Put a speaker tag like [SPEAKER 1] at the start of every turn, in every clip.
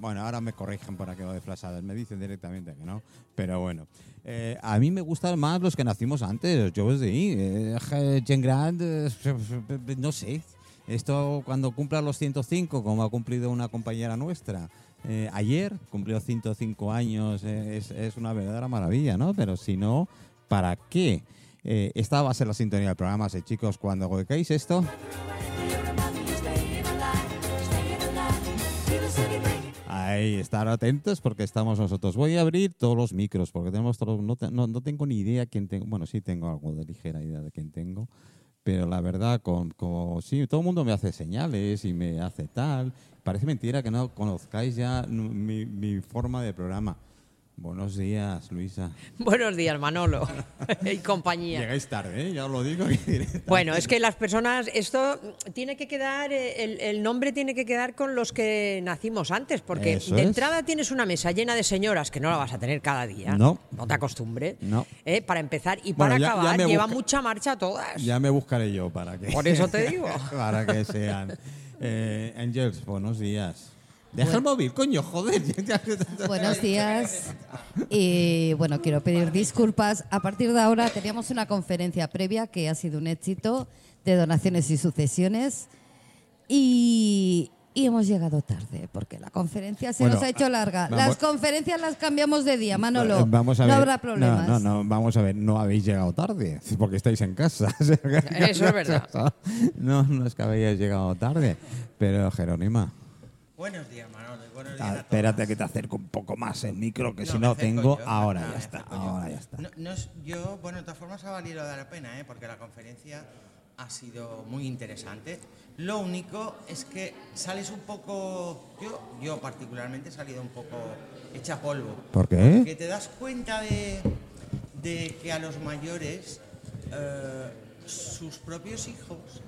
[SPEAKER 1] Bueno, ahora me corrigen por aquello de flasadas, me dicen directamente que no, pero bueno. Eh, a mí me gustan más los que nacimos antes, yo sí, eh, Gen Grand, eh, no sé. Esto cuando cumpla los 105, como ha cumplido una compañera nuestra, eh, ayer cumplió 105 años, eh, es, es una verdadera maravilla, ¿no? Pero si no, ¿para qué? Eh, esta va a ser la sintonía del programa, así chicos, cuando golpeéis esto, ahí, estar atentos porque estamos nosotros. Voy a abrir todos los micros porque tenemos todos, no, te- no- no tengo ni idea quién tengo, bueno, sí tengo algo de ligera idea de quién tengo, pero la verdad, con, con- sí, todo el mundo me hace señales y me hace tal. Parece mentira que no conozcáis ya n- mi, mi forma de programa. Buenos días, Luisa.
[SPEAKER 2] Buenos días, Manolo y compañía.
[SPEAKER 1] Llegáis tarde, ¿eh? ya os lo digo. que-
[SPEAKER 2] Bueno, es que las personas, esto tiene que quedar, eh, el, el nombre tiene que quedar con los que nacimos antes, porque
[SPEAKER 1] Eso
[SPEAKER 2] de
[SPEAKER 1] es.
[SPEAKER 2] entrada tienes una mesa llena de señoras que no la vas a tener cada día.
[SPEAKER 1] No.
[SPEAKER 2] No te acostumbre.
[SPEAKER 1] No.
[SPEAKER 2] Eh, para empezar y
[SPEAKER 1] Bueno,
[SPEAKER 2] para
[SPEAKER 1] ya- ya
[SPEAKER 2] acabar,
[SPEAKER 1] me
[SPEAKER 2] lleva
[SPEAKER 1] busca-
[SPEAKER 2] mucha marcha todas.
[SPEAKER 1] Ya me buscaré yo para que.
[SPEAKER 2] Por eso te digo.
[SPEAKER 1] para que sean. Eh, Angels, buenos días. Deja el móvil, coño, joder.
[SPEAKER 3] Buenos días. Y bueno, quiero pedir disculpas. A partir de ahora teníamos una conferencia previa que ha sido un éxito de donaciones y sucesiones. Y, y hemos llegado tarde porque la conferencia se
[SPEAKER 1] Bueno,
[SPEAKER 3] nos ha hecho larga.
[SPEAKER 1] vamos-
[SPEAKER 3] las conferencias las cambiamos de día,
[SPEAKER 1] Eh,
[SPEAKER 3] Manolo.
[SPEAKER 1] Vamos a ver.
[SPEAKER 3] No habrá problemas.
[SPEAKER 1] No, no, no, vamos a ver, no habéis llegado tarde, porque estáis en casa. O sea, que-
[SPEAKER 2] Eso es verdad.
[SPEAKER 1] No, no es que habéis llegado tarde. Pero, Jerónima,
[SPEAKER 4] Buenos días, Manolo. y Buenos días
[SPEAKER 1] ah,
[SPEAKER 4] a todos.
[SPEAKER 1] espérate que te acerco un poco más el micro, que
[SPEAKER 4] No,
[SPEAKER 1] si
[SPEAKER 4] me
[SPEAKER 1] no
[SPEAKER 4] acerco
[SPEAKER 1] tengo.
[SPEAKER 4] yo,
[SPEAKER 1] ahora
[SPEAKER 4] me
[SPEAKER 1] ya está,
[SPEAKER 4] acerco yo.
[SPEAKER 1] ahora ya está.
[SPEAKER 4] No- no es- yo, bueno, de todas formas ha valido la pena, ¿eh? porque la conferencia ha sido muy interesante. Lo único es que sales un poco, yo, yo particularmente he salido un poco hecha polvo.
[SPEAKER 1] ¿Por qué?
[SPEAKER 4] Porque te das cuenta de, de que a los mayores eh, sus propios hijos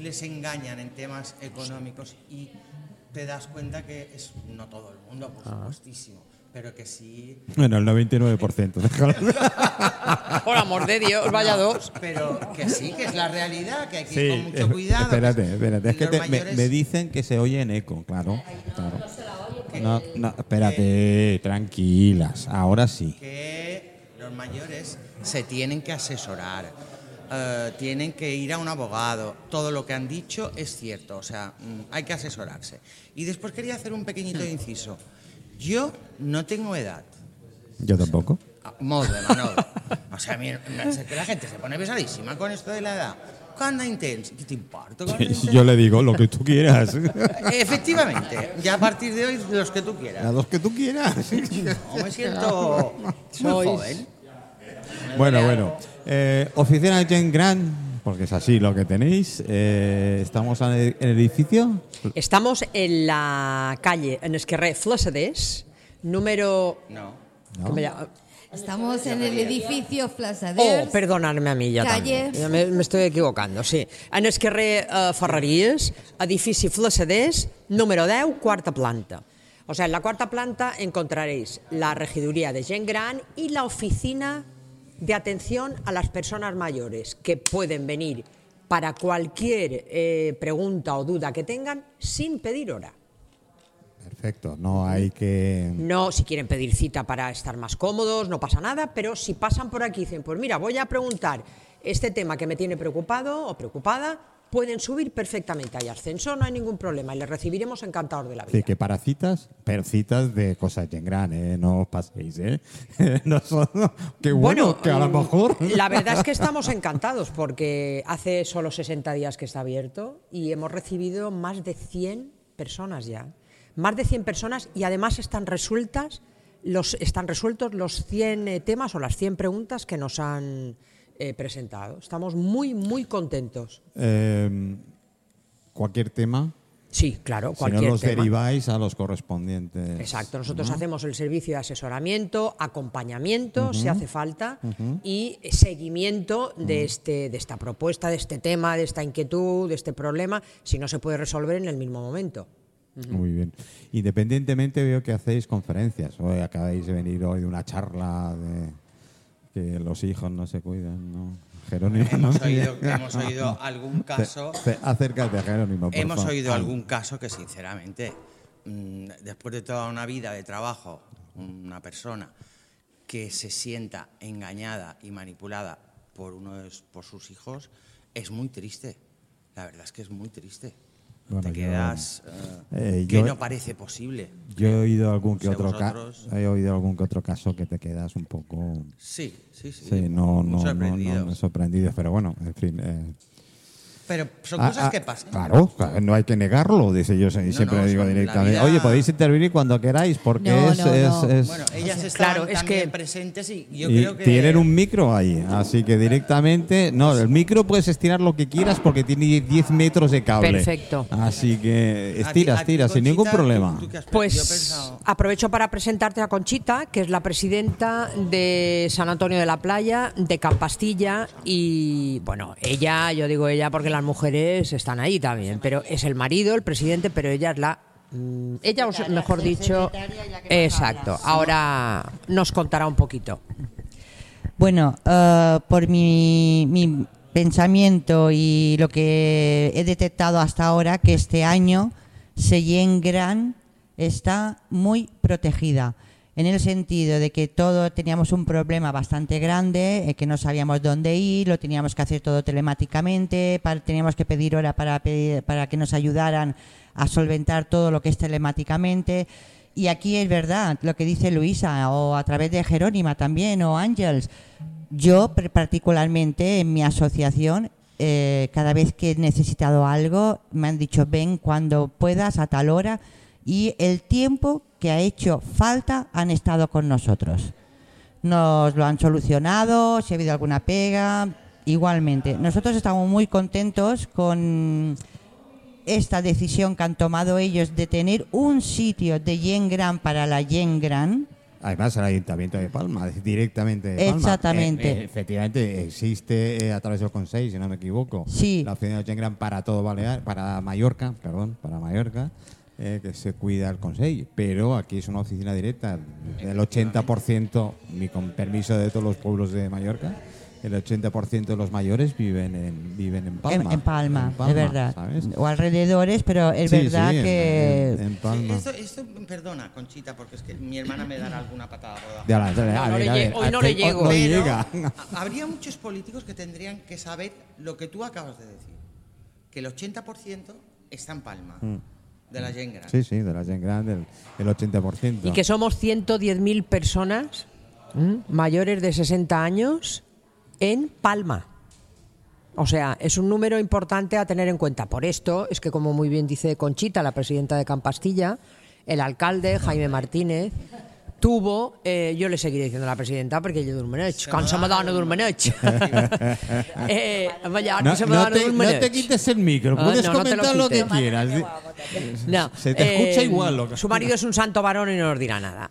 [SPEAKER 4] les engañan en temas económicos y te das cuenta que es no todo el mundo, por
[SPEAKER 1] Ah.
[SPEAKER 4] supuestísimo, pero que sí
[SPEAKER 1] Bueno, el 99%, déjalo.
[SPEAKER 2] Por amor de Dios, vaya dos.
[SPEAKER 4] Pero que sí, que es la realidad, que hay que ir
[SPEAKER 1] Sí,
[SPEAKER 4] con mucho cuidado. que
[SPEAKER 1] Espérate,
[SPEAKER 4] es-
[SPEAKER 1] espérate. Es que
[SPEAKER 4] los
[SPEAKER 1] te- me-
[SPEAKER 4] mayores-
[SPEAKER 1] me, dicen que se oye en eco, claro. claro. No, no, espérate, tranquilas. Ahora sí.
[SPEAKER 4] que los mayores se tienen que asesorar, eh, tienen que ir a un abogado. Todo lo que han dicho es cierto, o sea, mm, hay que asesorarse. Y después quería hacer un
[SPEAKER 1] Mm.
[SPEAKER 4] pequeñito inciso. Yo no tengo edad.
[SPEAKER 1] Yo tampoco.
[SPEAKER 4] Ah, Modo, Manolo. O sea, mira, es que la gente se pone pesadísima con esto de la edad. Canda intenso. ¿Qué te importa? Canda intenso.
[SPEAKER 1] Yo le digo lo que tú quieras.
[SPEAKER 4] Efectivamente, ya a partir de hoy los que tú quieras.
[SPEAKER 1] A los que tú quieras.
[SPEAKER 4] No, me siento muy
[SPEAKER 2] Sois-
[SPEAKER 4] joven.
[SPEAKER 1] Bueno, bueno. Eh, oficina de Jen Grant, porque es así lo que tenéis. Eh, estamos en el en el edificio.
[SPEAKER 2] Estamos en la calle, en Esquerré Flosedes, número...
[SPEAKER 4] No.
[SPEAKER 1] ¿no?
[SPEAKER 2] que me llama-
[SPEAKER 3] Estamos en el edificio Flasaders.
[SPEAKER 2] Oh, perdonarme a mi ja
[SPEAKER 3] Calle.
[SPEAKER 2] també. Ja me- M'estoy equivocando, sí. En el carrer eh, Ferreries, edifici Flassaders, número 10, quarta planta. O sea, en la cuarta planta encontraréis la regiduría de gent gran y la oficina de atención a las personas mayores que pueden venir para cualquier eh, pregunta o duda que tengan sin pedir hora.
[SPEAKER 1] Perfecto. No hay que.
[SPEAKER 2] No, si quieren pedir cita para estar más cómodos, no pasa nada, pero si pasan por aquí y dicen, pues mira, voy a preguntar este tema que me tiene preocupado o preocupada, pueden subir perfectamente. Hay ascensor, no hay ningún problema y les recibiremos encantados de la vida.
[SPEAKER 1] Sí, que para citas, pero citas de cosas Jen Grant, ¿eh? No os paséis, ¿eh? No son- qué bueno, que a lo
[SPEAKER 2] mm,
[SPEAKER 1] mejor.
[SPEAKER 2] La verdad es que estamos encantados porque hace solo 60 días que está abierto y hemos recibido más de 100 personas ya. Más de 100 personas y además están resueltas los están resueltos los 100 eh, temas o las 100 preguntas que nos han eh, presentado. Estamos muy muy contentos.
[SPEAKER 1] Eh, cualquier tema,
[SPEAKER 2] Sí, claro,
[SPEAKER 1] si
[SPEAKER 2] cualquier
[SPEAKER 1] no los
[SPEAKER 2] tema.
[SPEAKER 1] deriváis a los correspondientes.
[SPEAKER 2] Exacto, nosotros hacemos el servicio de asesoramiento, acompañamiento, si hace falta, y seguimiento de, este, de esta propuesta, de este tema, de esta inquietud, de este problema, si no se puede resolver en el mismo momento.
[SPEAKER 1] Muy bien. Independientemente veo que hacéis conferencias. Hoy acabáis de venir hoy de una charla de que los hijos no se cuidan, ¿no? Jerónimo.
[SPEAKER 4] Hemos
[SPEAKER 1] ¿no?
[SPEAKER 4] oído, hemos oído algún caso.
[SPEAKER 1] Te- te- acércate a Jerónimo. por
[SPEAKER 4] Hemos
[SPEAKER 1] favor. Ah,
[SPEAKER 4] oído algún caso que, sinceramente, mm, después de toda una vida de trabajo, una persona que se sienta engañada y manipulada por uno de, por sus hijos es muy triste. La verdad es que es muy triste.
[SPEAKER 1] Bueno,
[SPEAKER 4] Te
[SPEAKER 1] yo-
[SPEAKER 4] quedas eh,
[SPEAKER 1] Eh,
[SPEAKER 4] que
[SPEAKER 1] yo-
[SPEAKER 4] no parece posible.
[SPEAKER 1] Yo he oído algún que
[SPEAKER 4] No sé,
[SPEAKER 1] otro caso.
[SPEAKER 4] vosotros.
[SPEAKER 1] He oído algún que otro caso que te quedas un poco.
[SPEAKER 4] Sí, sí, sí.
[SPEAKER 1] Sí, no,
[SPEAKER 4] muy
[SPEAKER 1] no, no, no,
[SPEAKER 4] sorprendidos.
[SPEAKER 1] no, sorprendidos, pero bueno, en fin. eh,
[SPEAKER 4] Pero son
[SPEAKER 1] ah,
[SPEAKER 4] cosas
[SPEAKER 1] ah,
[SPEAKER 4] que pasan.
[SPEAKER 1] Claro, claro, no hay que negarlo, dice yo, se-
[SPEAKER 4] No,
[SPEAKER 1] siempre
[SPEAKER 4] no,
[SPEAKER 1] le digo
[SPEAKER 4] son la
[SPEAKER 1] directamente.
[SPEAKER 4] vida-
[SPEAKER 1] Oye, podéis intervenir cuando queráis, porque
[SPEAKER 3] No,
[SPEAKER 1] es.
[SPEAKER 3] no,
[SPEAKER 1] es-
[SPEAKER 3] no.
[SPEAKER 1] es-
[SPEAKER 4] Bueno, ellas
[SPEAKER 2] sea,
[SPEAKER 4] están
[SPEAKER 2] claro, es
[SPEAKER 4] también
[SPEAKER 2] que-
[SPEAKER 4] presentes y yo
[SPEAKER 1] y
[SPEAKER 4] creo que
[SPEAKER 1] tienen un micro ahí, así que directamente. No, el micro puedes estirar lo que quieras porque tiene 10 metros de cable.
[SPEAKER 2] Perfecto.
[SPEAKER 1] Así que
[SPEAKER 4] A ti-
[SPEAKER 1] estira,
[SPEAKER 4] a ti,
[SPEAKER 1] estira, sin
[SPEAKER 4] Conchita,
[SPEAKER 1] ningún
[SPEAKER 4] ¿tú-
[SPEAKER 1] problema.
[SPEAKER 4] tú qué has pe- yo he
[SPEAKER 2] Pues
[SPEAKER 4] pensado-
[SPEAKER 2] aprovecho para presentarte a Conchita, que es la presidenta de San Antonio de la Playa, de Campastilla, y bueno, ella, yo digo ella porque las mujeres están ahí también, pero es el marido, el presidente, pero ella es la... mm, Ella, o sea, mejor dicho... Exacto, ahora nos contará un poquito.
[SPEAKER 5] Bueno, eh, por mi, mi pensamiento y lo que he detectado hasta ahora, que este año Seyén Gran está muy protegida, en el sentido de que todos teníamos un problema bastante grande, eh, que no sabíamos dónde ir, lo teníamos que hacer todo telemáticamente, pa- teníamos que pedir hora para, pedir- para que nos ayudaran a solventar todo lo que es telemáticamente. Y aquí es verdad lo que dice Luisa, o a través de Jerónima también, o Ángels. Yo, pre- particularmente, en mi asociación, eh, cada vez que he necesitado algo, me han dicho, ven cuando puedas, a tal hora, y el tiempo que ha hecho falta han estado con nosotros. Nos lo han solucionado, si ha habido alguna pega, igualmente. Nosotros estamos muy contentos con esta decisión que han tomado ellos de tener un sitio de Yen Gran para la Yen Gran.
[SPEAKER 1] Además, el Ayuntamiento de Palma, es directamente de Palma.
[SPEAKER 5] Exactamente.
[SPEAKER 1] Eh, eh, efectivamente, existe eh, a través del Consejo, si no me equivoco.
[SPEAKER 5] Sí.
[SPEAKER 1] La oficina de Chengran para todo Balear, para Mallorca, perdón, para Mallorca, eh, que se cuida el Consejo. Pero aquí es una oficina directa del 80%, ni con permiso de todos los pueblos de Mallorca. El 80% de los mayores viven en, viven en Palma.
[SPEAKER 5] En, en Palma,
[SPEAKER 1] En
[SPEAKER 5] es verdad.
[SPEAKER 1] ¿sabes?
[SPEAKER 5] O alrededores, pero es
[SPEAKER 1] Sí,
[SPEAKER 5] verdad
[SPEAKER 1] sí, en-
[SPEAKER 5] que...
[SPEAKER 1] en- en Palma.
[SPEAKER 4] Esto, esto, perdona, Conchita, porque es que mi hermana me dará alguna patada por abajo.
[SPEAKER 1] Ya, la- ya la- a
[SPEAKER 2] No, no
[SPEAKER 1] ver,
[SPEAKER 2] le
[SPEAKER 1] a ver,
[SPEAKER 2] llego, hoy no
[SPEAKER 1] a-
[SPEAKER 2] le
[SPEAKER 1] hoy- hoy
[SPEAKER 2] llego.
[SPEAKER 1] no
[SPEAKER 4] Pero
[SPEAKER 1] llega.
[SPEAKER 4] ha- habría muchos políticos que tendrían que saber lo que tú acabas de decir. Que el 80% está en Palma, de la Yengra.
[SPEAKER 1] Mm. Sí, sí, de la Gent Gran, el, el 80%.
[SPEAKER 2] Y que somos 110.000 personas ¿m? mayores de 60 años en Palma. O sea, es un número importante a tener en cuenta. Por esto es que, como muy bien dice Conchita, la presidenta de Campastilla, el alcalde, Jaime Martínez, tuvo, eh, yo le seguiré diciendo a la presidenta porque yo durmo noche, cuando se me da no durmo noche. Eh, vaya, ahora
[SPEAKER 1] No,
[SPEAKER 2] que se me
[SPEAKER 1] no
[SPEAKER 2] da no
[SPEAKER 1] te,
[SPEAKER 2] durmo
[SPEAKER 1] no
[SPEAKER 2] noche.
[SPEAKER 1] te quites el micro,
[SPEAKER 2] Ah,
[SPEAKER 1] puedes
[SPEAKER 2] no, no te lo
[SPEAKER 1] comentar lo, que
[SPEAKER 2] quito.
[SPEAKER 1] quieras.
[SPEAKER 2] No, eh,
[SPEAKER 1] Se te escucha igual, lo que-
[SPEAKER 2] Su marido es un santo varón y no nos dirá nada.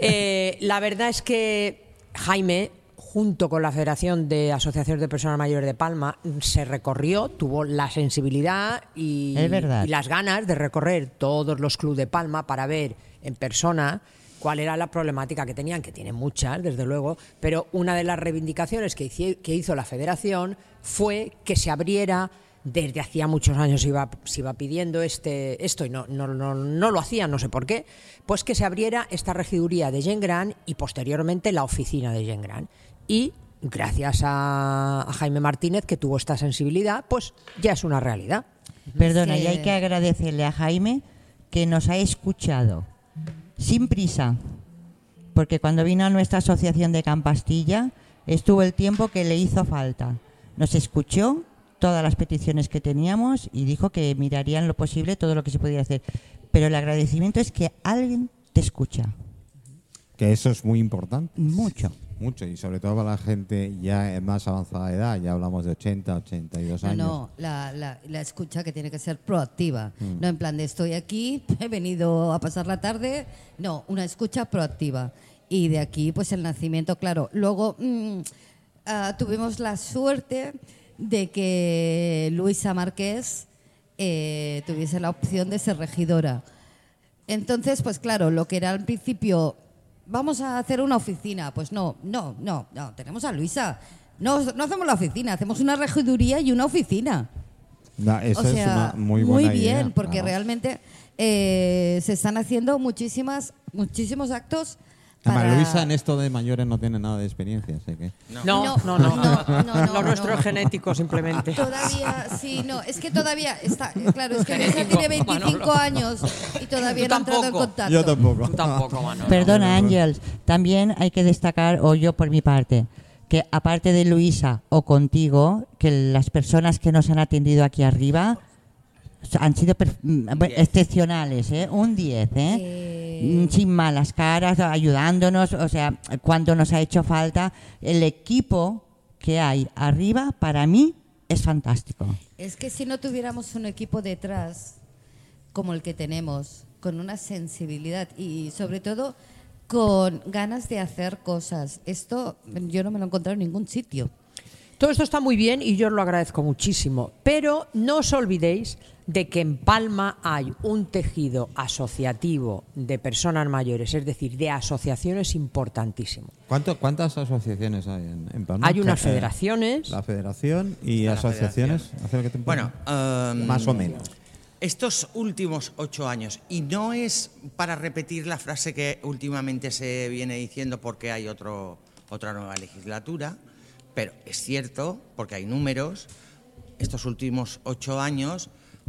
[SPEAKER 2] Eh, la verdad es que Jaime, junto con la Federación de Asociaciones de Personas Mayores de Palma, se recorrió, tuvo la sensibilidad y,
[SPEAKER 5] Es verdad.
[SPEAKER 2] y las ganas de recorrer todos los clubes de Palma para ver en persona cuál era la problemática que tenían, que tienen muchas, desde luego, pero una de las reivindicaciones que hici- que hizo la federación fue que se abriera, desde hacía muchos años iba, se iba pidiendo este, esto y no, no, no, no lo hacían, no sé por qué, pues que se abriera esta regiduría de Gen Gran y posteriormente la oficina de Gen Gran. Y gracias a, a Jaime Martínez, que tuvo esta sensibilidad, pues ya es una realidad.
[SPEAKER 5] Perdona,
[SPEAKER 3] Sí.
[SPEAKER 5] y hay que agradecerle a Jaime que nos ha escuchado sin prisa, porque cuando vino a nuestra asociación de Campastilla estuvo el tiempo que le hizo falta. Nos escuchó todas las peticiones que teníamos y dijo que mirarían lo posible todo lo que se pudiera hacer. Pero el agradecimiento es que alguien te escucha
[SPEAKER 1] Que eso es muy importante.
[SPEAKER 5] mucho.
[SPEAKER 1] Mucho, y sobre todo para la gente ya en más avanzada de edad, ya hablamos de 80, 82
[SPEAKER 3] No,
[SPEAKER 1] años.
[SPEAKER 3] no, la, la- la escucha que tiene que ser proactiva. No en plan de estoy aquí, he venido a pasar la tarde. No, una escucha proactiva. Y de aquí, pues el nacimiento, claro. Luego mm, ah, tuvimos la suerte de que Luisa Márquez eh, tuviese la opción de ser regidora. Entonces, pues claro, lo que era al principio, vamos a hacer una oficina, pues no, no, no, no, tenemos a Luisa. No, no hacemos la oficina, hacemos una regiduría y una oficina.
[SPEAKER 1] No, esa
[SPEAKER 3] O
[SPEAKER 1] es
[SPEAKER 3] sea,
[SPEAKER 1] una muy buena
[SPEAKER 3] bien,
[SPEAKER 1] idea,
[SPEAKER 3] porque
[SPEAKER 1] claro.
[SPEAKER 3] realmente eh, se están haciendo muchísimas, muchísimos actos.
[SPEAKER 1] Además,
[SPEAKER 3] para...
[SPEAKER 1] Luisa en este- esto de mayores no tiene nada de experiencia, así que...
[SPEAKER 2] No, no, no.
[SPEAKER 3] no, no, no,
[SPEAKER 2] Lo nuestro
[SPEAKER 3] no.
[SPEAKER 2] es genético, simplemente.
[SPEAKER 3] Todavía, sí, no, es que todavía está, claro, es que Luisa
[SPEAKER 2] Genético,
[SPEAKER 3] tiene 25
[SPEAKER 2] Manolo.
[SPEAKER 3] años y todavía
[SPEAKER 2] Tú
[SPEAKER 3] no ha entrado en
[SPEAKER 2] tampoco.
[SPEAKER 3] contacto.
[SPEAKER 1] Yo tampoco.
[SPEAKER 2] Tú tampoco, Manolo.
[SPEAKER 5] Perdona, Ángel. También hay que destacar, o yo por mi parte, que aparte de Luisa o contigo, que las personas que nos han atendido aquí arriba han sido per- mm, bueno, excepcionales, ¿eh? un 10, ¿eh?
[SPEAKER 3] Eh.
[SPEAKER 5] Mm, sin malas caras, ayudándonos, o sea, cuando nos ha hecho falta, el equipo que hay arriba para mí es fantástico.
[SPEAKER 3] Es que si no tuviéramos un equipo detrás como el que tenemos, con una sensibilidad y sobre todo con ganas de hacer cosas, esto yo no me lo he encontrado en ningún sitio.
[SPEAKER 2] Todo esto está muy bien y yo os lo agradezco muchísimo, pero no os olvidéis de que en Palma hay un tejido asociativo de personas mayores, es decir, de asociaciones importantísimo.
[SPEAKER 1] ¿Cuánto- ¿Cuántas asociaciones hay en, en Palma?
[SPEAKER 2] Hay unas
[SPEAKER 1] Eh,
[SPEAKER 2] federaciones.
[SPEAKER 1] La federación y
[SPEAKER 4] La
[SPEAKER 1] asociaciones. ¿hace lo que te
[SPEAKER 4] Bueno,
[SPEAKER 1] importa?
[SPEAKER 4] em,
[SPEAKER 1] más o menos.
[SPEAKER 4] Estos últimos ocho años, y no es para repetir la frase que últimamente se viene diciendo porque hay otro, otra nueva legislatura, pero es cierto, porque hay números, estos últimos ocho años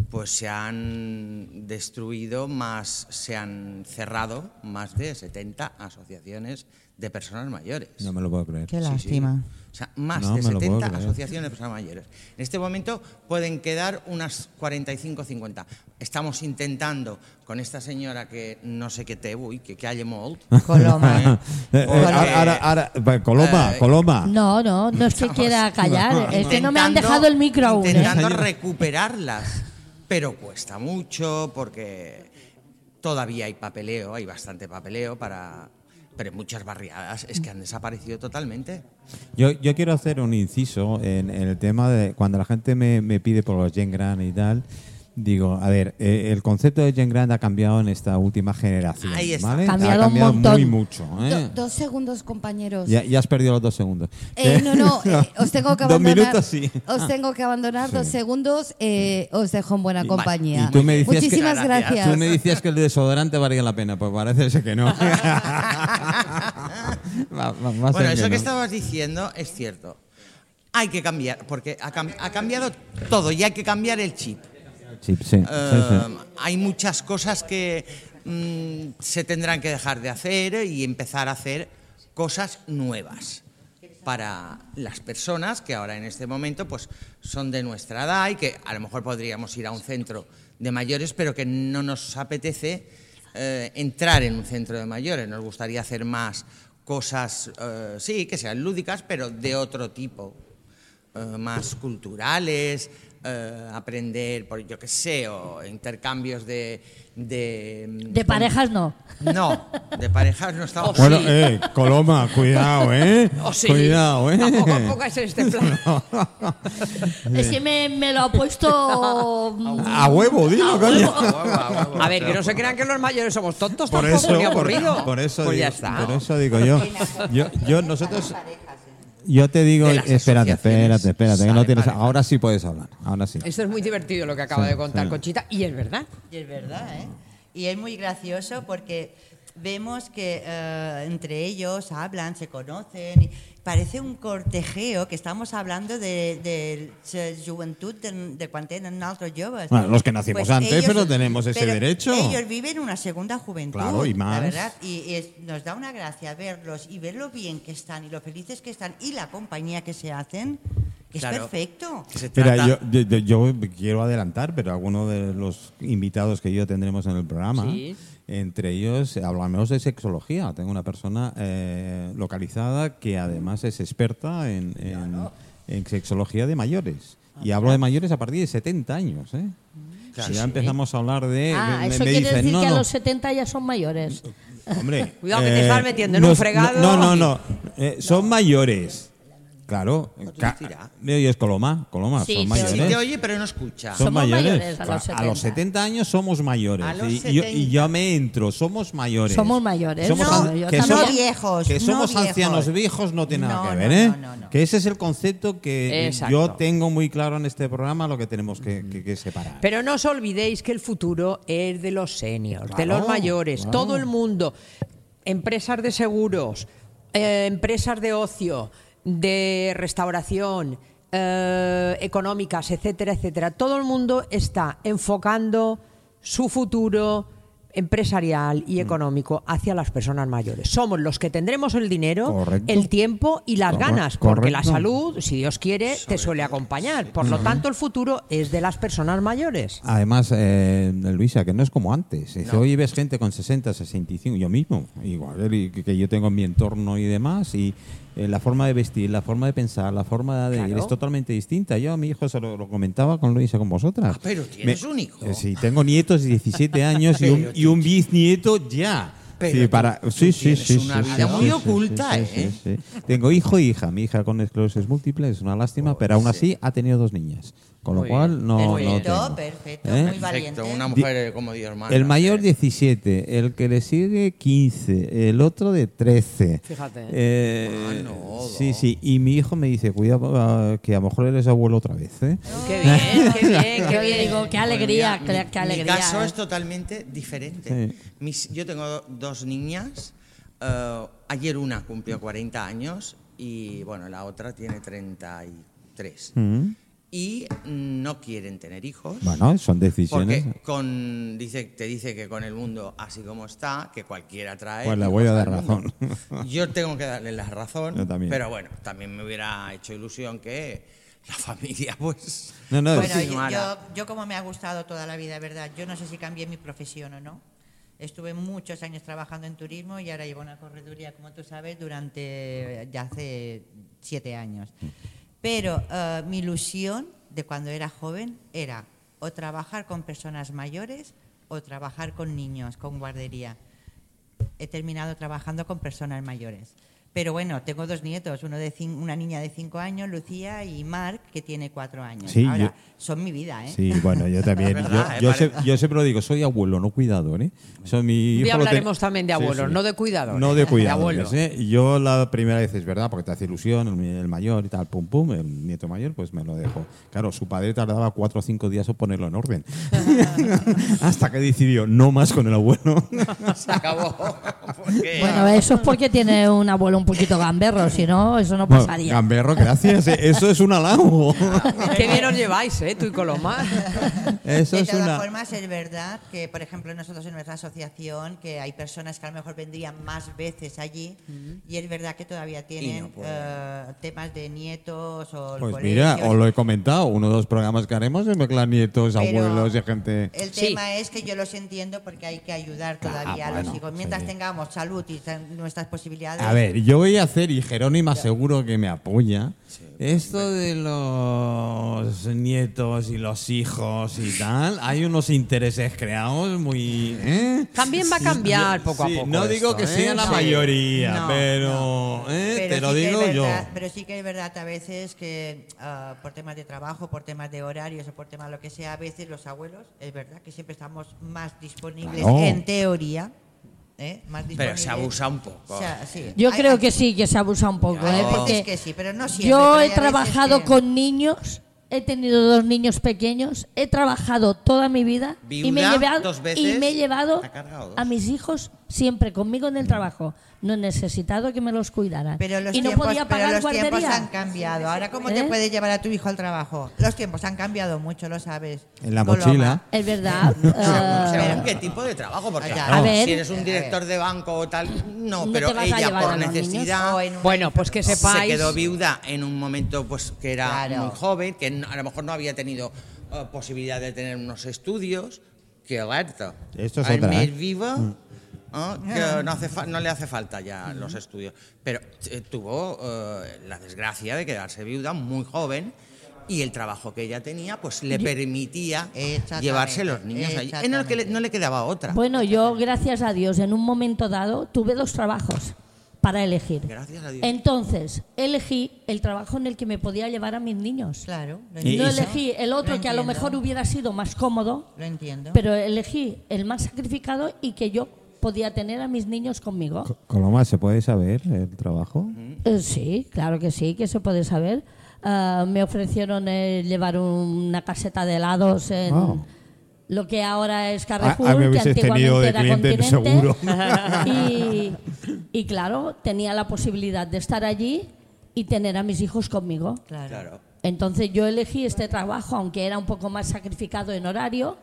[SPEAKER 4] pues se han destruido más, se han cerrado más de 70 asociaciones de personas mayores.
[SPEAKER 1] No me lo puedo creer.
[SPEAKER 5] Qué
[SPEAKER 4] Sí, sí.
[SPEAKER 5] lástima.
[SPEAKER 4] O sea, más
[SPEAKER 1] No
[SPEAKER 4] de
[SPEAKER 1] me lo puedo
[SPEAKER 4] 70
[SPEAKER 1] creer.
[SPEAKER 4] asociaciones de personas mayores. En este momento pueden quedar unas 45 50. Estamos intentando con esta señora que no sé qué te, uy, que, que haya molt.
[SPEAKER 5] Coloma.
[SPEAKER 1] Eh, eh, ahora, ahora, ahora, va, Coloma,
[SPEAKER 4] Eh,
[SPEAKER 1] Coloma.
[SPEAKER 6] No, no, no es que quiera callar, es que no me han dejado el micro aún. ¿eh?
[SPEAKER 4] Intentando recuperarlas, pero cuesta mucho porque todavía hay papeleo, hay bastante papeleo para... Pero en muchas barriadas es que han desaparecido totalmente.
[SPEAKER 1] Yo, yo quiero hacer un inciso en, en el tema de cuando la gente me, me pide por los Gen Grand y tal. Digo, a ver, eh, el concepto de Gen Grand ha cambiado en esta última generación.
[SPEAKER 4] Ahí está.
[SPEAKER 1] ¿vale?
[SPEAKER 6] Cambiado
[SPEAKER 1] ha
[SPEAKER 6] un
[SPEAKER 1] cambiado muy
[SPEAKER 6] montón.
[SPEAKER 1] mucho. ¿eh?
[SPEAKER 3] Do- dos segundos, compañeros.
[SPEAKER 1] Ya, ya has perdido los dos segundos.
[SPEAKER 3] Eh, no, no, eh, os tengo que abandonar.
[SPEAKER 1] Dos minutos sí.
[SPEAKER 3] Os tengo que abandonar dos
[SPEAKER 1] Sí.
[SPEAKER 3] segundos. eh, os dejo en buena compañía.
[SPEAKER 1] y tú me decías que-
[SPEAKER 3] Muchísimas
[SPEAKER 4] Muchas
[SPEAKER 3] gracias.
[SPEAKER 4] gracias.
[SPEAKER 1] Tú me decías que el desodorante valía la pena, pues parece ser que no. Va- va- va a ser
[SPEAKER 4] Bueno, eso
[SPEAKER 1] no.
[SPEAKER 4] que estabas diciendo es cierto. Hay que cambiar, porque ha, cam- ha cambiado todo y hay que cambiar el chip.
[SPEAKER 1] Sí, sí, sí,
[SPEAKER 4] Eh,
[SPEAKER 1] sí.
[SPEAKER 4] hay muchas cosas que mm, se tendrán que dejar de hacer y empezar a hacer cosas nuevas para las personas que ahora en este momento pues son de nuestra edad y que a lo mejor podríamos ir a un centro de mayores pero que no nos apetece eh, entrar en un centro de mayores nos gustaría hacer más cosas eh, sí que sean lúdicas pero de otro tipo eh, más culturales, eh, aprender, por yo qué sé, o intercambios de... De,
[SPEAKER 6] De Oh, parejas no.
[SPEAKER 4] No, de parejas no estamos...
[SPEAKER 1] Bueno, eh, Coloma, cuidado, ¿eh?
[SPEAKER 2] O Oh, sí,
[SPEAKER 1] Cuidado, ¿eh?
[SPEAKER 2] Tampoco pongáis este plan.
[SPEAKER 6] Es que me, me lo ha puesto.
[SPEAKER 1] A huevo, dilo, coño.
[SPEAKER 2] A ver, que no se crean que los mayores somos tontos
[SPEAKER 1] Por
[SPEAKER 2] tampoco,
[SPEAKER 1] eso,
[SPEAKER 2] ni
[SPEAKER 1] por,
[SPEAKER 2] aburrido.
[SPEAKER 1] por eso
[SPEAKER 2] pues
[SPEAKER 1] digo,
[SPEAKER 2] ya está.
[SPEAKER 1] por eso digo yo. Yo, yo nosotros, yo te digo,
[SPEAKER 4] De las
[SPEAKER 1] espérate, espérate, espérate, que no
[SPEAKER 4] Vale,
[SPEAKER 1] tienes.
[SPEAKER 4] vale, vale.
[SPEAKER 1] Ahora sí puedes hablar, ahora sí.
[SPEAKER 2] Esto es muy divertido lo que acaba de contar Conchita, y es verdad.
[SPEAKER 5] Y es verdad, ¿eh? Y es muy gracioso porque vemos que eh, entre ellos hablan, se conocen. y parece un cortejeo que estamos hablando de, de la juventud de, de cuando eran nosotros jóvenes. Pues
[SPEAKER 1] Bueno, los que nacimos antes, pero tenemos ese
[SPEAKER 5] pero
[SPEAKER 1] derecho.
[SPEAKER 5] Ellos viven una segunda juventud.
[SPEAKER 1] Claro, y más.
[SPEAKER 5] La verdad, y, y es- nos da una gracia verlos y ver lo bien que están y lo felices que están y la compañía que se hacen. que Es
[SPEAKER 4] Claro.
[SPEAKER 5] perfecto.
[SPEAKER 4] Se
[SPEAKER 1] Mira,
[SPEAKER 4] trata-
[SPEAKER 1] yo, yo- yo- yo quiero adelantar, pero algunos de los invitados que yo tendremos en el programa,
[SPEAKER 2] Sí.
[SPEAKER 1] entre ellos hablamos de sexología. Tengo una persona eh, localizada que además es experta en, en- en sexología de mayores.
[SPEAKER 6] Ah,
[SPEAKER 1] Y hablo de mayores a partir de 70 años. ¿eh? Si ya empezamos a hablar de...
[SPEAKER 6] Ah,
[SPEAKER 1] me- me
[SPEAKER 6] eso quiere
[SPEAKER 1] dicen,
[SPEAKER 6] decir
[SPEAKER 1] "No,
[SPEAKER 6] que a
[SPEAKER 1] no".
[SPEAKER 6] los 70 ya son mayores.
[SPEAKER 1] Hombre, eh,
[SPEAKER 2] Cuidado que te estás metiendo en un
[SPEAKER 1] nos-
[SPEAKER 2] fregado.
[SPEAKER 1] No, no, no. eh, son mayores. claro.
[SPEAKER 4] ¿Cuántos
[SPEAKER 1] ca-
[SPEAKER 4] dirá?
[SPEAKER 1] y es Coloma, Coloma,
[SPEAKER 6] Sí,
[SPEAKER 1] son
[SPEAKER 6] sí,
[SPEAKER 4] Si
[SPEAKER 1] mayores.
[SPEAKER 4] te oye, pero no escucha.
[SPEAKER 1] Son
[SPEAKER 6] Somos
[SPEAKER 1] mayores.
[SPEAKER 6] mayores a los
[SPEAKER 1] Claro, a los
[SPEAKER 6] 70.
[SPEAKER 1] 70 años somos mayores.
[SPEAKER 4] A los
[SPEAKER 1] y, y yo, y
[SPEAKER 4] 70.
[SPEAKER 1] yo me entro, somos mayores.
[SPEAKER 6] Somos mayores.
[SPEAKER 1] Somos
[SPEAKER 6] No,
[SPEAKER 1] an-
[SPEAKER 6] yo
[SPEAKER 1] que
[SPEAKER 6] también.
[SPEAKER 1] somos
[SPEAKER 5] No viejos,
[SPEAKER 1] Que
[SPEAKER 5] no
[SPEAKER 1] somos
[SPEAKER 5] viejos.
[SPEAKER 1] ancianos viejos no tiene nada
[SPEAKER 5] No,
[SPEAKER 1] que
[SPEAKER 5] no,
[SPEAKER 1] ver, ¿eh?
[SPEAKER 5] no, no, no.
[SPEAKER 1] Que ese es el concepto que
[SPEAKER 2] Exacto.
[SPEAKER 1] yo tengo muy claro en este programa, lo que tenemos que, que- que separar.
[SPEAKER 2] Pero no os olvidéis que el futuro es de los seniors, de
[SPEAKER 1] Claro,
[SPEAKER 2] los mayores,
[SPEAKER 1] claro.
[SPEAKER 2] todo el mundo, empresas de seguros, eh, empresas de ocio, de restauración, eh, económicas, etcétera, etcétera. Todo el mundo está enfocando su futuro empresarial
[SPEAKER 1] Mm.
[SPEAKER 2] y económico hacia las personas mayores. Somos los que tendremos el dinero,
[SPEAKER 1] Correcto.
[SPEAKER 2] el tiempo y las
[SPEAKER 1] Corre-
[SPEAKER 2] ganas, porque la
[SPEAKER 1] correcto.
[SPEAKER 2] salud, si Dios quiere, te suele acompañar. Por lo tanto, el futuro es de las personas mayores.
[SPEAKER 1] Además, eh, Luisa, que no es como antes. Dice, Hoy ves gente con 60, 65, yo mismo, igual eh, y que, que yo tengo en mi entorno y demás, y eh, la forma de vestir, la forma de pensar, la forma de...
[SPEAKER 2] Claro.
[SPEAKER 1] Es totalmente distinta. Yo a mi hijo se lo, lo comentaba con Luisa, con vosotras.
[SPEAKER 4] Ah, pero tienes un hijo.
[SPEAKER 1] eh, sí, tengo nietos de 17 años y, un,
[SPEAKER 4] Pero
[SPEAKER 1] y un bisnieto ya.
[SPEAKER 4] Pero
[SPEAKER 1] sí,
[SPEAKER 4] tú-
[SPEAKER 1] para,
[SPEAKER 4] tú
[SPEAKER 1] sí, sí,
[SPEAKER 4] tienes
[SPEAKER 1] sí,
[SPEAKER 4] una
[SPEAKER 1] sí,
[SPEAKER 4] vida
[SPEAKER 1] sí,
[SPEAKER 4] muy
[SPEAKER 1] sí,
[SPEAKER 4] oculta,
[SPEAKER 1] sí, sí,
[SPEAKER 4] ¿eh?
[SPEAKER 1] sí, sí. Tengo hijo e hija. Mi hija con esclerosis múltiple es una
[SPEAKER 4] Pues
[SPEAKER 1] lástima, pero aún así ha tenido dos niñas. Con lo
[SPEAKER 2] Muy
[SPEAKER 1] cual,
[SPEAKER 2] bien.
[SPEAKER 1] no. no
[SPEAKER 5] Perfecto,
[SPEAKER 1] tengo.
[SPEAKER 5] perfecto,
[SPEAKER 1] ¿Eh?
[SPEAKER 5] muy valiente.
[SPEAKER 4] Perfecto, una mujer como Dios manda.
[SPEAKER 1] El mayor 17, el que le sigue 15, el otro de 13.
[SPEAKER 2] Fíjate.
[SPEAKER 1] Eh,
[SPEAKER 4] Ah, no,
[SPEAKER 1] sí,
[SPEAKER 4] no.
[SPEAKER 1] sí. Y mi hijo me dice, cuidado, ah, que a lo mejor eres abuelo otra vez. ¿eh?
[SPEAKER 2] Qué bien, qué bien, qué
[SPEAKER 6] Yo
[SPEAKER 2] bien.
[SPEAKER 6] digo, qué alegría,
[SPEAKER 4] Pues mira,
[SPEAKER 6] qué, qué alegría.
[SPEAKER 4] Mi caso
[SPEAKER 6] ¿eh?
[SPEAKER 4] es totalmente diferente.
[SPEAKER 1] Sí.
[SPEAKER 4] Mis- yo tengo do- dos niñas. eh, ayer una cumplió 40 años y bueno, la otra tiene 33.
[SPEAKER 1] Mm.
[SPEAKER 4] Y no quieren tener hijos.
[SPEAKER 1] Bueno, son decisiones.
[SPEAKER 4] Porque con, dice, te dice que con el mundo así como está, que cualquiera trae.
[SPEAKER 1] Pues le
[SPEAKER 4] hijos
[SPEAKER 1] voy a
[SPEAKER 4] al
[SPEAKER 1] dar
[SPEAKER 4] mundo. Yo tengo que darle la razón.
[SPEAKER 1] Yo también.
[SPEAKER 4] Pero bueno, también me hubiera hecho ilusión que la familia, pues.
[SPEAKER 1] No, no,
[SPEAKER 5] Bueno,
[SPEAKER 1] sí.
[SPEAKER 5] yo,
[SPEAKER 4] continuara.
[SPEAKER 5] yo, yo como me ha gustado toda la vida, ¿verdad? Yo no sé si cambié mi profesión o no. Estuve muchos años trabajando en turismo y ahora llevo una correduría, como tú sabes, durante ya hace siete años. Pero eh, mi ilusión de cuando era joven era o trabajar con personas mayores o trabajar con niños, con guardería he terminado trabajando con personas mayores. Pero bueno, tengo dos nietos, uno de cin- una niña de 5 años, Lucía, y Mark, que tiene 4 años.
[SPEAKER 1] Sí,
[SPEAKER 5] Ahora,
[SPEAKER 1] yo-
[SPEAKER 5] son mi vida, ¿eh?
[SPEAKER 1] Sí, bueno, yo también.
[SPEAKER 4] Es
[SPEAKER 1] yo,
[SPEAKER 4] verdad,
[SPEAKER 1] yo
[SPEAKER 4] eh,
[SPEAKER 1] se-
[SPEAKER 4] parece-
[SPEAKER 1] yo siempre lo digo, soy abuelo, no cuidador. ¿eh? Eso mi
[SPEAKER 2] Ya
[SPEAKER 1] hijo lo te-
[SPEAKER 2] hablaremos también de abuelos, Ah, no de cuidadores,
[SPEAKER 1] No
[SPEAKER 2] de
[SPEAKER 1] de cuidadores.
[SPEAKER 2] abuelos.
[SPEAKER 1] ¿eh? Yo la primera vez es verdad, porque te hace ilusión, el, el mayor y tal, pum, pum, el nieto mayor, pues me lo dejo. Claro, su padre tardaba cuatro o cinco días en ponerlo en orden. Hasta que decidió, no más con el abuelo.
[SPEAKER 4] Se acabó. Porque-
[SPEAKER 6] Bueno, eso es porque tiene un abuelo un poquito gamberro, si no, eso no
[SPEAKER 1] Bueno,
[SPEAKER 6] pasaría.
[SPEAKER 1] Gamberro, gracias. ¿eh? Eso es un halago.
[SPEAKER 2] Qué bien os lleváis, ¿eh? Tú y Coloma.
[SPEAKER 1] Eso
[SPEAKER 5] de
[SPEAKER 1] es
[SPEAKER 5] todas
[SPEAKER 1] una.
[SPEAKER 5] formas, es verdad que, por ejemplo, nosotros en nuestra asociación, que hay personas que a lo mejor vendrían más veces allí, y es verdad que todavía tienen
[SPEAKER 4] no pueden.
[SPEAKER 5] eh, temas de nietos o el
[SPEAKER 1] Pues
[SPEAKER 5] colegio,
[SPEAKER 1] mira, os lo he comentado, uno de los programas que haremos es mezclar nietos,
[SPEAKER 5] Pero
[SPEAKER 1] abuelos y gente.
[SPEAKER 5] El
[SPEAKER 2] Sí.
[SPEAKER 5] tema es que yo los entiendo porque hay que ayudar todavía a
[SPEAKER 1] Ah, bueno,
[SPEAKER 5] los hijos. Mientras
[SPEAKER 1] sí.
[SPEAKER 5] tengamos salud y ten- nuestras posibilidades.
[SPEAKER 1] A ver, yo voy a hacer, y Jerónima seguro que me apoya, esto de los nietos y los hijos y tal, hay unos intereses creados muy... ¿eh?
[SPEAKER 2] También va a cambiar
[SPEAKER 1] Sí,
[SPEAKER 2] poco a
[SPEAKER 1] sí,
[SPEAKER 2] poco.
[SPEAKER 1] No digo
[SPEAKER 2] esto,
[SPEAKER 1] que
[SPEAKER 2] ¿eh?
[SPEAKER 1] sea la
[SPEAKER 2] Sí.
[SPEAKER 1] mayoría,
[SPEAKER 5] No,
[SPEAKER 1] pero, ¿eh? te lo
[SPEAKER 5] sí que es
[SPEAKER 1] digo yo.
[SPEAKER 5] verdad- Pero sí que es verdad a veces que ah, por temas de trabajo, por temas de horarios o por temas lo que sea, a veces los abuelos, es verdad que siempre estamos más disponibles
[SPEAKER 1] Claro.
[SPEAKER 5] en teoría. ¿eh? Más
[SPEAKER 4] Pero
[SPEAKER 5] disponibles.
[SPEAKER 4] se abusa un poco.
[SPEAKER 5] O sea, sí.
[SPEAKER 6] Yo
[SPEAKER 5] Hay-
[SPEAKER 6] creo
[SPEAKER 5] hay-
[SPEAKER 6] que sí, que se abusa un poco,
[SPEAKER 5] hay
[SPEAKER 6] ¿eh?
[SPEAKER 5] veces
[SPEAKER 6] Porque
[SPEAKER 5] que sí, pero no siempre, pero
[SPEAKER 6] yo
[SPEAKER 5] hay
[SPEAKER 6] he
[SPEAKER 5] veces
[SPEAKER 6] trabajado
[SPEAKER 5] que-
[SPEAKER 6] con niños, he tenido dos niños pequeños, he trabajado toda mi vida y me he
[SPEAKER 4] Viuda,
[SPEAKER 6] llevado,
[SPEAKER 4] dos
[SPEAKER 6] y
[SPEAKER 4] veces,
[SPEAKER 6] me he llevado
[SPEAKER 4] ha cargado dos.
[SPEAKER 6] a mis hijos siempre conmigo en el trabajo. No he necesitado que me los cuidaran.
[SPEAKER 5] Pero los,
[SPEAKER 6] y no
[SPEAKER 5] tiempos,
[SPEAKER 6] podía
[SPEAKER 5] pero
[SPEAKER 6] pagar
[SPEAKER 5] los tiempos
[SPEAKER 6] guardería.
[SPEAKER 5] han cambiado. Ahora, ¿cómo
[SPEAKER 6] ¿Eh?
[SPEAKER 5] te puedes llevar a tu hijo al trabajo? Los tiempos han cambiado mucho, lo sabes.
[SPEAKER 1] En la
[SPEAKER 5] Coloma.
[SPEAKER 1] mochila.
[SPEAKER 6] Es verdad. eh,
[SPEAKER 4] Según qué tipo de trabajo, porque
[SPEAKER 5] Ya.
[SPEAKER 4] claro,
[SPEAKER 6] A ver. eh,
[SPEAKER 4] si eres un director de banco o tal, no,
[SPEAKER 6] No
[SPEAKER 4] pero
[SPEAKER 6] te vas a
[SPEAKER 4] ella
[SPEAKER 6] llevar a
[SPEAKER 4] por
[SPEAKER 6] los niños.
[SPEAKER 4] necesidad
[SPEAKER 5] O en una
[SPEAKER 2] Bueno, pues que sepáis.
[SPEAKER 4] se quedó viuda en un momento pues que era
[SPEAKER 5] Claro.
[SPEAKER 4] muy joven, que no- a lo mejor no había tenido eh, posibilidad de tener unos estudios. Qué alerta.
[SPEAKER 1] Esto es
[SPEAKER 4] Al
[SPEAKER 1] otra,
[SPEAKER 4] mes
[SPEAKER 1] ¿eh?
[SPEAKER 4] viva, ah, que no, hace fa- no le hace falta ya los estudios. Pero eh, tuvo eh, la desgracia de quedarse viuda muy joven. Y el trabajo que ella tenía, pues le permitía
[SPEAKER 5] Exactamente,
[SPEAKER 4] llevarse los niños allí. En el que le- no le quedaba otra.
[SPEAKER 6] Bueno, yo, gracias a Dios, en un momento dado tuve dos trabajos. para elegir.
[SPEAKER 4] Gracias a Dios.
[SPEAKER 6] Entonces, elegí el trabajo en el que me podía llevar a mis niños.
[SPEAKER 5] Claro, lo
[SPEAKER 1] Y-
[SPEAKER 6] No
[SPEAKER 1] y-
[SPEAKER 6] elegí el otro que a lo
[SPEAKER 5] entiendo,
[SPEAKER 6] mejor hubiera sido más cómodo,
[SPEAKER 5] Lo entiendo.
[SPEAKER 6] pero elegí el más sacrificado y que yo podía tener a mis niños conmigo.
[SPEAKER 1] Coloma, ¿se puede saber el trabajo?
[SPEAKER 6] Eh, Sí, claro que sí, que se puede saber. Ah, me ofrecieron eh, llevar una caseta de helados en
[SPEAKER 1] Wow.
[SPEAKER 6] lo que ahora es Carrefour,
[SPEAKER 1] Ah, ah, me
[SPEAKER 6] que
[SPEAKER 1] hubieses
[SPEAKER 6] antiguamente
[SPEAKER 1] tenido de
[SPEAKER 6] era
[SPEAKER 1] cliente,
[SPEAKER 6] Continente.
[SPEAKER 1] seguro.
[SPEAKER 6] Y, y claro, tenía la posibilidad de estar allí y tener a mis hijos conmigo.
[SPEAKER 5] Claro.
[SPEAKER 4] Claro.
[SPEAKER 6] Entonces yo elegí este trabajo, aunque era un poco más sacrificado en horario,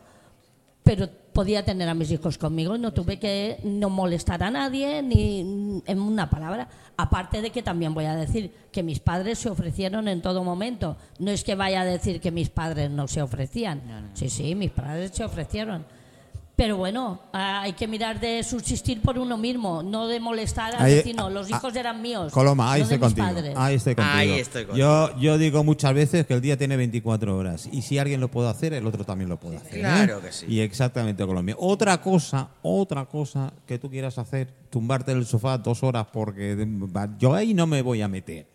[SPEAKER 6] pero podía tener a mis hijos conmigo, no tuve que no molestar a nadie, ni en una palabra. Aparte de que también voy a decir que mis padres se ofrecieron en todo momento. No es que vaya a decir que mis padres no se ofrecían. Sí, sí, mis padres se ofrecieron. Pero bueno, ah, hay que mirar de subsistir por uno mismo, no de molestar al
[SPEAKER 1] Ahí-
[SPEAKER 6] vecino. Los
[SPEAKER 1] ah,
[SPEAKER 6] hijos eran míos.
[SPEAKER 1] Coloma, ahí
[SPEAKER 6] no de
[SPEAKER 1] estoy
[SPEAKER 6] mis
[SPEAKER 1] contigo.
[SPEAKER 6] padres.
[SPEAKER 1] Ahí estoy contigo.
[SPEAKER 4] Ahí estoy contigo.
[SPEAKER 1] Yo, yo digo muchas veces que el día tiene 24 horas y si alguien lo puede hacer, el otro también lo puede hacer. ¿eh?
[SPEAKER 4] Claro que sí.
[SPEAKER 1] Y exactamente Colombia. Otra cosa, otra cosa que tú quieras hacer, tumbarte en el sofá dos horas porque de- va- yo ahí no me voy a meter.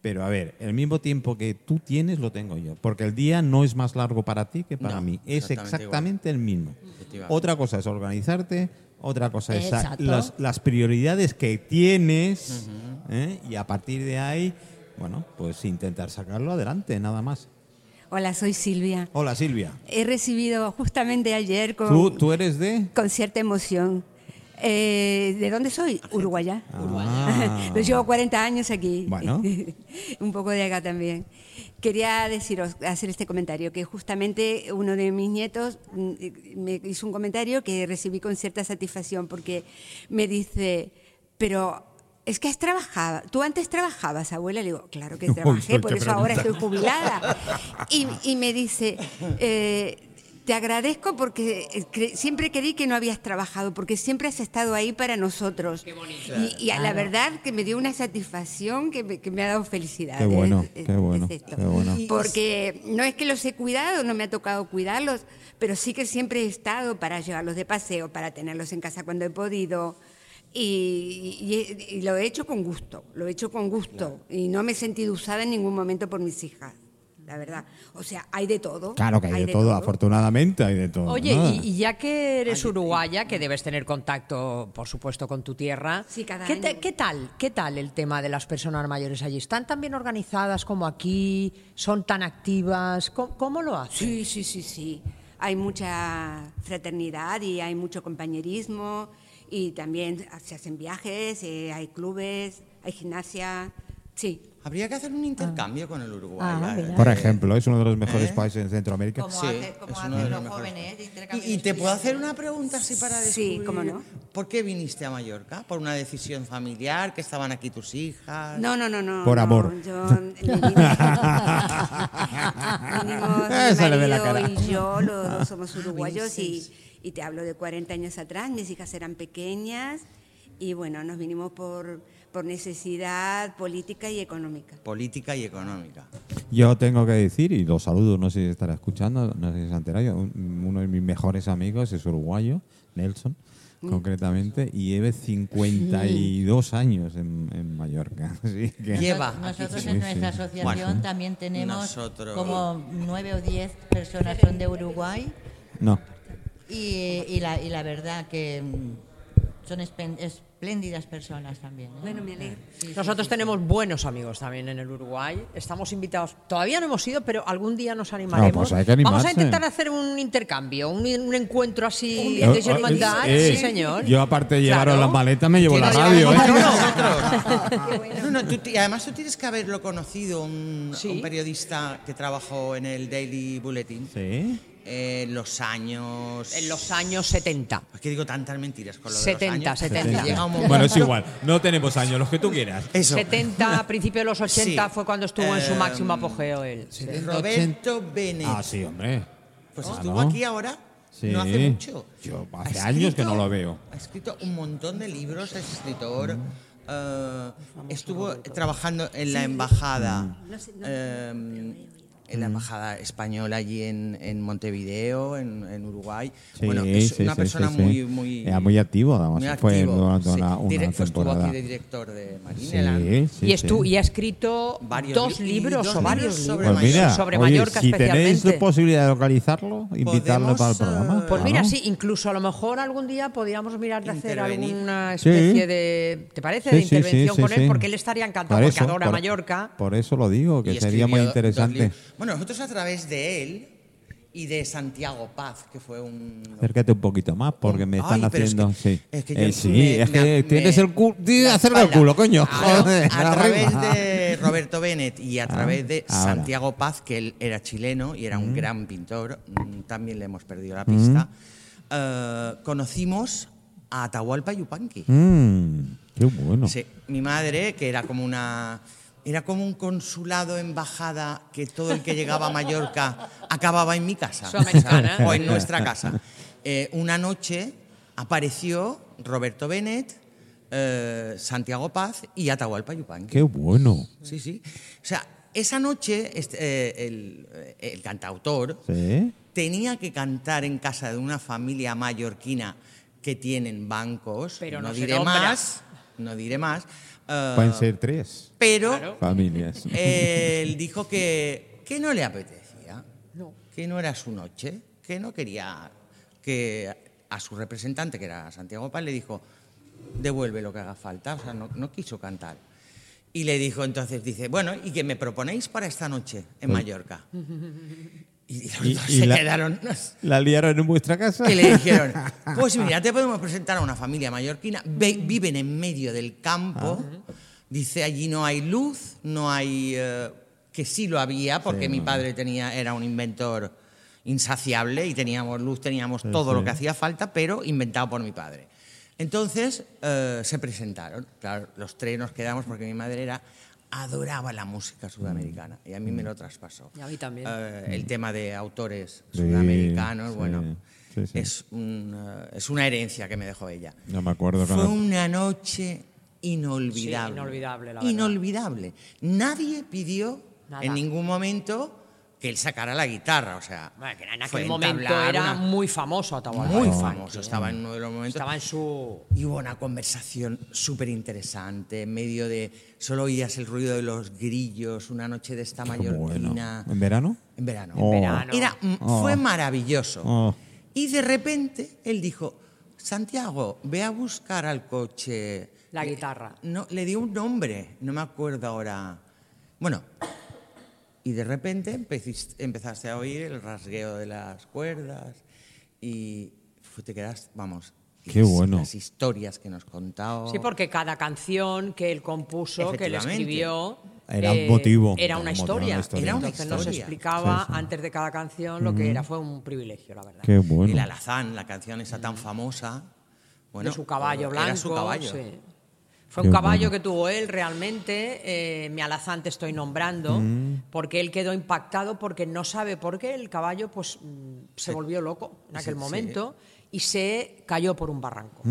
[SPEAKER 1] Pero a ver, el mismo tiempo que tú tienes lo tengo yo, porque el día no es más largo para ti que para
[SPEAKER 4] No,
[SPEAKER 1] mí, es
[SPEAKER 4] exactamente igual.
[SPEAKER 1] exactamente el mismo.
[SPEAKER 4] Efectivamente.
[SPEAKER 1] Otra cosa es organizarte, otra cosa es a-
[SPEAKER 6] Exacto.
[SPEAKER 1] las, las prioridades que tienes ¿eh? y a partir de ahí, bueno, pues intentar sacarlo adelante, nada más.
[SPEAKER 7] Hola, soy Silvia.
[SPEAKER 1] Hola Silvia,
[SPEAKER 7] He recibido justamente ayer
[SPEAKER 3] Oh.
[SPEAKER 7] con,
[SPEAKER 1] ¿tú, tú eres de...?
[SPEAKER 7] con cierta emoción. Eh, ¿De dónde soy? Uruguaya.
[SPEAKER 1] Ah.
[SPEAKER 7] Yo llevo 40 años aquí.
[SPEAKER 1] Bueno.
[SPEAKER 7] Un poco de acá también. Quería deciros, hacer este comentario, que justamente uno de mis nietos mm, me hizo un comentario que recibí con cierta satisfacción porque me dice, pero es que has trabajado, tú antes trabajabas, abuela, le digo, claro que
[SPEAKER 1] Uy,
[SPEAKER 7] trabajé,
[SPEAKER 1] qué
[SPEAKER 7] por eso ahora
[SPEAKER 1] pregunta.
[SPEAKER 7] estoy jubilada. Y, y me dice, eh, te agradezco porque eh, cre- siempre creí que no habías trabajado, porque siempre has estado ahí para nosotros. Y, y a la verdad que me dio una satisfacción que me, que me ha dado felicidad.
[SPEAKER 1] Qué bueno,
[SPEAKER 7] Es- es-
[SPEAKER 1] qué bueno,
[SPEAKER 7] es esto.
[SPEAKER 1] qué bueno.
[SPEAKER 7] Porque no es que los he cuidado, no me ha tocado cuidarlos, pero sí que siempre he estado para llevarlos de paseo, para tenerlos en casa cuando he podido. Y, y- y lo he hecho con gusto, lo he hecho con gusto. Y no me he sentido usada en ningún momento por mis hijas, la verdad. O sea, hay de todo.
[SPEAKER 1] Claro que hay, de, todo, afortunadamente hay de todo.
[SPEAKER 2] Oye,
[SPEAKER 1] ¿no?
[SPEAKER 2] y, y ya que eres uruguaya, que debes tener contacto, por supuesto, con tu tierra,
[SPEAKER 7] Sí, cada
[SPEAKER 2] ¿qué, te-
[SPEAKER 7] año.
[SPEAKER 2] qué tal? ¿Qué tal el tema de las personas mayores allí? ¿Están tan bien organizadas como aquí? ¿Son tan activas? ¿Cómo, cómo lo hacen?
[SPEAKER 7] Sí, sí, sí, sí. Hay mucha fraternidad y hay mucho compañerismo y también se hacen viajes, eh, hay clubes, hay gimnasia. Sí,
[SPEAKER 4] Habría que hacer un intercambio con el Uruguay.
[SPEAKER 6] Ah,
[SPEAKER 4] ¿eh?
[SPEAKER 6] mira.
[SPEAKER 1] Por ejemplo, es uno de los mejores países en Centroamérica.
[SPEAKER 5] Como
[SPEAKER 4] Sí,
[SPEAKER 5] hace- como
[SPEAKER 4] es
[SPEAKER 5] hacen
[SPEAKER 4] uno de
[SPEAKER 5] los
[SPEAKER 4] mejores.
[SPEAKER 5] jóvenes, de
[SPEAKER 4] Y,
[SPEAKER 5] intercambio
[SPEAKER 4] y
[SPEAKER 5] de
[SPEAKER 4] te puedo
[SPEAKER 5] estudiantes.
[SPEAKER 4] hacer una pregunta así para
[SPEAKER 7] Sí,
[SPEAKER 4] descubrir.
[SPEAKER 7] cómo no.
[SPEAKER 4] ¿Por qué viniste a Mallorca? ¿Por una decisión familiar? ¿Que estaban aquí tus hijas?
[SPEAKER 7] No, no, no, no.
[SPEAKER 1] Por
[SPEAKER 7] no,
[SPEAKER 1] amor.
[SPEAKER 7] Yo, vinimos, vinimos
[SPEAKER 1] Eh, se le ve
[SPEAKER 7] mi
[SPEAKER 1] la
[SPEAKER 7] marido
[SPEAKER 1] cara.
[SPEAKER 7] y yo, los dos somos uruguayos y, y te hablo de 40 años atrás, mis hijas eran pequeñas y bueno, nos vinimos por, por necesidad política y económica.
[SPEAKER 4] Política y económica.
[SPEAKER 1] Yo tengo que decir, y los saludo, no sé si estará escuchando, no sé si se ha enterado, un- uno de mis mejores amigos es uruguayo, Nelson,
[SPEAKER 4] Mm.
[SPEAKER 1] concretamente, y lleve 52 años en, en Mallorca. Así que-
[SPEAKER 4] Lleva.
[SPEAKER 5] Nosotros
[SPEAKER 1] Sí,
[SPEAKER 5] en
[SPEAKER 1] sí.
[SPEAKER 5] nuestra asociación
[SPEAKER 1] Bueno.
[SPEAKER 5] también tenemos
[SPEAKER 4] Nosotros.
[SPEAKER 5] como nueve o diez personas son de Uruguay
[SPEAKER 1] No,
[SPEAKER 5] y, y la, y la verdad que mm, son espen- espléndidas personas también. ¿eh?
[SPEAKER 7] Bueno, me alegro.
[SPEAKER 5] Sí, sí,
[SPEAKER 2] Nosotros
[SPEAKER 5] sí,
[SPEAKER 2] tenemos buenos amigos también en el Uruguay. Estamos invitados. Todavía no hemos ido, pero algún día nos
[SPEAKER 1] No, pues
[SPEAKER 2] animaremos.
[SPEAKER 1] hay que
[SPEAKER 2] Vamos
[SPEAKER 1] animarse.
[SPEAKER 2] a intentar hacer un intercambio, un, un encuentro así
[SPEAKER 1] Eh,
[SPEAKER 2] de hermandad.
[SPEAKER 1] eh,
[SPEAKER 2] sí, señor.
[SPEAKER 1] Yo aparte de llevaros
[SPEAKER 2] Claro.
[SPEAKER 1] las maletas me llevo
[SPEAKER 2] Sí,
[SPEAKER 1] la
[SPEAKER 2] nos
[SPEAKER 1] radio.
[SPEAKER 2] llevamos
[SPEAKER 1] ¿eh?
[SPEAKER 2] todo.
[SPEAKER 4] No, no, tú ti- además tú tienes que haberlo conocido, un,
[SPEAKER 2] Sí.
[SPEAKER 4] un periodista que trabajó en el Daily Bulletin
[SPEAKER 1] Sí.
[SPEAKER 4] eh, en los años...
[SPEAKER 2] En los años 70.
[SPEAKER 4] Es que digo tantas mentiras con lo de
[SPEAKER 2] 70,
[SPEAKER 4] los años.
[SPEAKER 2] 70.
[SPEAKER 4] Llega un momento-
[SPEAKER 1] Bueno, es igual, no tenemos años, los que tú quieras.
[SPEAKER 4] Eso.
[SPEAKER 2] 70, a principios de los 80
[SPEAKER 4] Sí.
[SPEAKER 2] fue cuando estuvo en su
[SPEAKER 4] Eh,
[SPEAKER 2] máximo apogeo él. Sí.
[SPEAKER 4] Roberto Bennett.
[SPEAKER 1] Ah, sí, hombre.
[SPEAKER 4] Pues
[SPEAKER 1] Ah,
[SPEAKER 4] estuvo
[SPEAKER 1] ¿no?
[SPEAKER 4] aquí ahora,
[SPEAKER 1] Sí.
[SPEAKER 4] no hace mucho.
[SPEAKER 1] Yo
[SPEAKER 4] Ha
[SPEAKER 1] hace años que no lo veo. Mm.
[SPEAKER 4] Ha escrito un montón de libros, es escritor.
[SPEAKER 1] Mm.
[SPEAKER 4] eh, estuvo trabajando en la embajada. eh, en la embajada española allí en, en Montevideo, en, en Uruguay.
[SPEAKER 1] Sí,
[SPEAKER 4] bueno, es
[SPEAKER 1] sí,
[SPEAKER 4] una
[SPEAKER 1] sí,
[SPEAKER 4] persona
[SPEAKER 1] sí, sí.
[SPEAKER 4] muy, muy.
[SPEAKER 1] Era muy activo, además.
[SPEAKER 4] muy
[SPEAKER 1] fue
[SPEAKER 4] activo,
[SPEAKER 1] durante
[SPEAKER 4] sí.
[SPEAKER 1] una, una
[SPEAKER 4] Directo estuvo
[SPEAKER 1] temporada.
[SPEAKER 4] aquí de director de Marineland.
[SPEAKER 1] Sí,
[SPEAKER 2] y,
[SPEAKER 1] sí.
[SPEAKER 2] estu- y ha escrito
[SPEAKER 4] Varios
[SPEAKER 2] dos
[SPEAKER 4] li- y
[SPEAKER 2] libros
[SPEAKER 4] dos
[SPEAKER 2] o varios
[SPEAKER 4] libros sobre
[SPEAKER 2] libros
[SPEAKER 4] Pues mira,
[SPEAKER 2] sobre
[SPEAKER 1] oye,
[SPEAKER 2] Mallorca
[SPEAKER 1] si tenéis
[SPEAKER 2] especialmente.
[SPEAKER 1] la posibilidad de localizarlo, invitarlo
[SPEAKER 4] Podemos,
[SPEAKER 1] para el programa.
[SPEAKER 4] eh,
[SPEAKER 2] Pues mira,
[SPEAKER 1] claro.
[SPEAKER 2] sí, incluso a lo mejor algún día podríamos mirar de hacer
[SPEAKER 4] Intervenir.
[SPEAKER 2] alguna
[SPEAKER 1] Sí.
[SPEAKER 2] especie de, ¿te parece? de
[SPEAKER 1] Sí, sí, sí,
[SPEAKER 2] intervención
[SPEAKER 1] sí,
[SPEAKER 2] con él,
[SPEAKER 1] sí.
[SPEAKER 2] porque él estaría encantado,
[SPEAKER 1] Por
[SPEAKER 2] porque
[SPEAKER 1] eso,
[SPEAKER 2] adora
[SPEAKER 1] por-
[SPEAKER 2] Mallorca.
[SPEAKER 1] Por eso lo digo, que
[SPEAKER 4] y
[SPEAKER 1] sería muy
[SPEAKER 4] escribió dos
[SPEAKER 1] interesante.
[SPEAKER 4] libros. Bueno, nosotros a través de él y de Santiago Paz, que fue un.
[SPEAKER 1] Acércate un poquito más porque me
[SPEAKER 4] Ay,
[SPEAKER 1] están
[SPEAKER 4] pero es
[SPEAKER 1] haciendo.
[SPEAKER 4] que-
[SPEAKER 1] sí,
[SPEAKER 4] es que
[SPEAKER 1] Eh,
[SPEAKER 4] yo-
[SPEAKER 1] sí,
[SPEAKER 4] me-
[SPEAKER 1] es que
[SPEAKER 4] me-
[SPEAKER 1] tienes
[SPEAKER 4] me-
[SPEAKER 1] el culo. Tienes
[SPEAKER 4] la
[SPEAKER 1] que hacerle el
[SPEAKER 4] espalda.
[SPEAKER 1] culo, coño.
[SPEAKER 4] Claro,
[SPEAKER 1] Joder,
[SPEAKER 4] a través
[SPEAKER 1] arriba. Ah,
[SPEAKER 4] de Roberto Bennett y a través de
[SPEAKER 1] ahora.
[SPEAKER 4] Santiago Paz, que él era chileno y era un gran pintor, mm, también le hemos perdido la pista,
[SPEAKER 1] Mm.
[SPEAKER 4] eh, conocimos a Atahualpa Yupanqui.
[SPEAKER 1] Mm, qué bueno.
[SPEAKER 4] Sí, mi madre, que era como una. Era como un consulado, embajada, que todo el que llegaba a Mallorca acababa en mi casa.
[SPEAKER 2] Sudamericana.
[SPEAKER 4] ¿sabes? O en nuestra casa. Eh, una noche apareció Roberto Bennett, eh, Santiago Paz y Atahualpa Yupanqui.
[SPEAKER 1] Qué bueno.
[SPEAKER 4] Sí, sí. O sea, esa noche este, eh, el, el cantautor
[SPEAKER 1] Sí.
[SPEAKER 4] tenía que cantar en casa de una familia mallorquina que tienen bancos.
[SPEAKER 2] Pero no se
[SPEAKER 4] diré
[SPEAKER 2] nombra.
[SPEAKER 4] más. No diré más. eh,
[SPEAKER 1] Pueden ser tres
[SPEAKER 4] pero
[SPEAKER 1] familias.
[SPEAKER 4] él dijo que, que no le apetecía, que no era su noche, que no quería que a su representante, que era Santiago Paz, le dijo, devuelve lo que haga falta, o sea, no, no quiso cantar. Y le dijo entonces, dice, bueno, ¿y qué me proponéis para esta noche en Mallorca? Y los
[SPEAKER 1] Y-
[SPEAKER 4] dos
[SPEAKER 1] y
[SPEAKER 4] se
[SPEAKER 1] la-
[SPEAKER 4] quedaron, no sé,
[SPEAKER 1] ¿La liaron en vuestra casa?
[SPEAKER 4] y le dijeron, pues mira, te podemos presentar a una familia mallorquina, ve- viven en medio del campo, dice allí no hay luz, no hay... eh, que sí lo había, porque mi padre tenía, era un inventor insaciable y teníamos luz, teníamos todo lo que hacía falta, pero inventado por mi padre. Entonces eh, se presentaron, claro, los tres nos quedamos porque mi madre era adoraba la música sudamericana y a mí me lo traspasó.
[SPEAKER 2] Y a mí también.
[SPEAKER 4] Eh, el tema de autores
[SPEAKER 1] Sí,
[SPEAKER 4] sudamericanos,
[SPEAKER 1] sí,
[SPEAKER 4] bueno.
[SPEAKER 1] sí, sí.
[SPEAKER 4] Es, un, eh, es una herencia que me dejó ella.
[SPEAKER 1] No me acuerdo
[SPEAKER 4] Fue
[SPEAKER 1] cuando-
[SPEAKER 4] una noche inolvidable.
[SPEAKER 2] Sí, inolvidable, la verdad.
[SPEAKER 4] Inolvidable. Nadie pidió
[SPEAKER 2] Nada.
[SPEAKER 4] en ningún momento que él sacara la guitarra, o sea.
[SPEAKER 2] Bueno, que en
[SPEAKER 4] fue
[SPEAKER 2] aquel momento
[SPEAKER 4] entablar
[SPEAKER 2] era
[SPEAKER 4] una-
[SPEAKER 2] muy famoso Atahualpa.
[SPEAKER 4] muy
[SPEAKER 2] Yupanqui,
[SPEAKER 4] famoso.
[SPEAKER 2] ¿eh?
[SPEAKER 4] Estaba en uno de los momentos.
[SPEAKER 2] Estaba en
[SPEAKER 1] Oh.
[SPEAKER 2] su...
[SPEAKER 4] Y hubo una conversación súper interesante, en medio de. Solo oías el ruido de los grillos, una noche de esta
[SPEAKER 1] Qué bueno.
[SPEAKER 4] mallorquina.
[SPEAKER 1] ¿En verano?
[SPEAKER 4] En verano.
[SPEAKER 1] Oh.
[SPEAKER 2] verano.
[SPEAKER 4] Era, mm,
[SPEAKER 1] Oh.
[SPEAKER 4] Fue maravilloso.
[SPEAKER 1] Oh.
[SPEAKER 4] Y de repente él dijo: Santiago, ve a buscar al coche.
[SPEAKER 2] La
[SPEAKER 4] Le-
[SPEAKER 2] guitarra.
[SPEAKER 4] No, le dio un nombre, no me acuerdo ahora. Bueno, y de repente empeciste- empezaste a oír el rasgueo de las cuerdas y fu- te quedas, vamos. y
[SPEAKER 1] Qué
[SPEAKER 4] las-
[SPEAKER 1] bueno.
[SPEAKER 4] Las historias que nos contaba.
[SPEAKER 2] Sí, porque cada canción que él compuso, que él
[SPEAKER 4] Efectivamente.
[SPEAKER 2] escribió... eh,
[SPEAKER 1] Era un motivo.
[SPEAKER 2] Era una
[SPEAKER 1] Era un motivo,
[SPEAKER 2] historia.
[SPEAKER 1] una historia.
[SPEAKER 4] Era una
[SPEAKER 2] Entonces nos
[SPEAKER 4] historia.
[SPEAKER 2] explicaba
[SPEAKER 1] Sí, sí.
[SPEAKER 2] antes de cada canción lo que era. Fue un privilegio, la verdad.
[SPEAKER 1] Qué bueno.
[SPEAKER 4] El alazán, la canción esa tan famosa. Bueno,
[SPEAKER 2] Mm. de su caballo
[SPEAKER 4] era
[SPEAKER 2] blanco.
[SPEAKER 4] su caballo.
[SPEAKER 2] sí. Fue
[SPEAKER 1] Qué
[SPEAKER 2] un
[SPEAKER 1] bueno.
[SPEAKER 2] caballo que tuvo él realmente, eh, mi alazán te estoy nombrando, porque él quedó impactado porque no sabe por qué el caballo pues mm, se volvió loco en aquel
[SPEAKER 4] sí.
[SPEAKER 2] momento y se cayó por un barranco.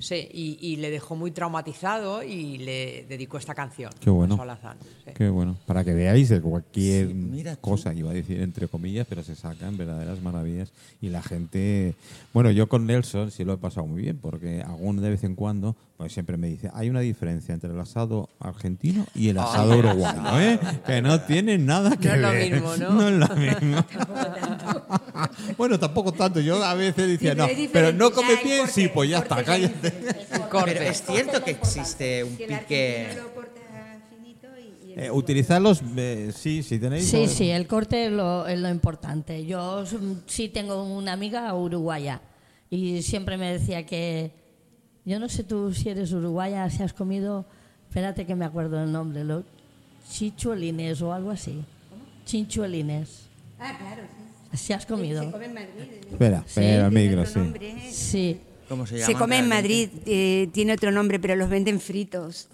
[SPEAKER 2] Sí, y, y le dejó muy traumatizado y le dedicó esta canción.
[SPEAKER 1] Qué bueno.
[SPEAKER 2] a su alazán, sí.
[SPEAKER 1] Qué bueno. Para que veáis de cualquier
[SPEAKER 4] Sí, mira tú.
[SPEAKER 1] cosa, iba a decir entre comillas, pero se sacan verdaderas maravillas. Y la gente. Bueno, yo con Nelson sí lo he pasado muy bien, porque aún de vez en cuando, pues siempre me dice: hay una diferencia entre el asado argentino y el asado uruguayo, ¿eh? Que no tiene nada que
[SPEAKER 2] No es lo
[SPEAKER 1] ver.
[SPEAKER 2] mismo, ¿no?
[SPEAKER 1] No es lo mismo. bueno, tampoco tanto. Yo a veces decía:
[SPEAKER 7] Sí,
[SPEAKER 1] no,
[SPEAKER 7] pero es
[SPEAKER 1] pero no
[SPEAKER 7] diferente,
[SPEAKER 1] come
[SPEAKER 7] ya,
[SPEAKER 1] bien,
[SPEAKER 7] el
[SPEAKER 1] sí,
[SPEAKER 7] corte,
[SPEAKER 1] pues ya
[SPEAKER 7] el
[SPEAKER 1] está,
[SPEAKER 7] corte
[SPEAKER 1] cállate.
[SPEAKER 4] Pero es cierto que existe un
[SPEAKER 7] Que el
[SPEAKER 4] pique.
[SPEAKER 7] argentino lo corta finito y- y el
[SPEAKER 1] Eh,
[SPEAKER 7] uruguayo-
[SPEAKER 1] utilizarlos, eh, sí, si tenéis.
[SPEAKER 6] Sí,
[SPEAKER 1] o-
[SPEAKER 6] sí, el corte es lo, es lo importante. Yo mm, sí tengo una amiga uruguaya y siempre me decía que, yo no sé tú si eres uruguaya, si has comido, espérate que me acuerdo el nombre, los chichuelines o algo así. Chinchuelines,
[SPEAKER 7] Ah, claro, sí.
[SPEAKER 6] si has comido.
[SPEAKER 7] Se come en Madrid.
[SPEAKER 1] Espera, espera, el
[SPEAKER 7] Tiene
[SPEAKER 1] micro,
[SPEAKER 7] otro
[SPEAKER 1] sí.
[SPEAKER 7] nombre, ¿eh?
[SPEAKER 6] Sí,
[SPEAKER 4] ¿Cómo se llama?
[SPEAKER 7] Se come en Madrid, eh, tiene otro nombre, pero los venden fritos.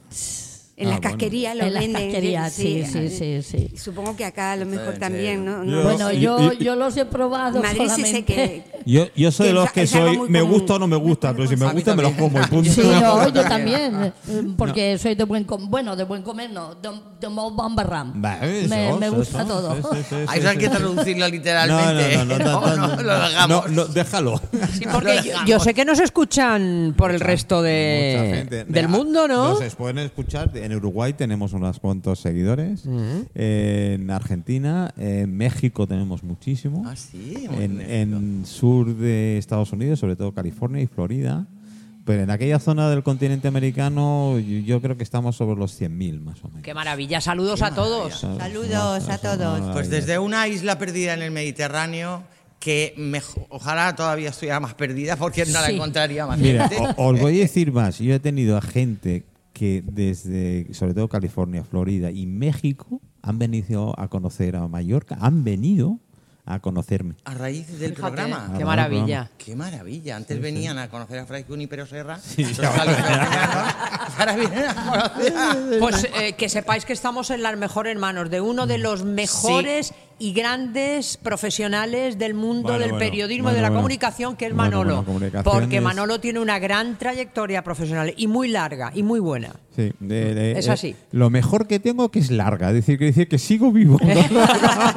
[SPEAKER 7] En
[SPEAKER 1] Ah,
[SPEAKER 7] las
[SPEAKER 1] bueno.
[SPEAKER 7] casquerías lo
[SPEAKER 6] En las
[SPEAKER 7] venden.
[SPEAKER 6] casquerías, sí, sí, sí, sí.
[SPEAKER 7] Supongo que acá a lo mejor
[SPEAKER 8] Sí,
[SPEAKER 7] también,
[SPEAKER 8] sí.
[SPEAKER 7] ¿no?
[SPEAKER 1] Yo-
[SPEAKER 7] No
[SPEAKER 6] Bueno,
[SPEAKER 1] Y-
[SPEAKER 6] yo,
[SPEAKER 1] y-
[SPEAKER 6] yo los he probado
[SPEAKER 7] Madrid sí sé
[SPEAKER 6] solamente.
[SPEAKER 7] que.
[SPEAKER 1] Yo, yo soy de
[SPEAKER 7] Que
[SPEAKER 1] los
[SPEAKER 7] es-
[SPEAKER 1] que
[SPEAKER 7] es algo
[SPEAKER 1] soy,
[SPEAKER 7] muy
[SPEAKER 1] me
[SPEAKER 7] común.
[SPEAKER 1] gusta o no me
[SPEAKER 7] Muy
[SPEAKER 1] gusta, pero si me
[SPEAKER 8] A mí
[SPEAKER 1] gusta me los
[SPEAKER 8] también.
[SPEAKER 1] como y punto.
[SPEAKER 6] Sí, no, yo
[SPEAKER 8] Yo
[SPEAKER 6] también, eh, porque soy de buen comer, bueno, de buen comer no, de, de molt bon barram.
[SPEAKER 1] Va, eso,
[SPEAKER 6] me, me
[SPEAKER 1] eso,
[SPEAKER 6] gusta
[SPEAKER 1] eso,
[SPEAKER 6] todo.
[SPEAKER 1] sí, sí, sí,
[SPEAKER 8] Ahí
[SPEAKER 1] sí,
[SPEAKER 8] no hay
[SPEAKER 1] sí,
[SPEAKER 8] que
[SPEAKER 1] sí.
[SPEAKER 8] traducirlo
[SPEAKER 1] No, no,
[SPEAKER 8] literalmente.
[SPEAKER 1] no, no, no,
[SPEAKER 8] No,
[SPEAKER 1] no,
[SPEAKER 8] no, lo hagamos.
[SPEAKER 1] no, no, déjalo.
[SPEAKER 8] Sí,
[SPEAKER 2] Porque yo, yo sé que nos escuchan por el resto de-
[SPEAKER 1] Mucha gente.
[SPEAKER 2] Eh, del
[SPEAKER 1] Ah,
[SPEAKER 2] mundo, ¿no?
[SPEAKER 1] Nos pueden escuchar. En Uruguay tenemos unos cuantos seguidores. En Argentina, en México tenemos muchísimo.
[SPEAKER 8] Ah, sí, muy
[SPEAKER 1] En,
[SPEAKER 8] bonito.
[SPEAKER 1] en sur de Estados Unidos, sobre todo California y Florida. Pero en aquella zona del continente americano, yo, yo creo que estamos sobre los 100.000 más o menos.
[SPEAKER 2] Qué maravilla, saludos a todos.
[SPEAKER 1] Somos-
[SPEAKER 5] Saludos a
[SPEAKER 1] somos
[SPEAKER 5] todos.
[SPEAKER 1] una
[SPEAKER 5] Pues
[SPEAKER 1] maravilla.
[SPEAKER 4] Pues desde una isla perdida en el Mediterráneo que mejo- ojalá todavía estuviera más perdida porque no la
[SPEAKER 6] Sí.
[SPEAKER 4] encontraría más
[SPEAKER 1] Mira,
[SPEAKER 4] gente.
[SPEAKER 1] o- os voy a decir más. Yo he tenido a gente que desde, sobre todo California, Florida y México, han venido a conocer a Mallorca, han venido a conocerme.
[SPEAKER 4] A raíz del
[SPEAKER 2] Fíjate,
[SPEAKER 4] programa.
[SPEAKER 2] Qué
[SPEAKER 1] Ah,
[SPEAKER 2] maravilla.
[SPEAKER 4] Qué maravilla. Antes venían a conocer a Fray Cuni Pero Serra. los
[SPEAKER 1] ya.
[SPEAKER 4] californianos, y ahora vienen a conocer a-
[SPEAKER 2] Pues eh, que sepáis que estamos en las mejores manos de uno
[SPEAKER 1] Mm.
[SPEAKER 2] de los mejores y grandes profesionales del mundo
[SPEAKER 1] Bueno,
[SPEAKER 2] del
[SPEAKER 1] bueno,
[SPEAKER 2] periodismo
[SPEAKER 1] bueno,
[SPEAKER 2] y de la
[SPEAKER 1] bueno.
[SPEAKER 2] comunicación, que es
[SPEAKER 1] Bueno,
[SPEAKER 2] Manolo.
[SPEAKER 1] bueno, comunicación
[SPEAKER 2] porque
[SPEAKER 1] es-
[SPEAKER 2] Manolo tiene una gran trayectoria profesional y muy larga y muy buena.
[SPEAKER 1] Sí, de- de-
[SPEAKER 2] Es
[SPEAKER 1] eh,
[SPEAKER 2] así.
[SPEAKER 1] lo mejor que tengo que es larga, es decir, que decir que sigo vivo.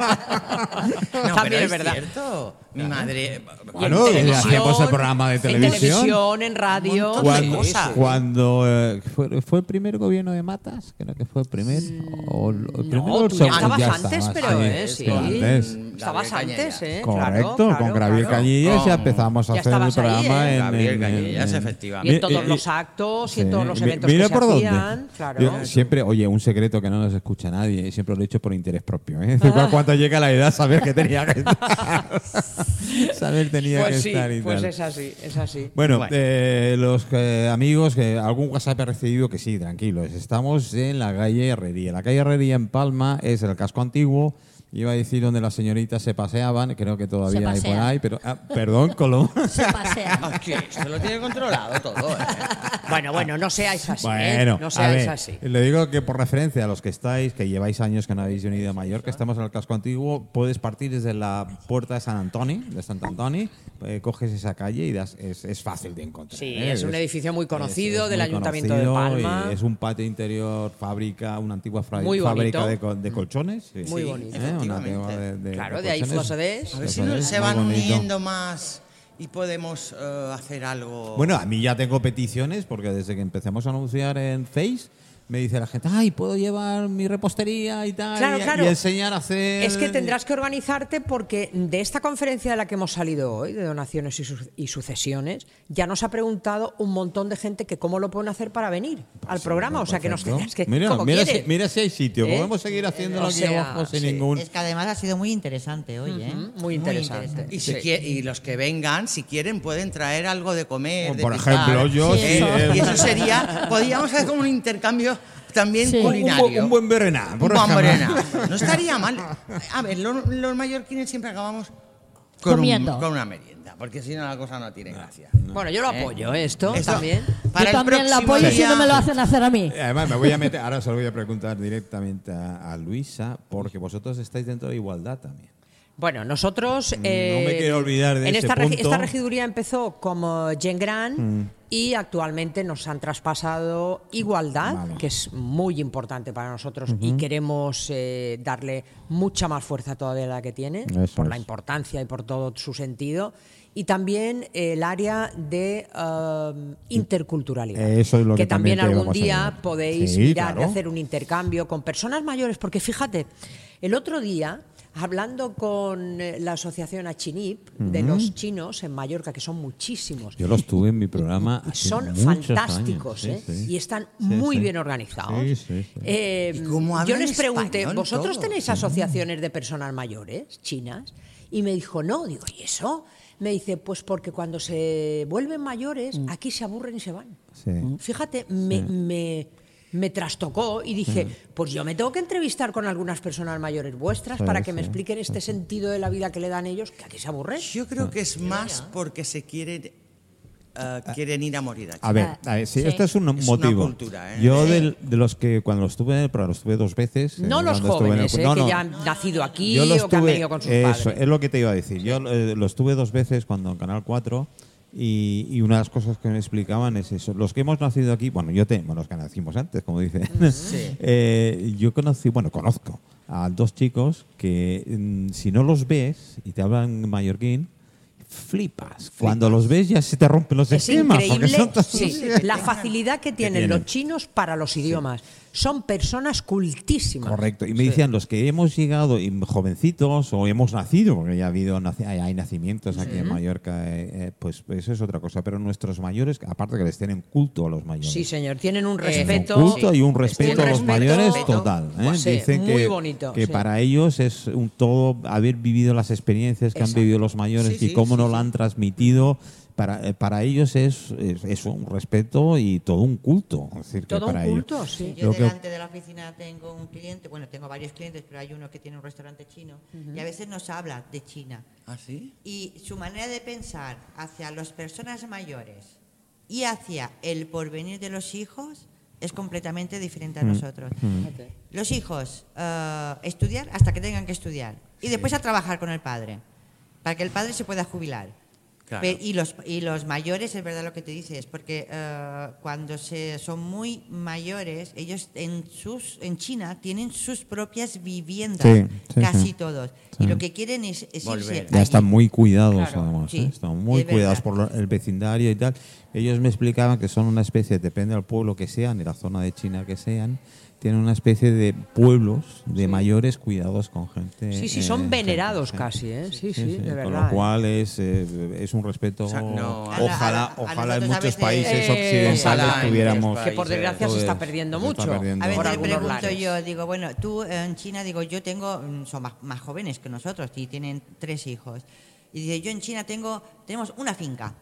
[SPEAKER 2] También
[SPEAKER 4] No, pero
[SPEAKER 2] es
[SPEAKER 4] es
[SPEAKER 2] verdad.
[SPEAKER 4] cierto. Mi madre.
[SPEAKER 1] Bueno, hacíamos Oh, el programa de
[SPEAKER 2] En
[SPEAKER 1] televisión.
[SPEAKER 2] televisión, en radio.
[SPEAKER 4] Un montón de
[SPEAKER 1] cuando
[SPEAKER 4] Sí, sí.
[SPEAKER 1] cuando, eh, fue, fue el primer gobierno de Matas, creo que fue el primer. o el, el primero o el
[SPEAKER 2] tú ya
[SPEAKER 1] segundo,
[SPEAKER 2] estabas
[SPEAKER 1] ya
[SPEAKER 2] antes,
[SPEAKER 1] estabas,
[SPEAKER 2] pero, eh, sí.
[SPEAKER 1] antes.
[SPEAKER 2] Estabas
[SPEAKER 4] Gabriel
[SPEAKER 2] antes, ¿eh?
[SPEAKER 1] Correcto,
[SPEAKER 2] Claro, claro,
[SPEAKER 1] con Gabriel
[SPEAKER 2] claro.
[SPEAKER 1] Cañillas ya
[SPEAKER 4] Con-
[SPEAKER 1] empezamos a
[SPEAKER 2] ya
[SPEAKER 1] hacer el
[SPEAKER 2] estabas ahí,
[SPEAKER 1] programa
[SPEAKER 2] ¿eh?
[SPEAKER 1] en.
[SPEAKER 4] Gabriel
[SPEAKER 1] en-
[SPEAKER 4] Cañillas,
[SPEAKER 1] en-
[SPEAKER 4] efectivamente.
[SPEAKER 2] Y en
[SPEAKER 1] Eh,
[SPEAKER 2] todos
[SPEAKER 1] eh,
[SPEAKER 2] los actos y
[SPEAKER 1] sí.
[SPEAKER 2] en todos los
[SPEAKER 1] Mi-
[SPEAKER 2] eventos
[SPEAKER 1] mira
[SPEAKER 2] que
[SPEAKER 1] por
[SPEAKER 2] se
[SPEAKER 1] dónde.
[SPEAKER 2] hacían. Claro.
[SPEAKER 1] Yo siempre, oye, un secreto que no nos escucha nadie, siempre lo he dicho por interés propio. ¿eh? Cuando llega la edad, saber que tenía que estar. saber tenía que
[SPEAKER 2] pues sí,
[SPEAKER 1] estar y
[SPEAKER 2] pues
[SPEAKER 1] tal.
[SPEAKER 2] es así, es así.
[SPEAKER 1] Bueno, eh, los eh, amigos, que algún WhatsApp he recibido que sí, tranquilos. Estamos en la calle Herrería. La calle Herrería en Palma es el casco antiguo. Iba a decir donde las señoritas se paseaban, creo que
[SPEAKER 6] Se
[SPEAKER 1] todavía hay por
[SPEAKER 6] pasean.
[SPEAKER 1] ahí, pero ah, perdón, Colón.
[SPEAKER 6] Se pasea.
[SPEAKER 4] Aquí, esto lo tiene controlado todo, ¿eh?
[SPEAKER 2] Bueno, bueno, no seáis así. ¿eh?
[SPEAKER 1] Bueno,
[SPEAKER 2] no
[SPEAKER 1] a
[SPEAKER 2] seáis
[SPEAKER 1] ver,
[SPEAKER 2] así.
[SPEAKER 1] Le digo que por referencia a los que estáis, que lleváis años que no habéis venido a Mallorca, estamos en el casco antiguo, puedes partir desde la puerta de San Antonio, de Santo Antonio, eh, coges esa calle y das- es, es fácil de encontrar.
[SPEAKER 2] Sí,
[SPEAKER 1] ¿eh?
[SPEAKER 2] es un edificio muy conocido del
[SPEAKER 1] muy
[SPEAKER 2] Ayuntamiento
[SPEAKER 1] conocido
[SPEAKER 2] de Palma.
[SPEAKER 1] y Es un patio interior, fábrica, una antigua fra-
[SPEAKER 2] Muy bonito.
[SPEAKER 1] fábrica de, co- de colchones. sí.
[SPEAKER 2] Muy bonito.
[SPEAKER 1] ¿eh? Una
[SPEAKER 4] Efectivamente.
[SPEAKER 1] antigua de- de-
[SPEAKER 2] Claro, de ahí
[SPEAKER 1] colchones.
[SPEAKER 2] Flosadés.
[SPEAKER 4] A ver si
[SPEAKER 1] Flosadés,
[SPEAKER 4] se
[SPEAKER 1] muy
[SPEAKER 4] van
[SPEAKER 1] bonito.
[SPEAKER 4] uniendo más y podemos eh, hacer algo.
[SPEAKER 1] Bueno, a mí ya tengo peticiones porque desde que empezamos a anunciar en Face me dice la gente, ay, puedo llevar mi repostería y tal
[SPEAKER 2] Claro,
[SPEAKER 1] y,
[SPEAKER 2] claro.
[SPEAKER 1] y enseñar a hacer.
[SPEAKER 2] Es que tendrás que organizarte porque de esta conferencia de la que hemos salido hoy, de donaciones y, su- y sucesiones, ya nos ha preguntado un montón de gente que cómo lo pueden hacer para venir al programa. O sea que nos
[SPEAKER 1] Perfecto.
[SPEAKER 2] tendrás que.
[SPEAKER 1] Mira,
[SPEAKER 2] como
[SPEAKER 1] mira, si,
[SPEAKER 2] quieres.
[SPEAKER 1] mira si hay sitio.
[SPEAKER 2] ¿Eh?
[SPEAKER 1] Podemos seguir haciéndolo
[SPEAKER 2] O
[SPEAKER 1] aquí
[SPEAKER 2] sea,
[SPEAKER 1] abajo sin
[SPEAKER 2] sí.
[SPEAKER 1] ningún.
[SPEAKER 5] Es que además ha sido muy interesante hoy, ¿eh?
[SPEAKER 2] Ujú, Mm, muy interesante.
[SPEAKER 4] Y, si
[SPEAKER 2] Sí.
[SPEAKER 4] quie- y los que vengan, si quieren, pueden traer algo de comer.
[SPEAKER 1] Bueno,
[SPEAKER 4] de
[SPEAKER 1] por
[SPEAKER 4] picar.
[SPEAKER 1] ejemplo, yo
[SPEAKER 4] Eh,
[SPEAKER 1] sí, eh,
[SPEAKER 4] Y eso sería, podríamos hacer como un intercambio también
[SPEAKER 6] Sí.
[SPEAKER 1] Un, bu-
[SPEAKER 4] culinario.
[SPEAKER 1] un buen berená. por
[SPEAKER 4] Un buen
[SPEAKER 1] ejemplo.
[SPEAKER 4] berenjena. No estaría mal. A ver, lo- los, mallorquines siempre acabamos con, un-
[SPEAKER 6] Comiendo.
[SPEAKER 4] con una merienda, porque si no la cosa no tiene gracia.
[SPEAKER 2] Bueno, yo lo apoyo, ¿eh? esto
[SPEAKER 4] Esto,
[SPEAKER 2] también.
[SPEAKER 4] Para
[SPEAKER 6] yo
[SPEAKER 4] el
[SPEAKER 6] también la
[SPEAKER 4] próximo
[SPEAKER 6] apoyo si
[SPEAKER 4] día-
[SPEAKER 6] no me lo hacen hacer a mí.
[SPEAKER 1] Además, me voy a meter, ahora se lo voy a preguntar directamente a, a Luisa, porque vosotros estáis dentro de igualdad también.
[SPEAKER 2] Bueno, nosotros. eh,
[SPEAKER 1] me quiero olvidar de
[SPEAKER 2] en
[SPEAKER 1] ese
[SPEAKER 2] esta, regi-
[SPEAKER 1] punto. Mm.
[SPEAKER 2] esta regiduría empezó como Gen Gran y actualmente nos han traspasado Igualdad,
[SPEAKER 1] Vale.
[SPEAKER 2] que es muy importante para nosotros y queremos eh, darle mucha más fuerza todavía a la que tiene,
[SPEAKER 1] Eso
[SPEAKER 2] por la
[SPEAKER 1] es.
[SPEAKER 2] importancia y por todo su sentido. Y también eh, el área de um, interculturalidad.
[SPEAKER 1] Eso es lo que
[SPEAKER 2] también,
[SPEAKER 1] también te íbamos
[SPEAKER 2] algún
[SPEAKER 1] a
[SPEAKER 2] día
[SPEAKER 1] llevar.
[SPEAKER 2] podéis
[SPEAKER 1] Sí,
[SPEAKER 2] mirar de
[SPEAKER 1] claro.
[SPEAKER 2] hacer un intercambio con personas mayores, porque fíjate, el otro día, hablando con eh, la asociación Achinip de los chinos en Mallorca, que son muchísimos,
[SPEAKER 1] Yo los tuve en mi programa.
[SPEAKER 2] y
[SPEAKER 1] hace
[SPEAKER 2] son
[SPEAKER 1] muchos años,
[SPEAKER 2] fantásticos,
[SPEAKER 1] sí,
[SPEAKER 2] ¿eh?
[SPEAKER 1] sí.
[SPEAKER 2] y están
[SPEAKER 1] Sí,
[SPEAKER 2] muy
[SPEAKER 1] sí.
[SPEAKER 2] bien organizados.
[SPEAKER 1] Sí, sí, sí.
[SPEAKER 2] Eh,
[SPEAKER 4] ¿Y cómo
[SPEAKER 2] yo
[SPEAKER 4] hablan
[SPEAKER 2] les pregunté,
[SPEAKER 4] español
[SPEAKER 2] ¿vosotros
[SPEAKER 4] todos?
[SPEAKER 2] tenéis asociaciones de personas mayores, chinas? Y me dijo, no, digo, ¿y eso? Me dice, pues porque cuando se vuelven mayores,
[SPEAKER 4] Mm.
[SPEAKER 2] aquí se aburren y se van.
[SPEAKER 1] Sí.
[SPEAKER 2] Mm.
[SPEAKER 1] Mm.
[SPEAKER 2] Fíjate, me, me, me trastocó y dije, pues yo me tengo que entrevistar con algunas personas mayores vuestras
[SPEAKER 1] Sí,
[SPEAKER 2] para que me
[SPEAKER 1] sí,
[SPEAKER 2] expliquen este
[SPEAKER 1] Ah.
[SPEAKER 2] sentido de la vida que le dan ellos, que aquí se aburre.
[SPEAKER 4] Yo creo que es más porque se quieren eh, quieren ir a morir allí.
[SPEAKER 1] ah. A ver,
[SPEAKER 3] Ah,
[SPEAKER 1] a ver, sí,
[SPEAKER 6] sí.
[SPEAKER 1] esto es un
[SPEAKER 4] una
[SPEAKER 1] motivo.
[SPEAKER 4] cultura, ¿eh?
[SPEAKER 1] Yo
[SPEAKER 4] Sí.
[SPEAKER 1] del- de los que cuando estuve en el programa, estuve dos veces. eh,
[SPEAKER 2] No los
[SPEAKER 1] cuando estuve en el-
[SPEAKER 2] jóvenes, eh,
[SPEAKER 1] no, no.
[SPEAKER 2] que ya han nacido aquí
[SPEAKER 1] Yo los
[SPEAKER 2] o que han
[SPEAKER 1] tuve-
[SPEAKER 2] venido con sus
[SPEAKER 1] eso,
[SPEAKER 2] padres.
[SPEAKER 1] es lo que te iba a decir. Yo eh, los tuve dos veces cuando en Canal 4 y, y una de las cosas que me explicaban es eso. Los que hemos nacido aquí, bueno, yo tengo los que nacimos antes, como dicen.
[SPEAKER 2] Mm,
[SPEAKER 1] Eh, yo conocí, bueno, conozco a dos chicos que mm, si no los ves y te hablan mallorquín, flipas. Cuando los ves ya se te rompen los
[SPEAKER 2] Es
[SPEAKER 1] esquemas. porque
[SPEAKER 2] increíble
[SPEAKER 1] son todos-
[SPEAKER 2] sí, la facilidad que tienen,
[SPEAKER 1] tienen.
[SPEAKER 2] los chinos para los idiomas. Son personas cultísimas.
[SPEAKER 1] Correcto. Y me decían, los que hemos llegado y jovencitos o hemos nacido, porque ya ha habido naci- hay, hay nacimientos aquí en Mallorca, eh, eh, pues eso es otra cosa. Pero nuestros mayores, aparte que les tienen culto a los mayores.
[SPEAKER 2] Sí, señor, tienen un
[SPEAKER 1] Tienen
[SPEAKER 2] respeto.
[SPEAKER 1] un culto y un respeto
[SPEAKER 2] un
[SPEAKER 1] a los
[SPEAKER 2] respeto-
[SPEAKER 1] mayores total. ¿eh?
[SPEAKER 2] Sí,
[SPEAKER 1] Dicen
[SPEAKER 2] muy
[SPEAKER 1] que,
[SPEAKER 2] bonito.
[SPEAKER 1] que
[SPEAKER 2] sí.
[SPEAKER 1] para ellos es un todo haber vivido las experiencias que
[SPEAKER 2] Exacto.
[SPEAKER 1] han vivido los mayores
[SPEAKER 4] Sí,
[SPEAKER 1] y
[SPEAKER 4] sí,
[SPEAKER 1] cómo
[SPEAKER 4] sí,
[SPEAKER 1] no
[SPEAKER 4] sí.
[SPEAKER 1] la han transmitido. Para, eh, para ellos es, es, es un respeto y todo un culto. Es decir, que
[SPEAKER 2] Todo un
[SPEAKER 1] para ellos-
[SPEAKER 2] culto, sí.
[SPEAKER 1] Lo
[SPEAKER 5] Yo
[SPEAKER 1] que-
[SPEAKER 5] delante de la oficina tengo un cliente, bueno, tengo varios clientes, pero hay uno que tiene un restaurante chino y a veces nos habla de China.
[SPEAKER 4] ¿Ah, sí?
[SPEAKER 5] Y su manera de pensar hacia las personas mayores y hacia el porvenir de los hijos es completamente diferente a
[SPEAKER 1] Mm.
[SPEAKER 5] nosotros. Los hijos eh, estudiar hasta que tengan que estudiar y después a trabajar con el padre, para que el padre se pueda jubilar.
[SPEAKER 4] Claro.
[SPEAKER 5] Pe- y, los, y los mayores, es verdad lo que te dices, porque eh, cuando se, son muy mayores, ellos en, sus, en China tienen sus propias viviendas,
[SPEAKER 1] Sí, sí,
[SPEAKER 5] casi
[SPEAKER 1] sí.
[SPEAKER 5] todos.
[SPEAKER 1] Sí.
[SPEAKER 5] Y lo que quieren es, es irse
[SPEAKER 4] Volver.
[SPEAKER 1] Ya
[SPEAKER 5] allí.
[SPEAKER 1] están muy cuidados,
[SPEAKER 5] Claro,
[SPEAKER 1] además.
[SPEAKER 5] sí,
[SPEAKER 1] ¿eh? Están muy
[SPEAKER 5] es
[SPEAKER 1] cuidados
[SPEAKER 5] verdad.
[SPEAKER 1] por lo- el vecindario y tal. Ellos me explicaban que son una especie, depende del pueblo que sean, de la zona de China que sean, tienen una especie de pueblos de mayores cuidados con gente.
[SPEAKER 2] Sí, sí,
[SPEAKER 1] eh,
[SPEAKER 2] son
[SPEAKER 1] gente,
[SPEAKER 2] venerados
[SPEAKER 1] sí.
[SPEAKER 2] casi, ¿eh? Sí, sí, de
[SPEAKER 1] Con
[SPEAKER 2] verdad.
[SPEAKER 1] lo cual es, eh, es un respeto.
[SPEAKER 4] O sea, no, a
[SPEAKER 1] ojalá
[SPEAKER 4] la-
[SPEAKER 5] a la- a
[SPEAKER 1] ojalá en
[SPEAKER 5] nosotros a
[SPEAKER 1] muchos
[SPEAKER 5] veces-
[SPEAKER 1] países
[SPEAKER 2] Eh,
[SPEAKER 1] occidentales
[SPEAKER 4] ojalá en
[SPEAKER 1] tuviéramos.
[SPEAKER 4] muchos
[SPEAKER 2] Que por
[SPEAKER 4] países.
[SPEAKER 2] desgracia se
[SPEAKER 1] todo
[SPEAKER 2] está
[SPEAKER 1] eso.
[SPEAKER 2] perdiendo
[SPEAKER 1] Se está
[SPEAKER 2] mucho.
[SPEAKER 1] perdiendo.
[SPEAKER 5] A veces
[SPEAKER 2] por
[SPEAKER 5] le
[SPEAKER 2] algunos
[SPEAKER 5] pregunto
[SPEAKER 2] lares.
[SPEAKER 5] yo, digo, bueno, tú en China, digo, yo tengo, mm, son más, más jóvenes que nosotros y tienen tres hijos. Y dice, yo en China tengo, tenemos una finca,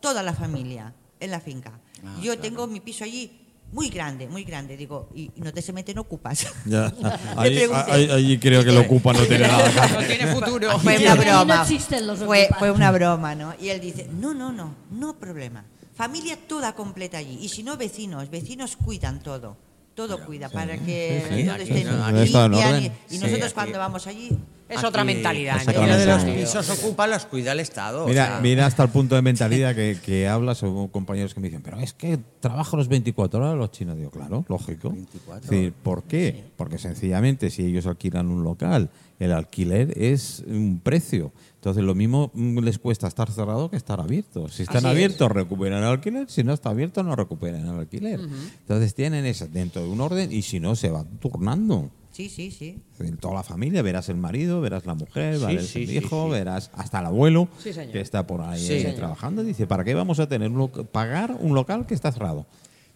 [SPEAKER 5] toda la familia en la finca.
[SPEAKER 4] Ah,
[SPEAKER 5] yo
[SPEAKER 4] claro.
[SPEAKER 5] tengo mi piso allí muy grande, muy grande. Digo, y no te se meten ocupas.
[SPEAKER 1] Ya.
[SPEAKER 5] Le
[SPEAKER 1] Ahí,
[SPEAKER 5] pregunté.
[SPEAKER 1] ahí- ahí creo que lo ocupa, no tiene nada que
[SPEAKER 2] No tiene futuro.
[SPEAKER 5] Fue
[SPEAKER 6] Aquí
[SPEAKER 5] una
[SPEAKER 6] no
[SPEAKER 5] broma.
[SPEAKER 6] existen los
[SPEAKER 5] fue,
[SPEAKER 6] ocupas.
[SPEAKER 5] fue una broma, ¿no? Y él dice, no, no, no, no problema. Familia toda completa allí. Y si no, vecinos. Vecinos cuidan todo. Todo cuida para que
[SPEAKER 1] sí, sí.
[SPEAKER 5] todo esté
[SPEAKER 4] Aquí, aquí,
[SPEAKER 5] limpian
[SPEAKER 1] todo en orden.
[SPEAKER 5] y, y
[SPEAKER 4] Sí,
[SPEAKER 5] nosotros
[SPEAKER 4] aquí.
[SPEAKER 5] cuando vamos allí...
[SPEAKER 2] Es otra mentalidad. ¿eh?
[SPEAKER 1] Otra
[SPEAKER 2] ¿no?
[SPEAKER 4] Lo de los
[SPEAKER 1] mentalidad.
[SPEAKER 4] pisos ocupa los cuida el Estado.
[SPEAKER 1] Mira,
[SPEAKER 4] o sea,
[SPEAKER 1] mira hasta el punto de mentalidad que, que hablas o compañeros que me dicen, pero es que trabajo los 24 horas los chinos. Digo, claro, lógico.
[SPEAKER 4] 24.
[SPEAKER 1] Es decir, ¿por qué? Porque sencillamente si ellos alquilan un local, el alquiler es un precio. Entonces lo mismo mm, les cuesta estar cerrado que estar abierto. Si están
[SPEAKER 2] Así es.
[SPEAKER 1] abiertos recuperan el alquiler, si no está abierto no recuperan el alquiler. Entonces tienen eso dentro de un orden y si no se van turnando.
[SPEAKER 5] Sí, sí, sí.
[SPEAKER 1] En toda la familia, verás el marido, verás la mujer,
[SPEAKER 4] Sí,
[SPEAKER 1] verás
[SPEAKER 4] sí,
[SPEAKER 1] el
[SPEAKER 4] sí,
[SPEAKER 1] hijo,
[SPEAKER 4] sí.
[SPEAKER 1] verás hasta el abuelo
[SPEAKER 2] Sí, señor.
[SPEAKER 1] que está por ahí
[SPEAKER 4] Sí,
[SPEAKER 1] eh,
[SPEAKER 2] señor.
[SPEAKER 1] trabajando. Dice, ¿para qué vamos a tener un loca- pagar un local que está cerrado?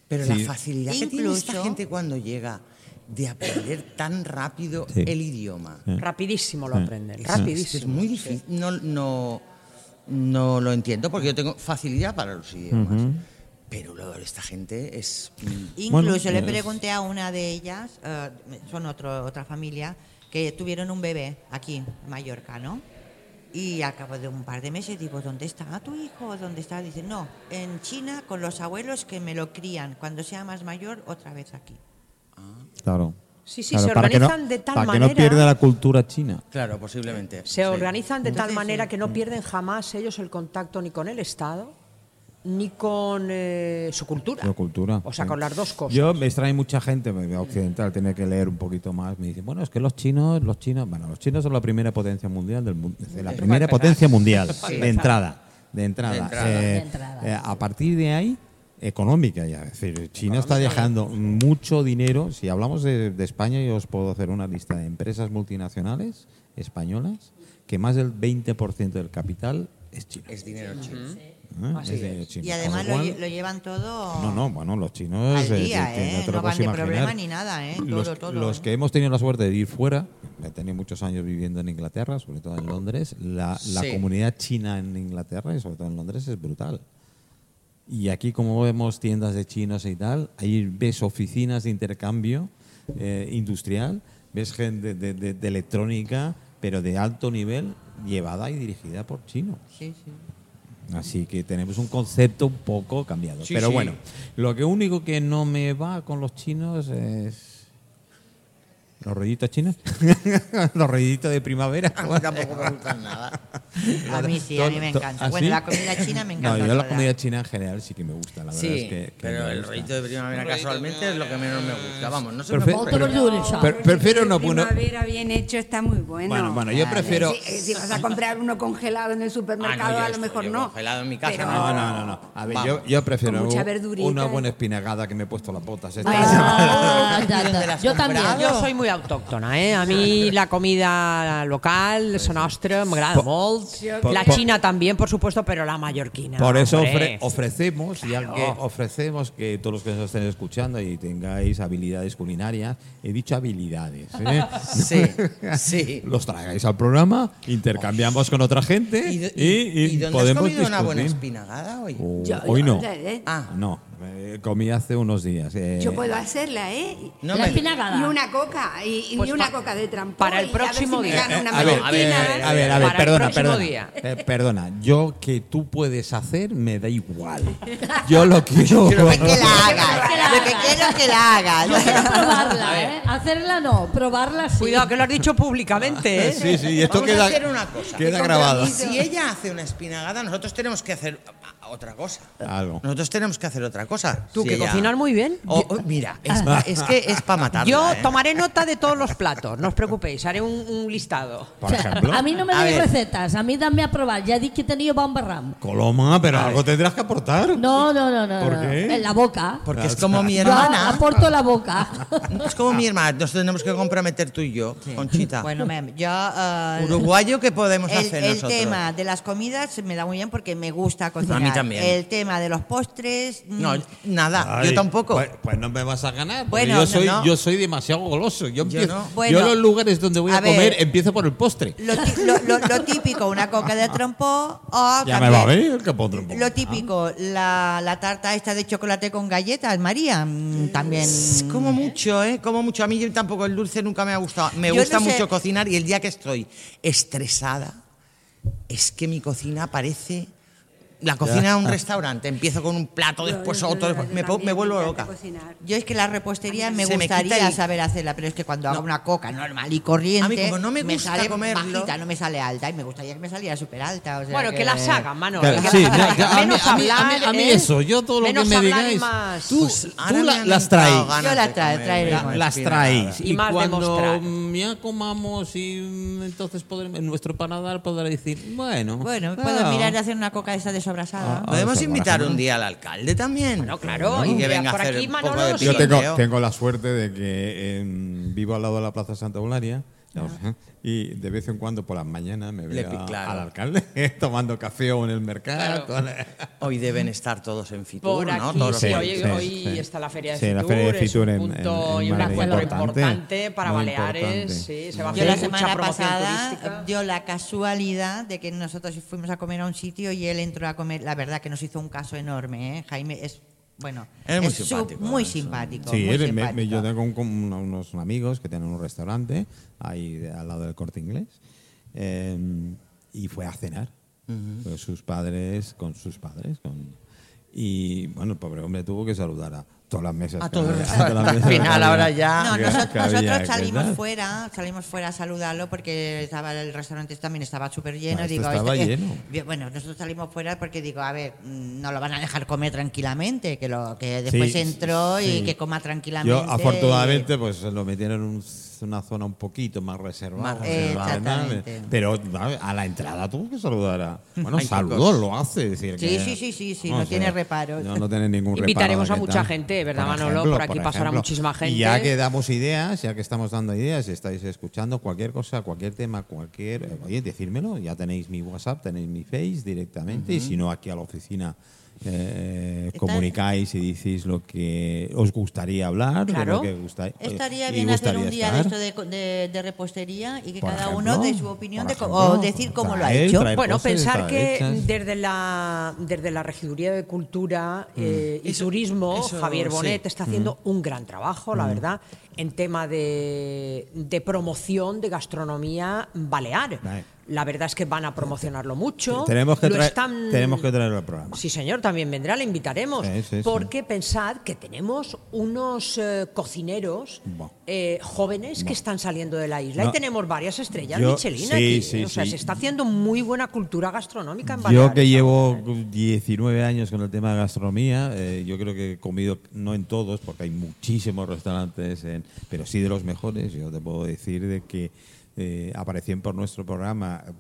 [SPEAKER 4] Pero
[SPEAKER 1] Sí.
[SPEAKER 4] la facilidad que tiene
[SPEAKER 5] Incluso-
[SPEAKER 4] esta gente cuando llega de aprender tan rápido
[SPEAKER 1] Sí.
[SPEAKER 4] el idioma.
[SPEAKER 2] Rapidísimo lo aprenden.
[SPEAKER 4] Es- Es, que es
[SPEAKER 2] Rapidísimo.
[SPEAKER 4] muy difícil. No, no, no lo entiendo porque yo tengo facilidad para los idiomas. Pero lo de esta gente es. mm,
[SPEAKER 5] Incluso
[SPEAKER 1] Bueno, eh,
[SPEAKER 5] le
[SPEAKER 1] es-
[SPEAKER 5] pregunté a una de ellas, eh, son otro, otra familia, que tuvieron un bebé aquí, en Mallorca, ¿no? Y a cabo de un par de meses digo, ¿dónde está tu hijo? ¿Dónde está? Dice, no, en China con los abuelos que me lo crían. Cuando sea más mayor, otra vez aquí.
[SPEAKER 1] Claro.
[SPEAKER 2] Sí, sí,
[SPEAKER 1] Claro,
[SPEAKER 2] se
[SPEAKER 1] para que no-
[SPEAKER 2] organizan de tal
[SPEAKER 1] para
[SPEAKER 2] manera.
[SPEAKER 1] que no pierda la cultura china.
[SPEAKER 4] Claro, posiblemente.
[SPEAKER 2] Se
[SPEAKER 4] sí.
[SPEAKER 2] organizan de tal
[SPEAKER 5] Entonces,
[SPEAKER 2] manera
[SPEAKER 5] sí.
[SPEAKER 2] que no pierden jamás ellos el contacto ni con el Estado ni con eh, su cultura.
[SPEAKER 1] La cultura.
[SPEAKER 2] O sea,
[SPEAKER 1] sí.
[SPEAKER 2] con las dos cosas.
[SPEAKER 1] Yo me extrae mucha gente me- occidental, tiene que leer un poquito más. Me dicen, bueno, es que los chinos, los chinos, bueno, los chinos son la primera potencia mundial del mundo, la primera
[SPEAKER 2] empezar.
[SPEAKER 1] potencia mundial
[SPEAKER 2] Sí.
[SPEAKER 1] de entrada, de entrada.
[SPEAKER 4] De entrada.
[SPEAKER 1] Eh,
[SPEAKER 6] De entrada.
[SPEAKER 1] eh, a partir de ahí económica ya, es decir, China está dejando mucho dinero. Si hablamos de, de España, yo os puedo hacer una lista de empresas multinacionales españolas que más del 20% del capital es chino.
[SPEAKER 4] Es dinero chino.
[SPEAKER 1] ¿eh?
[SPEAKER 2] Así
[SPEAKER 1] Es dinero
[SPEAKER 2] es.
[SPEAKER 1] chino.
[SPEAKER 5] y
[SPEAKER 1] Con lo
[SPEAKER 5] además lo,
[SPEAKER 1] cual-
[SPEAKER 5] lle- lo llevan todo
[SPEAKER 1] no, no, bueno, los chinos.
[SPEAKER 5] al
[SPEAKER 1] eh,
[SPEAKER 5] día,
[SPEAKER 1] que- que
[SPEAKER 5] ¿eh?
[SPEAKER 1] te lo
[SPEAKER 5] No
[SPEAKER 1] puedes
[SPEAKER 5] van de
[SPEAKER 1] imaginar.
[SPEAKER 5] problema ni nada, ¿eh? Todo,
[SPEAKER 1] Los,
[SPEAKER 5] todo.
[SPEAKER 1] los que hemos tenido la suerte de ir fuera, he tenido muchos años viviendo en Inglaterra, sobre todo en Londres, la, la
[SPEAKER 4] Sí.
[SPEAKER 1] comunidad china en Inglaterra y sobre todo en Londres es brutal. Y aquí, como vemos tiendas de chinos y tal, ahí ves oficinas de intercambio eh, industrial, ves gente de, de- de electrónica, pero de alto nivel, llevada y dirigida por chinos.
[SPEAKER 5] Sí, sí.
[SPEAKER 1] Así que tenemos un concepto un poco cambiado.
[SPEAKER 4] Sí,
[SPEAKER 1] Pero
[SPEAKER 4] sí.
[SPEAKER 1] bueno, lo que único que no me va con los chinos es. ¿Los rollitos chinos? los rollitos de primavera.
[SPEAKER 5] A mí tampoco me gustan nada. A mí sí,
[SPEAKER 1] Todo-
[SPEAKER 5] a mí me
[SPEAKER 1] to-
[SPEAKER 5] encanta.
[SPEAKER 1] ¿Ah,
[SPEAKER 5] Bueno,
[SPEAKER 1] sí?
[SPEAKER 5] la comida china me
[SPEAKER 1] No,
[SPEAKER 5] encanta.
[SPEAKER 1] yo la
[SPEAKER 5] toda.
[SPEAKER 1] comida china en general sí que me gusta, la verdad
[SPEAKER 4] Sí,
[SPEAKER 1] es que. que
[SPEAKER 4] pero
[SPEAKER 1] me
[SPEAKER 4] el
[SPEAKER 1] gusta.
[SPEAKER 4] rollito de primavera casualmente es lo que menos me gusta. Vamos, no se
[SPEAKER 1] Perfe-
[SPEAKER 4] me ocurre.
[SPEAKER 1] pero- per- prefiero no poner.
[SPEAKER 7] Primavera bien hecho está muy bueno.
[SPEAKER 1] Bueno, bueno, yo prefiero. Ah,
[SPEAKER 7] Si, eh, si vas a comprar uno congelado en el supermercado,
[SPEAKER 4] yo
[SPEAKER 7] a lo
[SPEAKER 4] estoy
[SPEAKER 7] mejor
[SPEAKER 4] yo
[SPEAKER 7] no.
[SPEAKER 4] congelado en mi casa,
[SPEAKER 7] Pero-
[SPEAKER 1] No, no, no, no. A ver, yo, yo prefiero
[SPEAKER 7] Con mucha
[SPEAKER 1] un-
[SPEAKER 7] verdurita.
[SPEAKER 1] una buena espinagada que me he puesto las botas. estas.
[SPEAKER 6] Ah,
[SPEAKER 4] ¿y
[SPEAKER 6] ya,
[SPEAKER 4] dónde
[SPEAKER 6] ya.
[SPEAKER 4] la has
[SPEAKER 6] Yo también.
[SPEAKER 4] comprado?
[SPEAKER 6] Yo
[SPEAKER 2] Jo soy muy autòctona, eh? A mi la comida local, la nostra, m'agrada molt.
[SPEAKER 1] Po-
[SPEAKER 2] La
[SPEAKER 1] po-
[SPEAKER 2] china también, por supuesto, pero la mallorquina.
[SPEAKER 1] Por eso ofre-
[SPEAKER 2] hombre.
[SPEAKER 1] ofrecemos, ya que ofrecemos que todos los que nos estén escuchando y tengáis habilidades culinarias, he dicho habilidades, ¿eh?
[SPEAKER 4] Sí, sí.
[SPEAKER 1] los tragáis al programa, intercambiamos con otra gente y, y
[SPEAKER 4] y dónde has
[SPEAKER 1] podemos
[SPEAKER 4] comido una buena
[SPEAKER 1] discutir.
[SPEAKER 4] espinagada hoy?
[SPEAKER 1] Oh,
[SPEAKER 7] Yo-
[SPEAKER 1] hoy no.
[SPEAKER 7] yo-
[SPEAKER 4] Ah,
[SPEAKER 1] No, eh, comí hace unos días. eh,
[SPEAKER 7] Yo puedo hacerla, ¿eh?
[SPEAKER 4] no
[SPEAKER 6] la
[SPEAKER 4] me
[SPEAKER 6] espinagada.
[SPEAKER 7] Y una coca, y, y
[SPEAKER 2] Pues
[SPEAKER 7] una
[SPEAKER 2] pa-
[SPEAKER 7] coca de trampón.
[SPEAKER 2] para el
[SPEAKER 7] y a ver
[SPEAKER 2] próximo
[SPEAKER 7] si me
[SPEAKER 2] día.
[SPEAKER 7] gano
[SPEAKER 1] Eh,
[SPEAKER 7] una
[SPEAKER 1] a, ver,
[SPEAKER 7] mallorquina.
[SPEAKER 1] a ver, a ver, a ver,
[SPEAKER 2] Para el
[SPEAKER 1] perdona,
[SPEAKER 2] próximo
[SPEAKER 1] perdona.
[SPEAKER 2] día.
[SPEAKER 1] Eh, perdona, yo que tú puedes hacer me da igual. Yo lo quiero.
[SPEAKER 5] Yo Pues que la haga. Lo que quiero es que la haga.
[SPEAKER 6] Yo quiero probarla, ¿eh? Hacerla no, probarla sí.
[SPEAKER 2] Cuidado, que lo has dicho públicamente, eh?
[SPEAKER 1] Sí, sí, y esto
[SPEAKER 4] Vamos a
[SPEAKER 1] queda,
[SPEAKER 4] hacer una cosa.
[SPEAKER 1] queda grabado.
[SPEAKER 4] Si ella hace una espinagada, nosotros tenemos que hacer ah, otra cosa.
[SPEAKER 1] Algo.
[SPEAKER 4] Nosotros tenemos que hacer otra cosa.
[SPEAKER 2] Tú,
[SPEAKER 4] Si
[SPEAKER 2] que
[SPEAKER 4] ella-
[SPEAKER 2] cocinas muy bien.
[SPEAKER 4] Oh, oh, mira, es,
[SPEAKER 1] Ah.
[SPEAKER 4] pa- es que es para matarla.
[SPEAKER 2] Yo
[SPEAKER 4] ¿eh?
[SPEAKER 2] tomaré nota de todos los platos, no os preocupéis, haré un, un listado.
[SPEAKER 1] Por
[SPEAKER 6] O sea,
[SPEAKER 1] ejemplo,
[SPEAKER 6] a mí no me
[SPEAKER 4] A
[SPEAKER 6] deis
[SPEAKER 4] ver.
[SPEAKER 6] recetas, a mí dame a probar. Ya di que he tenido bambarram.
[SPEAKER 1] Coloma, pero algo tendrás que aportar.
[SPEAKER 6] No, no, no, no.
[SPEAKER 1] ¿Por
[SPEAKER 6] no.
[SPEAKER 1] qué?
[SPEAKER 6] En la boca.
[SPEAKER 4] Porque es como mi
[SPEAKER 6] Yo
[SPEAKER 4] hermana.
[SPEAKER 6] aporto la boca.
[SPEAKER 4] Es como mi hermana. Nos tenemos que comprometer tú y yo, Conchita.
[SPEAKER 5] Bueno, mem, yo. eh,
[SPEAKER 4] Uruguayo, ¿qué podemos
[SPEAKER 5] el,
[SPEAKER 4] hacer
[SPEAKER 5] el
[SPEAKER 4] nosotros?
[SPEAKER 5] tema de las comidas me da muy bien porque me gusta cocinar.
[SPEAKER 4] A mí también.
[SPEAKER 5] El tema de los postres. mm,
[SPEAKER 4] No, nada.
[SPEAKER 1] Ay,
[SPEAKER 4] Ah, yo tampoco.
[SPEAKER 1] Pues, pues no me vas a ganar. porque
[SPEAKER 5] Bueno,
[SPEAKER 1] yo,
[SPEAKER 5] no,
[SPEAKER 1] soy,
[SPEAKER 5] no.
[SPEAKER 1] yo soy demasiado goloso. Yo,
[SPEAKER 4] Yo
[SPEAKER 1] empiezo,
[SPEAKER 4] no.
[SPEAKER 5] Bueno,
[SPEAKER 1] yo los lugares donde voy a,
[SPEAKER 5] a ver.
[SPEAKER 1] comer empiezo por el postre.
[SPEAKER 5] Lo, ti- lo- lo- lo típico, una coca de trompo o
[SPEAKER 1] Ya me
[SPEAKER 5] también
[SPEAKER 1] va a ver el capotro.
[SPEAKER 5] Lo típico, la, la tarta esta de chocolate con galletas, María, mm, también.
[SPEAKER 4] Es como mucho, ¿eh? Como mucho. A mí tampoco el dulce nunca me ha gustado. Me
[SPEAKER 5] Yo
[SPEAKER 4] gusta
[SPEAKER 5] no sé-
[SPEAKER 4] mucho cocinar y el día que estoy estresada, es que mi cocina parece la cocina de un restaurante. Empiezo con un plato, después
[SPEAKER 7] Yo- yo-
[SPEAKER 4] otro,
[SPEAKER 7] yo
[SPEAKER 4] después me, po-
[SPEAKER 7] también
[SPEAKER 4] me vuelvo
[SPEAKER 7] encanta
[SPEAKER 4] loca.
[SPEAKER 7] cocinar.
[SPEAKER 5] Yo es que la repostería me
[SPEAKER 4] Se me quita
[SPEAKER 5] gustaría
[SPEAKER 4] el-
[SPEAKER 5] saber hacerla, pero es que cuando hago
[SPEAKER 4] No.
[SPEAKER 5] una coca normal y corriente,
[SPEAKER 4] A mí como no me gusta
[SPEAKER 5] sale
[SPEAKER 4] comerlo-
[SPEAKER 5] bajita, no me sale alta y me gustaría que me saliera súper alta. o sea
[SPEAKER 2] Bueno, que las hagan, Manolo.
[SPEAKER 1] Claro,
[SPEAKER 2] que
[SPEAKER 1] sí,
[SPEAKER 2] las
[SPEAKER 1] no,
[SPEAKER 2] hagan.
[SPEAKER 1] yo- a mí-
[SPEAKER 2] Menos
[SPEAKER 1] a mí- a mí-
[SPEAKER 2] hablar,
[SPEAKER 1] a mí
[SPEAKER 2] ¿eh?
[SPEAKER 1] eso, yo todo lo
[SPEAKER 2] Menos
[SPEAKER 1] que me
[SPEAKER 2] hablar y
[SPEAKER 1] digáis,
[SPEAKER 2] más.
[SPEAKER 1] tú-
[SPEAKER 4] Pues ahora
[SPEAKER 1] tú
[SPEAKER 4] me
[SPEAKER 1] la-
[SPEAKER 4] han
[SPEAKER 1] las
[SPEAKER 4] entrado
[SPEAKER 1] traéis.
[SPEAKER 4] ganas
[SPEAKER 5] Yo la
[SPEAKER 4] de
[SPEAKER 5] tra-
[SPEAKER 4] comer
[SPEAKER 5] traeré.
[SPEAKER 4] una
[SPEAKER 1] las
[SPEAKER 4] espinagada.
[SPEAKER 1] traéis
[SPEAKER 2] Y
[SPEAKER 1] y,
[SPEAKER 2] más
[SPEAKER 1] cuando
[SPEAKER 2] demostrar.
[SPEAKER 1] mm, ya comamos y mm, entonces podremos, nuestro paladar podrá decir bueno
[SPEAKER 5] Bueno,
[SPEAKER 1] ah,
[SPEAKER 5] puedo mirar de hacer una coca esta desobrasada.
[SPEAKER 1] Ah,
[SPEAKER 4] Podemos
[SPEAKER 1] eso,
[SPEAKER 4] invitar
[SPEAKER 1] baraja.
[SPEAKER 4] un día al alcalde también.
[SPEAKER 2] Bueno, claro,
[SPEAKER 4] Y
[SPEAKER 2] un
[SPEAKER 4] que
[SPEAKER 2] día
[SPEAKER 4] venga
[SPEAKER 2] por
[SPEAKER 4] a hacer
[SPEAKER 2] aquí,
[SPEAKER 4] un poco
[SPEAKER 2] Manolo,
[SPEAKER 4] de
[SPEAKER 2] sí.
[SPEAKER 1] Yo tengo,
[SPEAKER 4] picoteo.
[SPEAKER 1] tengo la suerte de que em, vivo al lado de la Plaza Santa Eulalia y de vez en cuando por las mañanas me
[SPEAKER 4] Le
[SPEAKER 1] veo
[SPEAKER 4] pi-
[SPEAKER 1] a-
[SPEAKER 4] claro.
[SPEAKER 1] al alcalde tomando café o en el mercado.
[SPEAKER 4] Hoy deben estar todos en Fitur,
[SPEAKER 2] Por
[SPEAKER 4] ¿no?
[SPEAKER 2] aquí,
[SPEAKER 4] Todos
[SPEAKER 2] sí,
[SPEAKER 1] los-
[SPEAKER 4] los-
[SPEAKER 2] hoy,
[SPEAKER 1] sí,
[SPEAKER 2] hoy
[SPEAKER 1] sí.
[SPEAKER 2] está la Feria de
[SPEAKER 1] Sí,
[SPEAKER 2] Fitur,
[SPEAKER 1] la Feria de Fitur
[SPEAKER 2] es
[SPEAKER 1] en-
[SPEAKER 2] un
[SPEAKER 1] en-
[SPEAKER 2] punto
[SPEAKER 1] en
[SPEAKER 2] y un
[SPEAKER 1] Madrid,
[SPEAKER 2] acuerdo
[SPEAKER 1] importante,
[SPEAKER 2] importante, para
[SPEAKER 1] muy
[SPEAKER 2] Baleares,
[SPEAKER 1] importante.
[SPEAKER 2] sí, se va a
[SPEAKER 5] Yo
[SPEAKER 2] hacer
[SPEAKER 5] la
[SPEAKER 2] mucha
[SPEAKER 5] semana
[SPEAKER 2] promoción
[SPEAKER 5] pasada
[SPEAKER 2] turística.
[SPEAKER 5] dio la casualidad de que nosotros fuimos a comer a un sitio y él entró a comer. La verdad que nos hizo un caso enorme, ¿eh? Jaime es bueno,
[SPEAKER 4] Es muy
[SPEAKER 5] su-
[SPEAKER 4] simpático,
[SPEAKER 5] muy
[SPEAKER 4] eso.
[SPEAKER 5] simpático,
[SPEAKER 1] Sí,
[SPEAKER 5] muy
[SPEAKER 1] eh, me- me-
[SPEAKER 5] simpático.
[SPEAKER 1] yo tengo un- como una- unos amigos que tienen un restaurante ahí de- al lado del corte inglés eh, y fue a cenar. Fue sus padres, con sus padres. con- y bueno, el pobre hombre tuvo que saludar a todas las mesas.
[SPEAKER 4] A
[SPEAKER 1] que
[SPEAKER 4] todos
[SPEAKER 1] había-
[SPEAKER 4] los
[SPEAKER 1] a todas las
[SPEAKER 4] restaurantes.
[SPEAKER 1] mesas
[SPEAKER 4] Al
[SPEAKER 1] que
[SPEAKER 4] final,
[SPEAKER 1] había.
[SPEAKER 4] ahora ya-
[SPEAKER 5] No,
[SPEAKER 1] que-
[SPEAKER 5] nosotros,
[SPEAKER 1] que había
[SPEAKER 5] nosotros
[SPEAKER 1] que
[SPEAKER 5] salimos
[SPEAKER 1] cenar.
[SPEAKER 5] fuera, salimos fuera a saludarlo porque estaba el restaurante también estaba súper lleno.
[SPEAKER 1] Ah, esto
[SPEAKER 5] digo,
[SPEAKER 1] estaba
[SPEAKER 5] "Este- eh,
[SPEAKER 1] lleno".
[SPEAKER 5] bien, bueno, nosotros salimos fuera porque digo, a ver, mm, no lo van a dejar comer tranquilamente, que lo que después
[SPEAKER 1] Sí,
[SPEAKER 5] entró
[SPEAKER 1] sí.
[SPEAKER 5] y que coma tranquilamente.
[SPEAKER 1] Yo, afortunadamente,
[SPEAKER 5] y-
[SPEAKER 1] pues lo metieron en un- una zona un poquito más reservada.
[SPEAKER 4] Más
[SPEAKER 1] reservada,
[SPEAKER 5] Exactamente.
[SPEAKER 1] ¿no? Pero ¿no? a la entrada tuvo que saludar a. Bueno,
[SPEAKER 4] Ay, qué
[SPEAKER 1] saludó,
[SPEAKER 4] cosa.
[SPEAKER 1] lo hace. es Decir,
[SPEAKER 5] Sí,
[SPEAKER 1] que-
[SPEAKER 5] sí, sí, sí, sí,
[SPEAKER 1] o
[SPEAKER 5] no tiene reparos.
[SPEAKER 1] No, no tiene ningún reparo.
[SPEAKER 2] Invitaremos
[SPEAKER 1] de
[SPEAKER 2] a
[SPEAKER 1] que
[SPEAKER 2] mucha
[SPEAKER 1] tal.
[SPEAKER 2] gente, ¿verdad, Manolo? Por aquí pasará muchísima gente.
[SPEAKER 1] Y ya que damos ideas, ya que estamos dando ideas, si estáis escuchando cualquier cosa, cualquier tema, cualquier. eh, Oye, decírmelo, ya tenéis mi WhatsApp, tenéis mi Face directamente, y si no, aquí a la oficina. eh,
[SPEAKER 5] Está-
[SPEAKER 1] comunicáis y decís lo que os gustaría hablar, de
[SPEAKER 2] Claro.
[SPEAKER 1] lo que gusta-
[SPEAKER 5] Estaría
[SPEAKER 1] y
[SPEAKER 5] bien hacer un
[SPEAKER 1] gustaría
[SPEAKER 5] día
[SPEAKER 1] estar.
[SPEAKER 5] de esto de, de- de repostería y que
[SPEAKER 1] Por
[SPEAKER 5] cada
[SPEAKER 1] ejemplo,
[SPEAKER 5] uno dé su opinión
[SPEAKER 1] por
[SPEAKER 5] de co-
[SPEAKER 1] ejemplo,
[SPEAKER 5] o decir cómo lo ha
[SPEAKER 1] traer,
[SPEAKER 5] hecho.
[SPEAKER 1] traer
[SPEAKER 2] Bueno,
[SPEAKER 1] cosas,
[SPEAKER 2] pensar
[SPEAKER 1] está
[SPEAKER 2] que
[SPEAKER 1] hechas.
[SPEAKER 2] desde la, desde la Regiduría de Cultura
[SPEAKER 1] Mm.
[SPEAKER 2] eh, y
[SPEAKER 4] Eso-
[SPEAKER 2] Turismo,
[SPEAKER 4] eso
[SPEAKER 2] Javier
[SPEAKER 4] sí.
[SPEAKER 2] Bonet está haciendo un gran trabajo,
[SPEAKER 1] Mm.
[SPEAKER 2] la verdad, en tema de, de promoción de gastronomía balear.
[SPEAKER 1] Vale.
[SPEAKER 2] La verdad es que van a promocionarlo mucho.
[SPEAKER 1] Tenemos que,
[SPEAKER 2] Lo
[SPEAKER 1] traer-
[SPEAKER 2] están-
[SPEAKER 1] tenemos que traerlo al programa.
[SPEAKER 2] Sí, señor, también vendrá, le invitaremos.
[SPEAKER 1] Sí, sí, sí.
[SPEAKER 2] porque pensad que tenemos unos eh, cocineros
[SPEAKER 1] Buah.
[SPEAKER 2] eh, jóvenes que están saliendo de la isla
[SPEAKER 1] No.
[SPEAKER 2] y tenemos varias estrellas
[SPEAKER 1] Yo-
[SPEAKER 2] Michelin
[SPEAKER 1] sí,
[SPEAKER 2] aquí.
[SPEAKER 1] sí,
[SPEAKER 2] o sea,
[SPEAKER 1] sí.
[SPEAKER 2] se está haciendo muy buena cultura gastronómica en
[SPEAKER 1] Yo
[SPEAKER 2] Baleares.
[SPEAKER 1] que llevo 19 años con el tema de gastronomía, eh, yo creo que he comido, no en todos, porque hay muchísimos restaurantes, en- pero sí de los mejores. Yo te puedo decir de que eh, aparecían por nuestro programa eh,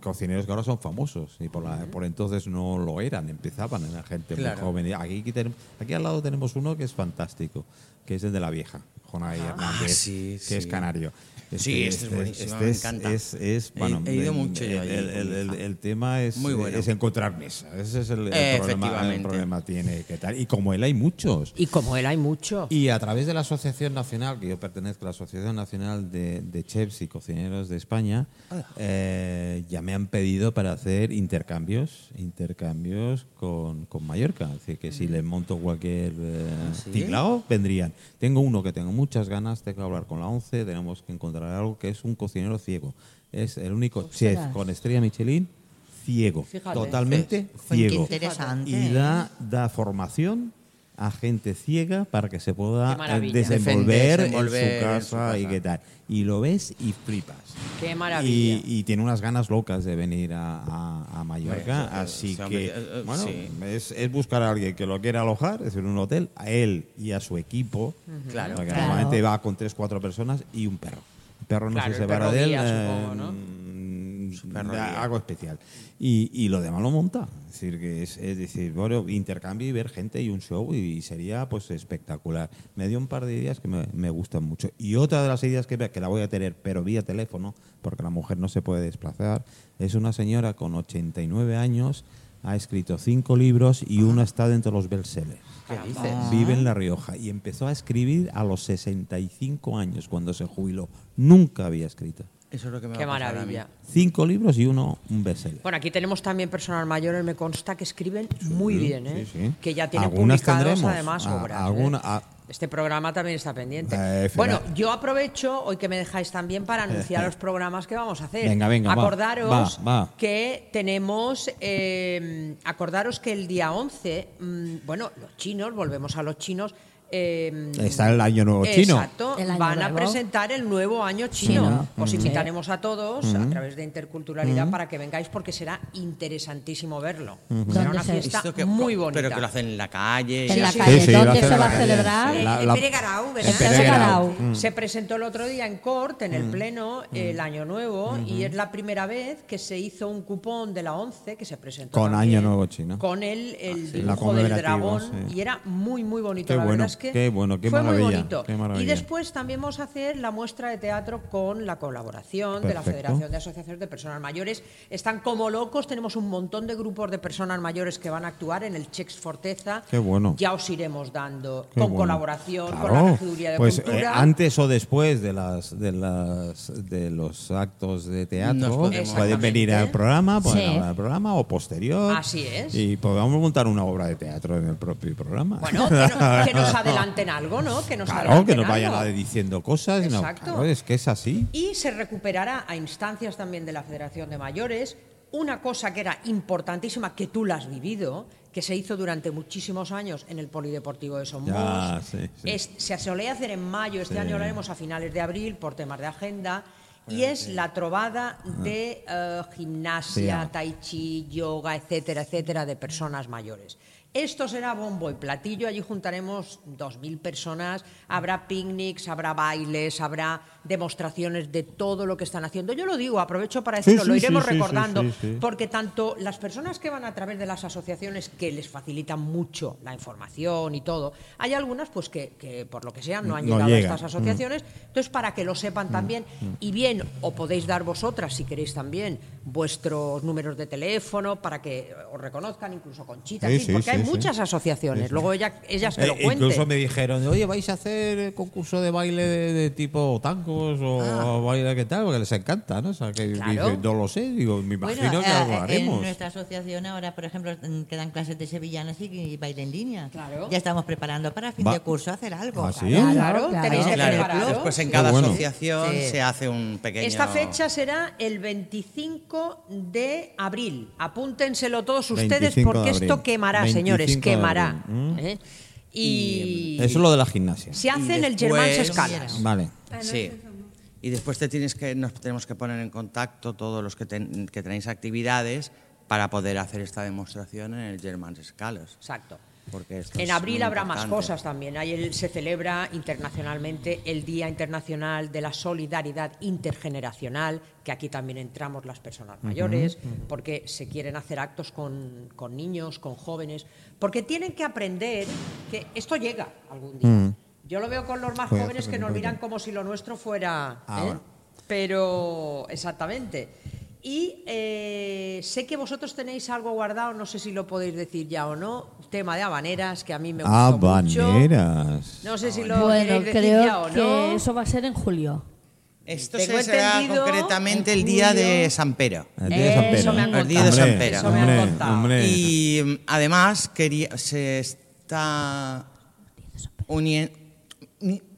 [SPEAKER 1] cocineros que ahora son famosos y por, la- por entonces no lo eran, empezaban, era gente
[SPEAKER 4] Claro.
[SPEAKER 1] muy joven. Y Aquí, que tenem- aquí al lado tenemos uno que es fantástico, que es el de la vieja, Jonay Hernández,
[SPEAKER 4] sí,
[SPEAKER 1] que
[SPEAKER 4] Ah, sí.
[SPEAKER 1] es canario.
[SPEAKER 4] Sí, este es buenísimo, me encanta.
[SPEAKER 1] es- es-
[SPEAKER 4] He-
[SPEAKER 1] bueno,
[SPEAKER 4] he ido
[SPEAKER 1] el-
[SPEAKER 4] mucho yo
[SPEAKER 1] el-
[SPEAKER 4] allí
[SPEAKER 1] el-
[SPEAKER 4] con mi
[SPEAKER 1] el-
[SPEAKER 4] hija.
[SPEAKER 1] el tema es,
[SPEAKER 4] Muy bueno.
[SPEAKER 1] es encontrar mesa. Ese es el, el
[SPEAKER 4] Eh,
[SPEAKER 1] problema, el
[SPEAKER 4] efectivamente.
[SPEAKER 1] problema tiene que tal. Y como él hay muchos.
[SPEAKER 2] Y como él hay mucho.
[SPEAKER 1] Y a través de la Asociación Nacional, que yo pertenezco a la Asociación Nacional de, de Chefs y Cocineros de España, eh, ya me han pedido para hacer intercambios, intercambios con, con Mallorca. Es decir, que si les monto cualquier eh, tinglao, vendrían. Tengo uno que tengo muchas ganas, tengo que hablar con la 11, tenemos que encontrar algo que es un cocinero ciego. Es el único chef con estrella Michelin ciego,
[SPEAKER 2] Fíjate.
[SPEAKER 1] totalmente
[SPEAKER 5] Fue
[SPEAKER 1] ciego.
[SPEAKER 5] interesante.
[SPEAKER 1] Y da,
[SPEAKER 2] ¿eh?
[SPEAKER 1] da formación a gente ciega para que se pueda
[SPEAKER 2] Qué maravilla.
[SPEAKER 1] eh, desenvolver,
[SPEAKER 4] Desenvolver
[SPEAKER 1] en, su casa
[SPEAKER 4] en su casa.
[SPEAKER 1] y qué tal. Y lo ves y flipas.
[SPEAKER 2] Qué maravilla.
[SPEAKER 1] Y, y tiene unas ganas locas de venir a, a- a Mallorca,
[SPEAKER 4] Hombre,
[SPEAKER 1] así
[SPEAKER 4] se ha
[SPEAKER 1] que
[SPEAKER 4] metido- eh, eh,
[SPEAKER 1] bueno,
[SPEAKER 4] sí.
[SPEAKER 1] es, es buscar a alguien que lo quiera alojar, es decir, un hotel, a él y a su equipo,
[SPEAKER 4] Claro.
[SPEAKER 1] porque
[SPEAKER 3] Claro.
[SPEAKER 1] normalmente va con tres, cuatro personas y un perro. Un perro no
[SPEAKER 2] Claro,
[SPEAKER 1] sé
[SPEAKER 2] el
[SPEAKER 1] si se separa
[SPEAKER 2] perro
[SPEAKER 1] de él,
[SPEAKER 2] guía,
[SPEAKER 1] eh,
[SPEAKER 2] supongo, ¿no?
[SPEAKER 1] mm,
[SPEAKER 4] perro
[SPEAKER 1] da-
[SPEAKER 4] guía.
[SPEAKER 1] algo especial. Y, y lo demás lo monta. Es decir, que es, es decir, bueno, intercambio y ver gente y un show y, sería pues espectacular. Me dio un par de ideas que me, me gustan mucho. Y otra de las ideas que, que la voy a tener, pero vía teléfono, porque la mujer no se puede desplazar, es una señora con 89 años, ha escrito cinco libros y uno está dentro de los bestsellers.
[SPEAKER 4] ¿Qué dices?
[SPEAKER 1] Vive en La Rioja y empezó a escribir a los 65 años cuando se jubiló. Nunca había escrito.
[SPEAKER 4] Eso es lo que me
[SPEAKER 2] Qué
[SPEAKER 4] va a pasar a mí.
[SPEAKER 2] maravilla.
[SPEAKER 1] Cinco libros y uno un bestseller.
[SPEAKER 2] Bueno, aquí tenemos también personal mayores, me consta que escriben muy bien, ¿eh?
[SPEAKER 1] sí, sí.
[SPEAKER 2] que ya tienen
[SPEAKER 1] Algunas
[SPEAKER 2] publicados
[SPEAKER 1] tendremos,
[SPEAKER 2] además
[SPEAKER 1] a-
[SPEAKER 2] obras.
[SPEAKER 1] alguna-
[SPEAKER 2] ¿eh?
[SPEAKER 1] a-
[SPEAKER 2] Este programa también está pendiente.
[SPEAKER 1] Eh, fina-
[SPEAKER 2] bueno, yo aprovecho hoy que me dejáis también para anunciar los programas que vamos a hacer.
[SPEAKER 1] Venga, venga, va,
[SPEAKER 2] Acordaros
[SPEAKER 1] va, va.
[SPEAKER 2] que tenemos, eh, acordaros que el día 11, mm, bueno, los chinos, volvemos a los chinos. eh,
[SPEAKER 1] Está el Año Nuevo Chino.
[SPEAKER 2] Exacto.
[SPEAKER 6] El año
[SPEAKER 2] Van a
[SPEAKER 6] nuevo.
[SPEAKER 2] presentar el nuevo año chino.
[SPEAKER 6] Chino.
[SPEAKER 2] Os
[SPEAKER 6] Mm.
[SPEAKER 2] invitaremos a todos
[SPEAKER 1] Mm.
[SPEAKER 2] a través de interculturalidad para que vengáis porque será interesantísimo verlo. Será
[SPEAKER 1] Mm-hmm.
[SPEAKER 6] ¿Dónde
[SPEAKER 2] una
[SPEAKER 6] se-
[SPEAKER 2] fiesta
[SPEAKER 4] Esto que-
[SPEAKER 2] muy bonita.
[SPEAKER 4] Pero que lo hacen en la calle.
[SPEAKER 6] En
[SPEAKER 4] y
[SPEAKER 6] la
[SPEAKER 4] así.
[SPEAKER 6] calle,
[SPEAKER 1] Sí, sí, lo
[SPEAKER 6] ¿dónde
[SPEAKER 1] hacen en
[SPEAKER 6] se va
[SPEAKER 1] la
[SPEAKER 6] a
[SPEAKER 1] calle.
[SPEAKER 6] celebrar?
[SPEAKER 1] La-
[SPEAKER 7] En Pere Garau, ¿verdad?
[SPEAKER 1] en Pere
[SPEAKER 6] Pere
[SPEAKER 1] Garau.
[SPEAKER 6] Garau.
[SPEAKER 2] Se presentó el otro día en Cort, en
[SPEAKER 1] Mm.
[SPEAKER 2] el Pleno, el Año Nuevo,
[SPEAKER 1] Mm-hmm.
[SPEAKER 2] y es la primera vez que se hizo un cupón de la 11 que se presentó.
[SPEAKER 1] Con
[SPEAKER 2] también,
[SPEAKER 1] Año Nuevo Chino.
[SPEAKER 2] Con el, el
[SPEAKER 1] sí. La
[SPEAKER 2] dibujo del
[SPEAKER 1] conmemorativa,
[SPEAKER 2] dragón,
[SPEAKER 1] sí.
[SPEAKER 2] y era muy, muy bonito.
[SPEAKER 1] Qué
[SPEAKER 2] la
[SPEAKER 1] bueno,
[SPEAKER 2] verdad es que
[SPEAKER 1] qué bueno, qué
[SPEAKER 2] fue muy
[SPEAKER 1] maravilla,
[SPEAKER 2] bonito.
[SPEAKER 1] qué maravilla.
[SPEAKER 2] Y después también vamos a hacer la muestra de teatro con la colaboración de la
[SPEAKER 1] Perfecto.
[SPEAKER 2] Federación de Asociaciones de Personas Mayores. Están como locos, tenemos un montón de grupos de personas mayores que van a actuar en el Chex Forteza.
[SPEAKER 1] Qué bueno.
[SPEAKER 2] Ya os iremos dando
[SPEAKER 1] Qué
[SPEAKER 2] con
[SPEAKER 1] bueno.
[SPEAKER 2] colaboración, con
[SPEAKER 1] Claro.
[SPEAKER 2] la regiduría de
[SPEAKER 1] pues, eh,
[SPEAKER 2] Cultura.
[SPEAKER 1] antes o después de las de las de los actos de
[SPEAKER 4] Nos
[SPEAKER 1] teatro
[SPEAKER 4] podemos-
[SPEAKER 1] pueden venir
[SPEAKER 2] Exactamente.
[SPEAKER 1] al programa, pueden
[SPEAKER 6] Sí.
[SPEAKER 1] hablar al programa o posterior.
[SPEAKER 2] Así es.
[SPEAKER 1] Y podamos montar una obra de teatro en el propio programa.
[SPEAKER 2] Bueno, que, no- que nos adelanten algo, ¿no? Que nos
[SPEAKER 1] claro,
[SPEAKER 2] adelanten
[SPEAKER 1] que nos vayan
[SPEAKER 2] algo.
[SPEAKER 1] a- diciendo cosas, no,
[SPEAKER 2] Exacto.
[SPEAKER 1] claro, es que es así.
[SPEAKER 2] Y se recuperará a instancias también de la Federación de Mayores una cosa que era importantísima, que tú la has vivido, que se hizo durante muchísimos años en el Polideportivo de Somos.
[SPEAKER 1] Ya, sí, sí.
[SPEAKER 2] Es- se solía hacer en mayo, este
[SPEAKER 1] Sí.
[SPEAKER 2] año lo haremos a finales de abril por temas de agenda. Y es la trovada de eh, gimnasia,
[SPEAKER 1] Sí.
[SPEAKER 2] tai chi, yoga, etcétera, etcétera, de personas mayores. Esto será bombo y platillo, allí juntaremos 2.000 personas, habrá picnics, habrá bailes, habrá demostraciones de todo lo que están haciendo. Yo lo digo, aprovecho para
[SPEAKER 1] Sí,
[SPEAKER 2] decirlo,
[SPEAKER 1] sí,
[SPEAKER 2] lo
[SPEAKER 1] sí,
[SPEAKER 2] iremos
[SPEAKER 1] sí, sí,
[SPEAKER 2] recordando,
[SPEAKER 1] sí, sí.
[SPEAKER 2] porque tanto las personas que van a través de las asociaciones que les facilitan mucho la información y todo, hay algunas pues que, que por lo que sea no han
[SPEAKER 1] No
[SPEAKER 2] llegado
[SPEAKER 1] llegan. Mm.
[SPEAKER 2] a estas asociaciones, entonces para que lo sepan también y bien o podéis dar vosotras si queréis también vuestros números de teléfono para que eh, os reconozcan incluso con chita,
[SPEAKER 1] Sí,
[SPEAKER 2] en fin,
[SPEAKER 1] sí,
[SPEAKER 2] porque hay
[SPEAKER 1] sí, sí, sí.
[SPEAKER 2] muchas asociaciones. Luego ella, ellas que
[SPEAKER 1] Eh,
[SPEAKER 2] lo cuenten.
[SPEAKER 1] incluso me dijeron, oye, vais a hacer eh, concurso de baile de, de tipo tangos o baile que tal, porque les encanta, ¿no? O sea, que
[SPEAKER 2] Ah. Claro.
[SPEAKER 1] dicen, no lo sé, digo, me imagino que
[SPEAKER 8] eh,
[SPEAKER 1] algo
[SPEAKER 8] eh, en
[SPEAKER 1] haremos.
[SPEAKER 8] nuestra asociación ahora, por ejemplo, mm, quedan clases de sevillanas y, y baile en línea.
[SPEAKER 2] Claro.
[SPEAKER 8] Ya estamos preparando para fin
[SPEAKER 1] Va-
[SPEAKER 8] de curso hacer algo.
[SPEAKER 1] ¿Ah, sí?
[SPEAKER 2] Claro,
[SPEAKER 6] Claro,
[SPEAKER 2] tenéis que
[SPEAKER 6] claro.
[SPEAKER 4] Claro,
[SPEAKER 2] prepararos.
[SPEAKER 4] después en cada
[SPEAKER 1] Qué bueno.
[SPEAKER 4] asociación
[SPEAKER 8] Sí.
[SPEAKER 4] se hace un pequeño...
[SPEAKER 2] Esta fecha será el 25 de abril. Apúntenselo todos
[SPEAKER 1] 25
[SPEAKER 2] ustedes
[SPEAKER 1] de
[SPEAKER 2] porque
[SPEAKER 1] abril.
[SPEAKER 2] esto quemará,
[SPEAKER 1] 25
[SPEAKER 2] señores,
[SPEAKER 1] de
[SPEAKER 2] quemará.
[SPEAKER 1] abril. Mm.
[SPEAKER 2] ¿eh? Y
[SPEAKER 1] Eso es lo de la gimnasia.
[SPEAKER 2] se hace en el
[SPEAKER 4] después-
[SPEAKER 2] Germán Escalas.
[SPEAKER 1] Vale.
[SPEAKER 4] Sí. Y después te tienes que, nos tenemos que poner en contacto todos los que, ten- que tenéis actividades para poder hacer esta demostración en el German Scalos.
[SPEAKER 2] Exacto.
[SPEAKER 4] Porque esto
[SPEAKER 2] En
[SPEAKER 4] es
[SPEAKER 2] abril
[SPEAKER 4] muy
[SPEAKER 2] habrá más
[SPEAKER 4] importante.
[SPEAKER 2] cosas también. Ayer se celebra internacionalmente el Día Internacional de la Solidaridad Intergeneracional, que aquí también entramos las personas mayores, porque se quieren hacer actos con, con niños, con jóvenes, porque tienen que aprender que esto llega algún día.
[SPEAKER 4] Mm.
[SPEAKER 2] Yo lo veo con los más
[SPEAKER 4] Pues
[SPEAKER 1] Voy a
[SPEAKER 2] jóvenes que
[SPEAKER 1] hacer un
[SPEAKER 2] nos miran
[SPEAKER 1] poquito.
[SPEAKER 2] como si lo nuestro fuera... ¿eh?
[SPEAKER 1] Ahora.
[SPEAKER 2] Pero, exactamente. Y eh, sé que vosotros tenéis algo guardado, no sé si lo podéis decir ya o no, tema de habaneras, que a mí me
[SPEAKER 1] Ah,
[SPEAKER 2] gustó mucho.
[SPEAKER 1] Habaneras.
[SPEAKER 2] No sé si lo
[SPEAKER 6] bueno,
[SPEAKER 2] queréis decir ya o
[SPEAKER 6] creo
[SPEAKER 2] no.
[SPEAKER 6] que eso va a ser en julio.
[SPEAKER 4] Esto
[SPEAKER 2] Tengo
[SPEAKER 4] se será
[SPEAKER 2] entendido
[SPEAKER 4] concretamente
[SPEAKER 2] en
[SPEAKER 4] el día
[SPEAKER 2] julio-
[SPEAKER 4] de San Pedro.
[SPEAKER 1] El día de San
[SPEAKER 2] Eso
[SPEAKER 1] Pedro.
[SPEAKER 2] me han
[SPEAKER 4] El día de
[SPEAKER 2] contado.
[SPEAKER 4] San Pedro.
[SPEAKER 2] Eso me han
[SPEAKER 1] Hombre,
[SPEAKER 2] contado.
[SPEAKER 1] hombre.
[SPEAKER 4] Y mm, además quería, se está uniendo...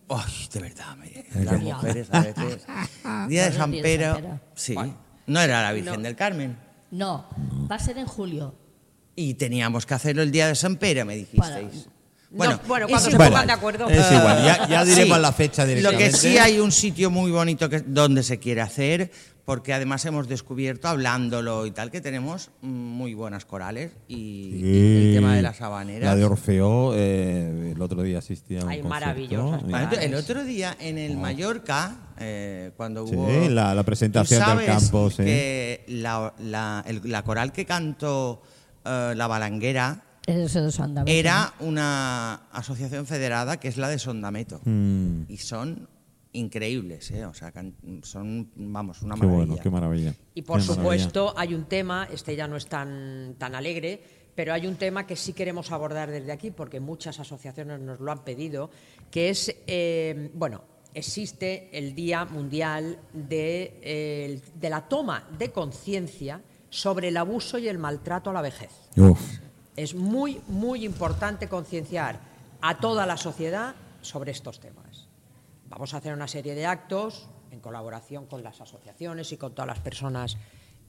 [SPEAKER 4] oh, de verdad! me- las mujeres a veces... Día de
[SPEAKER 6] Claro,
[SPEAKER 4] San
[SPEAKER 6] el día de San
[SPEAKER 4] Pedro.
[SPEAKER 6] Pedro.
[SPEAKER 4] Sí. No era la Virgen del Carmen.
[SPEAKER 6] No, va a ser en julio.
[SPEAKER 4] Y teníamos que hacerlo el día de San Pedro, me dijisteis.
[SPEAKER 2] No, bueno,
[SPEAKER 4] es
[SPEAKER 2] cuando se
[SPEAKER 4] igual.
[SPEAKER 2] pongan de acuerdo.
[SPEAKER 1] Es
[SPEAKER 2] Eh,
[SPEAKER 1] igual, ya, ya diremos
[SPEAKER 4] Sí.
[SPEAKER 1] la fecha
[SPEAKER 4] Lo
[SPEAKER 1] directamente.
[SPEAKER 4] que sí hay un sitio muy bonito que, donde se quiere hacer, porque además hemos descubierto, hablándolo y tal, que tenemos muy buenas corales y, y el tema de las habaneras.
[SPEAKER 1] La de Orfeo, eh, el otro día asistí a un
[SPEAKER 2] Ay,
[SPEAKER 1] concierto.
[SPEAKER 2] maravillosas ¿eh?
[SPEAKER 1] Y-
[SPEAKER 4] Bueno, El otro día en el Mallorca, eh, cuando
[SPEAKER 1] Sí,
[SPEAKER 4] hubo.
[SPEAKER 1] la- la presentación
[SPEAKER 4] Tú
[SPEAKER 1] del
[SPEAKER 4] sabes
[SPEAKER 1] campo, sí.
[SPEAKER 4] Que la, la- el- la coral que cantó eh, la balanguera
[SPEAKER 6] Eso de Sondameto.
[SPEAKER 4] era una asociación federada que es la de Sondameto.
[SPEAKER 1] Mm.
[SPEAKER 4] Y son increíbles, ¿eh? O sea, can- son, vamos, una
[SPEAKER 1] Qué
[SPEAKER 4] maravilla.
[SPEAKER 1] bueno, qué maravilla.
[SPEAKER 2] Y por
[SPEAKER 1] Qué maravilla.
[SPEAKER 2] supuesto hay un tema, este ya no es tan, tan alegre, pero hay un tema que sí queremos abordar desde aquí, porque muchas asociaciones nos lo han pedido, que es, eh, bueno, existe el Día Mundial de, eh, el- de la Toma de Conciencia sobre el abuso y el maltrato a la vejez.
[SPEAKER 1] Uf.
[SPEAKER 2] Es muy, muy importante concienciar a toda la sociedad sobre estos temas. Vamos a hacer una serie de actos en colaboración con las asociaciones y con todas las personas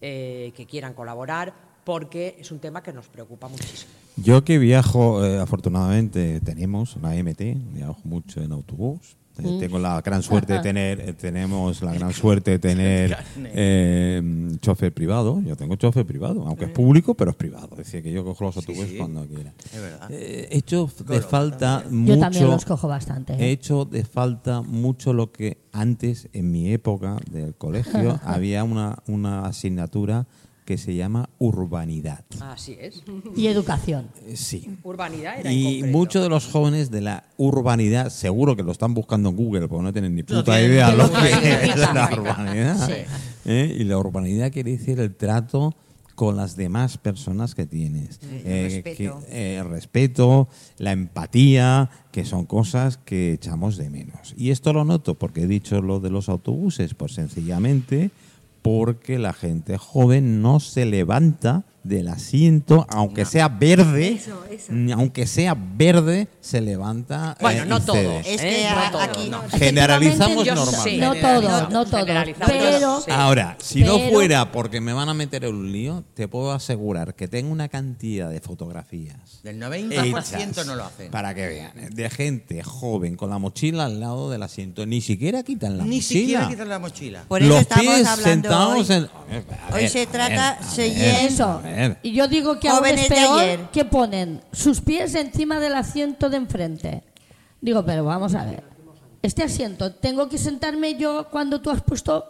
[SPEAKER 2] eh, que quieran colaborar, porque es un tema que nos preocupa muchísimo.
[SPEAKER 1] Yo que viajo, eh, afortunadamente tenemos una MT, viajo mucho en autobús. Eh, Tengo la gran suerte de tener, eh, tenemos la gran suerte de tener eh, mm, chofer privado. Yo tengo chofer privado, aunque es público, pero es privado. Es decir, que yo cojo los autobuses cuando quiera.
[SPEAKER 4] Es verdad.
[SPEAKER 1] Eh, he hecho de falta mucho.
[SPEAKER 6] Yo también los cojo bastante. ¿eh?
[SPEAKER 1] He hecho de falta mucho lo que antes, en mi época del colegio, había una, una asignatura que se llama urbanidad.
[SPEAKER 2] Así es.
[SPEAKER 6] Y educación.
[SPEAKER 1] Eh, Sí.
[SPEAKER 2] Urbanidad era en
[SPEAKER 1] Y
[SPEAKER 2] concreto.
[SPEAKER 1] muchos de los jóvenes de la urbanidad, seguro que lo están buscando en Google, porque no tienen ni puta
[SPEAKER 4] tienen
[SPEAKER 1] idea
[SPEAKER 4] ni
[SPEAKER 1] lo
[SPEAKER 4] puta
[SPEAKER 1] que
[SPEAKER 4] idea.
[SPEAKER 1] es la
[SPEAKER 6] Sí.
[SPEAKER 1] urbanidad.
[SPEAKER 6] Sí.
[SPEAKER 1] ¿eh? Y la urbanidad quiere decir el trato con las demás personas que tienes. Eh,
[SPEAKER 8] respeto.
[SPEAKER 1] que- eh, el respeto, la empatía, que son cosas que echamos de menos. Y esto lo noto porque he dicho lo de los autobuses, pues sencillamente porque la gente joven no se levanta del asiento, aunque sea verde,
[SPEAKER 7] Eso, eso.
[SPEAKER 1] ni aunque sea verde, se levanta.
[SPEAKER 2] Bueno,
[SPEAKER 1] eh,
[SPEAKER 2] no
[SPEAKER 1] y
[SPEAKER 2] todos,
[SPEAKER 1] cede.
[SPEAKER 8] Es
[SPEAKER 2] ¿eh?
[SPEAKER 8] que
[SPEAKER 2] No
[SPEAKER 8] a-
[SPEAKER 2] todos,
[SPEAKER 8] aquí
[SPEAKER 2] no.
[SPEAKER 1] Generalizamos
[SPEAKER 2] Yo sí,
[SPEAKER 1] normalmente.
[SPEAKER 6] No todo, no todo.
[SPEAKER 2] Generalizamos,
[SPEAKER 6] Pero
[SPEAKER 2] sí.
[SPEAKER 1] Ahora, si no
[SPEAKER 6] Pero-
[SPEAKER 1] fuera porque me van a meter en un lío, te puedo asegurar que tengo una cantidad de fotografías
[SPEAKER 4] Del
[SPEAKER 1] hechas,
[SPEAKER 4] 90% no lo hacen.
[SPEAKER 1] Eh, Para que vean, eh, de gente joven con la mochila al lado del asiento, ni siquiera quitan la
[SPEAKER 4] Ni
[SPEAKER 1] mochila. Pues
[SPEAKER 4] siquiera quitan la mochila.
[SPEAKER 8] Por eso
[SPEAKER 1] Los
[SPEAKER 8] estamos
[SPEAKER 1] pies
[SPEAKER 8] hablando
[SPEAKER 1] sentados
[SPEAKER 8] hoy.
[SPEAKER 1] en. a ver, a
[SPEAKER 8] Hoy
[SPEAKER 1] ver,
[SPEAKER 8] se
[SPEAKER 1] a ver,
[SPEAKER 8] trata-
[SPEAKER 1] a
[SPEAKER 8] se
[SPEAKER 1] ver,
[SPEAKER 8] llena-
[SPEAKER 1] a
[SPEAKER 6] Eso.
[SPEAKER 1] ver.
[SPEAKER 6] Y yo digo que aún
[SPEAKER 8] Jóvenes
[SPEAKER 6] es
[SPEAKER 8] de
[SPEAKER 6] peor
[SPEAKER 8] ayer.
[SPEAKER 6] que ponen sus pies encima del asiento de enfrente. Digo, pero vamos a ver. Este asiento, ¿tengo que sentarme yo cuando tú has puesto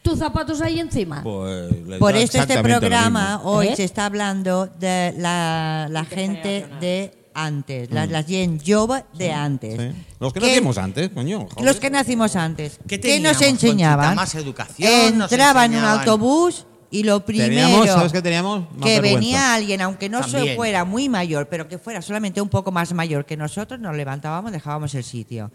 [SPEAKER 6] tus zapatos ahí encima?
[SPEAKER 1] Pues, les
[SPEAKER 5] Por
[SPEAKER 1] da
[SPEAKER 5] esto este
[SPEAKER 1] exactamente lo
[SPEAKER 5] programa
[SPEAKER 1] mismo.
[SPEAKER 5] hoy
[SPEAKER 6] ¿Eh?
[SPEAKER 5] se está hablando de la, la gente de antes, la, la Gen Jova de antes.
[SPEAKER 1] Mm. Sí. Los que
[SPEAKER 5] ¿Qué-
[SPEAKER 1] nacimos antes, coño. joder.
[SPEAKER 5] Los que nacimos antes.
[SPEAKER 4] ¿Qué
[SPEAKER 5] ¿Qué nos
[SPEAKER 4] teníamos,
[SPEAKER 5] enseñaban?
[SPEAKER 4] Conchita? Más educación, nos
[SPEAKER 5] Entraba en un
[SPEAKER 4] enseñaban-
[SPEAKER 5] autobús Y lo primero
[SPEAKER 1] Teníamos, ¿sabes qué teníamos? Más
[SPEAKER 5] que
[SPEAKER 1] vergüenza.
[SPEAKER 5] venía alguien, aunque no se
[SPEAKER 4] También.
[SPEAKER 5] fuera muy mayor, pero que fuera solamente un poco más mayor que nosotros, nos levantábamos, dejábamos el sitio.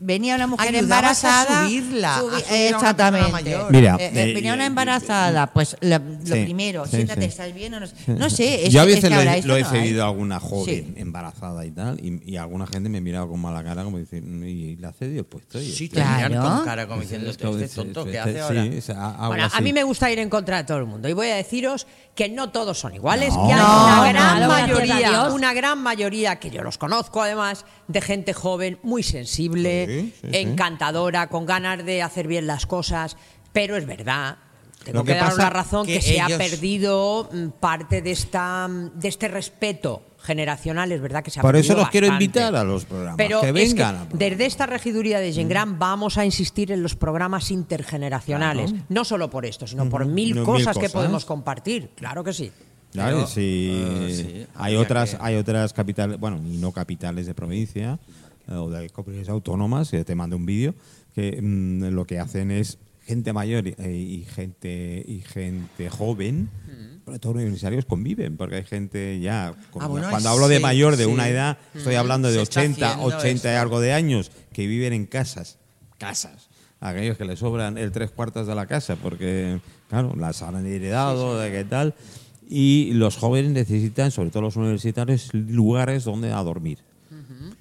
[SPEAKER 5] Venía una mujer
[SPEAKER 4] Ayudabas a
[SPEAKER 5] embarazada.
[SPEAKER 4] subirla, a subir a una persona
[SPEAKER 5] exactamente.
[SPEAKER 4] mayor.
[SPEAKER 1] Mira,
[SPEAKER 5] Eh, eh,
[SPEAKER 1] eh,
[SPEAKER 5] venía una
[SPEAKER 1] eh,
[SPEAKER 5] embarazada, pues la- lo
[SPEAKER 1] Sí,
[SPEAKER 5] primero,
[SPEAKER 1] sí,
[SPEAKER 5] siéntate,
[SPEAKER 1] sí.
[SPEAKER 5] ¿estás bien o no? No sé, es
[SPEAKER 1] Yo a
[SPEAKER 5] este que- es
[SPEAKER 1] veces
[SPEAKER 5] que
[SPEAKER 1] lo,
[SPEAKER 5] ahora
[SPEAKER 1] he-
[SPEAKER 5] esto
[SPEAKER 1] lo he
[SPEAKER 5] no hay.
[SPEAKER 1] cedido a alguna joven
[SPEAKER 5] Sí.
[SPEAKER 1] embarazada y tal, y, y alguna gente me miraba con mala cara como dice, "Mm, ¿y la cedio? Pues estoy.
[SPEAKER 4] Sí, te
[SPEAKER 5] Claro.
[SPEAKER 4] miran con cara como diciendo,
[SPEAKER 1] Pues Es como
[SPEAKER 4] este
[SPEAKER 1] dice,
[SPEAKER 4] tonto, ¿qué
[SPEAKER 1] este-
[SPEAKER 4] hace ahora?
[SPEAKER 1] Sí, o sea, algo
[SPEAKER 2] Bueno, a
[SPEAKER 1] así.
[SPEAKER 2] mí me gusta ir en contra de todo el mundo y voy a deciros que no todos son iguales,
[SPEAKER 1] No.
[SPEAKER 2] que hay
[SPEAKER 1] No,
[SPEAKER 2] una
[SPEAKER 6] no,
[SPEAKER 2] gran
[SPEAKER 6] no, gracias a
[SPEAKER 2] mayoría,
[SPEAKER 6] Dios.
[SPEAKER 2] una gran mayoría que yo los conozco además de gente joven, muy sensible,
[SPEAKER 1] Sí, sí, sí.
[SPEAKER 2] encantadora, con ganas de hacer bien las cosas, pero es verdad. Tengo
[SPEAKER 1] Lo
[SPEAKER 2] que,
[SPEAKER 1] que
[SPEAKER 2] dar
[SPEAKER 1] pasa
[SPEAKER 2] una razón que,
[SPEAKER 4] que
[SPEAKER 2] se ha
[SPEAKER 4] ellos-
[SPEAKER 2] perdido mm, parte de esta mm, de este respeto generacional, es verdad que se ha
[SPEAKER 1] Por eso
[SPEAKER 2] perdido
[SPEAKER 1] los quiero
[SPEAKER 2] bastante.
[SPEAKER 1] invitar a los programas,
[SPEAKER 2] Pero
[SPEAKER 1] que
[SPEAKER 2] es
[SPEAKER 1] vengan al programa.
[SPEAKER 2] desde esta regiduría de Gengran
[SPEAKER 1] Mm.
[SPEAKER 2] vamos a insistir en los programas intergeneracionales. No solo por esto, sino por mil,
[SPEAKER 1] Mm, No, mil
[SPEAKER 2] cosas, que
[SPEAKER 1] cosas.
[SPEAKER 2] podemos compartir. Claro que sí.
[SPEAKER 1] Claro,
[SPEAKER 4] Pero,
[SPEAKER 1] sí.
[SPEAKER 4] eh, sí,
[SPEAKER 1] hay
[SPEAKER 4] habría
[SPEAKER 1] otras,
[SPEAKER 4] que-
[SPEAKER 1] hay otras capitales, bueno, y no capitales de provincia eh, o de comunidades autónomas, eh, te mando un vídeo, que mm, lo que hacen es gente mayor y, eh, y gente y gente joven, sobre todo universitarios, conviven, porque hay gente ya, con-
[SPEAKER 4] Mm. Ah, bueno,
[SPEAKER 1] cuando
[SPEAKER 4] hay-
[SPEAKER 1] hablo de
[SPEAKER 4] sí,
[SPEAKER 1] mayor de
[SPEAKER 4] sí.
[SPEAKER 1] una edad, estoy hablando de
[SPEAKER 4] Mm, Se está
[SPEAKER 1] 80,
[SPEAKER 4] haciendo
[SPEAKER 1] 80 y
[SPEAKER 4] esto.
[SPEAKER 1] algo de años, que viven en casas, casas. Aquellos que les sobran el tres cuartas de la casa, porque, claro, las han heredado, de qué tal. Y los jóvenes necesitan, sobre todo los universitarios, lugares donde a dormir.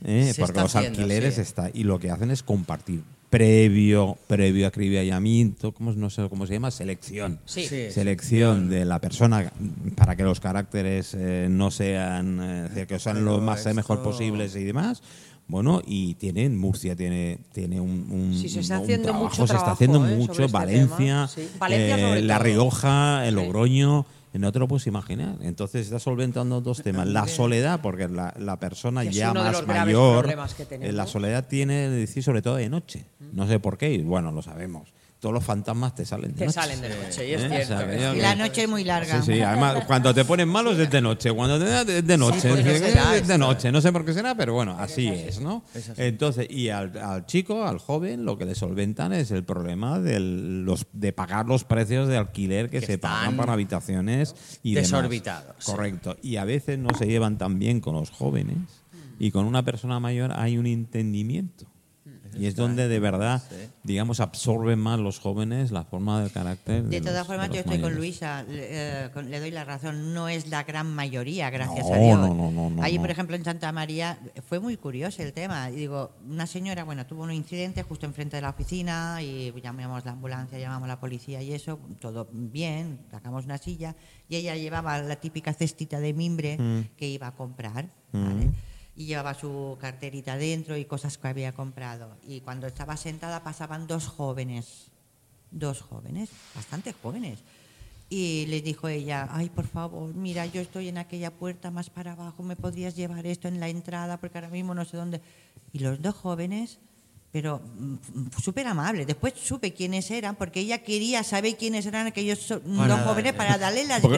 [SPEAKER 1] ¿eh?
[SPEAKER 4] Se
[SPEAKER 1] Porque
[SPEAKER 4] está
[SPEAKER 1] los
[SPEAKER 4] haciendo,
[SPEAKER 1] alquileres
[SPEAKER 4] sí.
[SPEAKER 1] está y lo que hacen es compartir previo previo acribillamiento, ¿cómo, es? no sé cómo se llama, selección
[SPEAKER 2] Sí.
[SPEAKER 4] Sí.
[SPEAKER 1] selección de la persona para que los caracteres eh, no sean eh, de que sean lo
[SPEAKER 4] Pero
[SPEAKER 1] más eh, mejor
[SPEAKER 4] esto-
[SPEAKER 1] posibles y demás bueno y tiene Murcia tiene tiene un, un-
[SPEAKER 2] Sí, se está
[SPEAKER 1] un
[SPEAKER 2] haciendo
[SPEAKER 1] trabajo,
[SPEAKER 2] mucho
[SPEAKER 1] se está
[SPEAKER 2] trabajo,
[SPEAKER 1] haciendo
[SPEAKER 2] eh,
[SPEAKER 1] mucho
[SPEAKER 2] sobre este tema.
[SPEAKER 1] Valencia,
[SPEAKER 2] Sí. Valencia
[SPEAKER 1] eh,
[SPEAKER 2] sobre
[SPEAKER 1] la
[SPEAKER 2] todo.
[SPEAKER 1] Rioja el Logroño no te lo puedes imaginar. Entonces está solventando dos temas. La soledad, porque la, la persona
[SPEAKER 2] Que es
[SPEAKER 1] ya
[SPEAKER 2] uno de
[SPEAKER 1] más
[SPEAKER 2] los graves
[SPEAKER 1] mayor,
[SPEAKER 2] problemas que
[SPEAKER 1] eh,
[SPEAKER 2] tenemos.
[SPEAKER 1] la soledad tiene, decir, sobre todo de noche. No sé por qué, y bueno, lo sabemos. Todos los fantasmas te salen de
[SPEAKER 2] Que
[SPEAKER 1] noche.
[SPEAKER 2] salen de noche, y es
[SPEAKER 1] ¿Eh?
[SPEAKER 2] cierto.
[SPEAKER 1] Sabe,
[SPEAKER 2] que
[SPEAKER 1] yo
[SPEAKER 2] sí.
[SPEAKER 5] Y la noche es muy larga.
[SPEAKER 1] Sí, sí, además cuando te ponen malos es de noche, cuando te es de noche,
[SPEAKER 4] ¿por qué
[SPEAKER 1] es de-
[SPEAKER 4] será
[SPEAKER 1] es de
[SPEAKER 4] esto?
[SPEAKER 1] noche, no sé por qué será, pero bueno, así es, ¿no? Entonces, y al, al chico, al joven, lo que le solventan es el problema del- los, de pagar los precios de alquiler que,
[SPEAKER 4] Que
[SPEAKER 1] se pagan
[SPEAKER 4] están
[SPEAKER 1] para habitaciones y demás.
[SPEAKER 4] desorbitados, sí.
[SPEAKER 1] Correcto, y a veces no se llevan tan bien con los jóvenes y con una persona mayor hay un entendimiento. Y es donde de verdad, digamos, absorben más los jóvenes la forma del carácter.
[SPEAKER 5] De
[SPEAKER 1] los-
[SPEAKER 5] todas formas,
[SPEAKER 1] los
[SPEAKER 5] yo estoy con
[SPEAKER 1] mayores.
[SPEAKER 5] Luisa, le, eh, con- le doy la razón, no es la gran mayoría, gracias
[SPEAKER 1] No,
[SPEAKER 5] a Dios.
[SPEAKER 1] no, no, no, no,
[SPEAKER 5] Allí, por
[SPEAKER 1] no.
[SPEAKER 5] ejemplo, en Santa María fue muy curioso el tema. Y Digo, una señora, bueno, tuvo un incidente justo enfrente de la oficina y llamamos la ambulancia, llamamos a la policía y eso, todo bien, sacamos una silla y ella llevaba la típica cestita de mimbre
[SPEAKER 1] Mm.
[SPEAKER 5] que iba a comprar, ¿vale? Y llevaba su carterita dentro y cosas que había comprado. Y cuando estaba sentada pasaban dos jóvenes dos jóvenes, bastante jóvenes. Y les dijo ella, ay, por favor, mira, yo estoy en aquella puerta más para abajo, ¿me podrías llevar esto en la entrada? Porque ahora mismo no sé dónde. Y los dos jóvenes, pero mm, f- súper amables. Después supe quiénes eran, porque ella quería saber quiénes eran aquellos so- dos jóvenes para darle las
[SPEAKER 1] eh, Porque-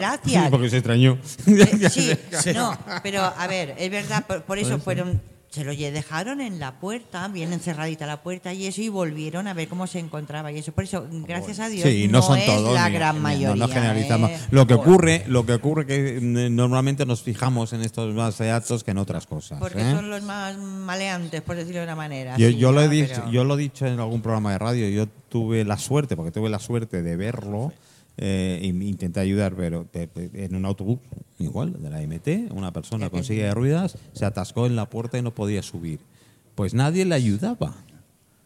[SPEAKER 5] gracias.
[SPEAKER 1] Porque se extrañó.
[SPEAKER 5] Eh, sí, no, pero a ver, es verdad, por, por eso fueron, se lo lle- dejaron en la puerta, bien encerradita la puerta y eso, y volvieron a ver cómo se encontraba y eso. Por eso, gracias a Dios,
[SPEAKER 1] Sí, no, son
[SPEAKER 5] es
[SPEAKER 1] todos.
[SPEAKER 5] la
[SPEAKER 1] ni-
[SPEAKER 5] gran
[SPEAKER 1] ni-
[SPEAKER 5] mayoría.
[SPEAKER 1] No, no generalizamos.
[SPEAKER 5] ¿eh?
[SPEAKER 1] Lo que ocurre, lo que ocurre que mm, normalmente nos fijamos en estos más actos que en otras cosas.
[SPEAKER 5] Porque
[SPEAKER 1] ¿eh?
[SPEAKER 5] son los más maleantes, por decirlo de una manera.
[SPEAKER 1] Yo,
[SPEAKER 5] sí,
[SPEAKER 1] yo lo he
[SPEAKER 5] ¿no?
[SPEAKER 1] dicho,
[SPEAKER 5] Pero-
[SPEAKER 1] yo lo he dicho en algún programa de radio, yo tuve la suerte, porque tuve la suerte de verlo, eh, y me intenté ayudar, pero pe- pe- en un autobús, igual, de la MT, una persona con silla de ruedas se atascó en la puerta y no podía subir. Pues nadie le ayudaba.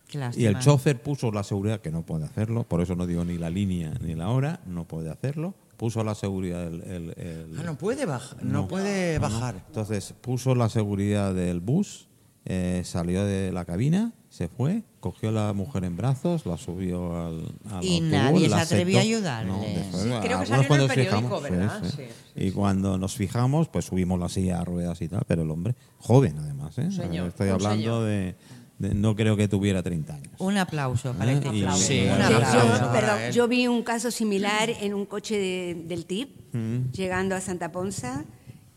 [SPEAKER 5] Qué lástima.
[SPEAKER 1] Y el chofer puso la seguridad, que no puede hacerlo, por eso no digo ni la línea ni la hora, no puede hacerlo, puso la seguridad el- el- el-
[SPEAKER 4] Ah, no puede bajar. No, puede bajar.
[SPEAKER 1] entonces puso la seguridad del bus, eh, salió de la cabina, se fue, cogió a la mujer en brazos, la subió al, al
[SPEAKER 5] Y
[SPEAKER 1] autobús,
[SPEAKER 5] nadie se
[SPEAKER 1] la
[SPEAKER 5] atrevió a
[SPEAKER 1] sentó.
[SPEAKER 5] ayudarle.
[SPEAKER 1] después,
[SPEAKER 2] creo
[SPEAKER 5] Sí,
[SPEAKER 2] que
[SPEAKER 1] algunos
[SPEAKER 2] salió en el
[SPEAKER 1] cuando nos
[SPEAKER 2] periódico,
[SPEAKER 1] fijamos, sí,
[SPEAKER 2] ¿verdad?
[SPEAKER 1] sí.
[SPEAKER 2] Sí,
[SPEAKER 1] y cuando nos fijamos, pues subimos la silla a ruedas y tal, pero el hombre, joven además, ¿eh?
[SPEAKER 2] señor,
[SPEAKER 1] estoy
[SPEAKER 2] un
[SPEAKER 1] hablando
[SPEAKER 2] señor.
[SPEAKER 1] de, de- no creo que tuviera 30 años.
[SPEAKER 5] Un aplauso para
[SPEAKER 1] ¿Eh?
[SPEAKER 5] este
[SPEAKER 1] Y-
[SPEAKER 5] aplauso.
[SPEAKER 1] Sí,
[SPEAKER 5] un
[SPEAKER 1] sí,
[SPEAKER 7] Yo,
[SPEAKER 1] Claro,
[SPEAKER 5] aplauso.
[SPEAKER 4] sí.
[SPEAKER 7] perdón,
[SPEAKER 4] Ahora, ¿eh?
[SPEAKER 7] yo vi un caso similar en un coche de- del TIP
[SPEAKER 4] Mm.
[SPEAKER 7] llegando a Santa Ponza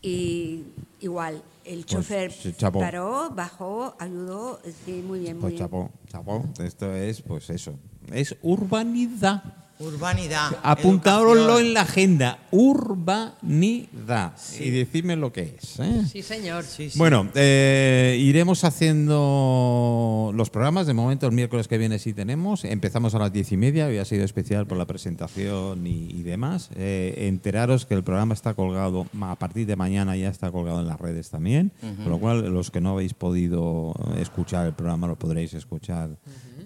[SPEAKER 7] y igual el
[SPEAKER 4] Pues
[SPEAKER 7] chofer
[SPEAKER 1] sí, chapó.
[SPEAKER 7] paró, bajó, ayudó, sí, muy bien, muy
[SPEAKER 1] Pues
[SPEAKER 7] bien.
[SPEAKER 1] chapó, chapó. Esto es, pues eso. Es urbanidad.
[SPEAKER 4] Urbanidad.
[SPEAKER 1] Apuntáoslo
[SPEAKER 4] educación.
[SPEAKER 1] en la agenda. Urbanidad. Y decidme lo que es. ¿eh?
[SPEAKER 2] Sí, señor. Sí,
[SPEAKER 1] Bueno, eh, iremos haciendo los programas. De momento, el miércoles que viene sí tenemos. Empezamos a las diez y media. Hoy ha sido especial por la presentación y, y demás. Eh, enteraros que el programa está colgado ma- a partir de mañana, ya está colgado en las redes también. Con lo cual, los que no habéis podido escuchar el programa lo podréis escuchar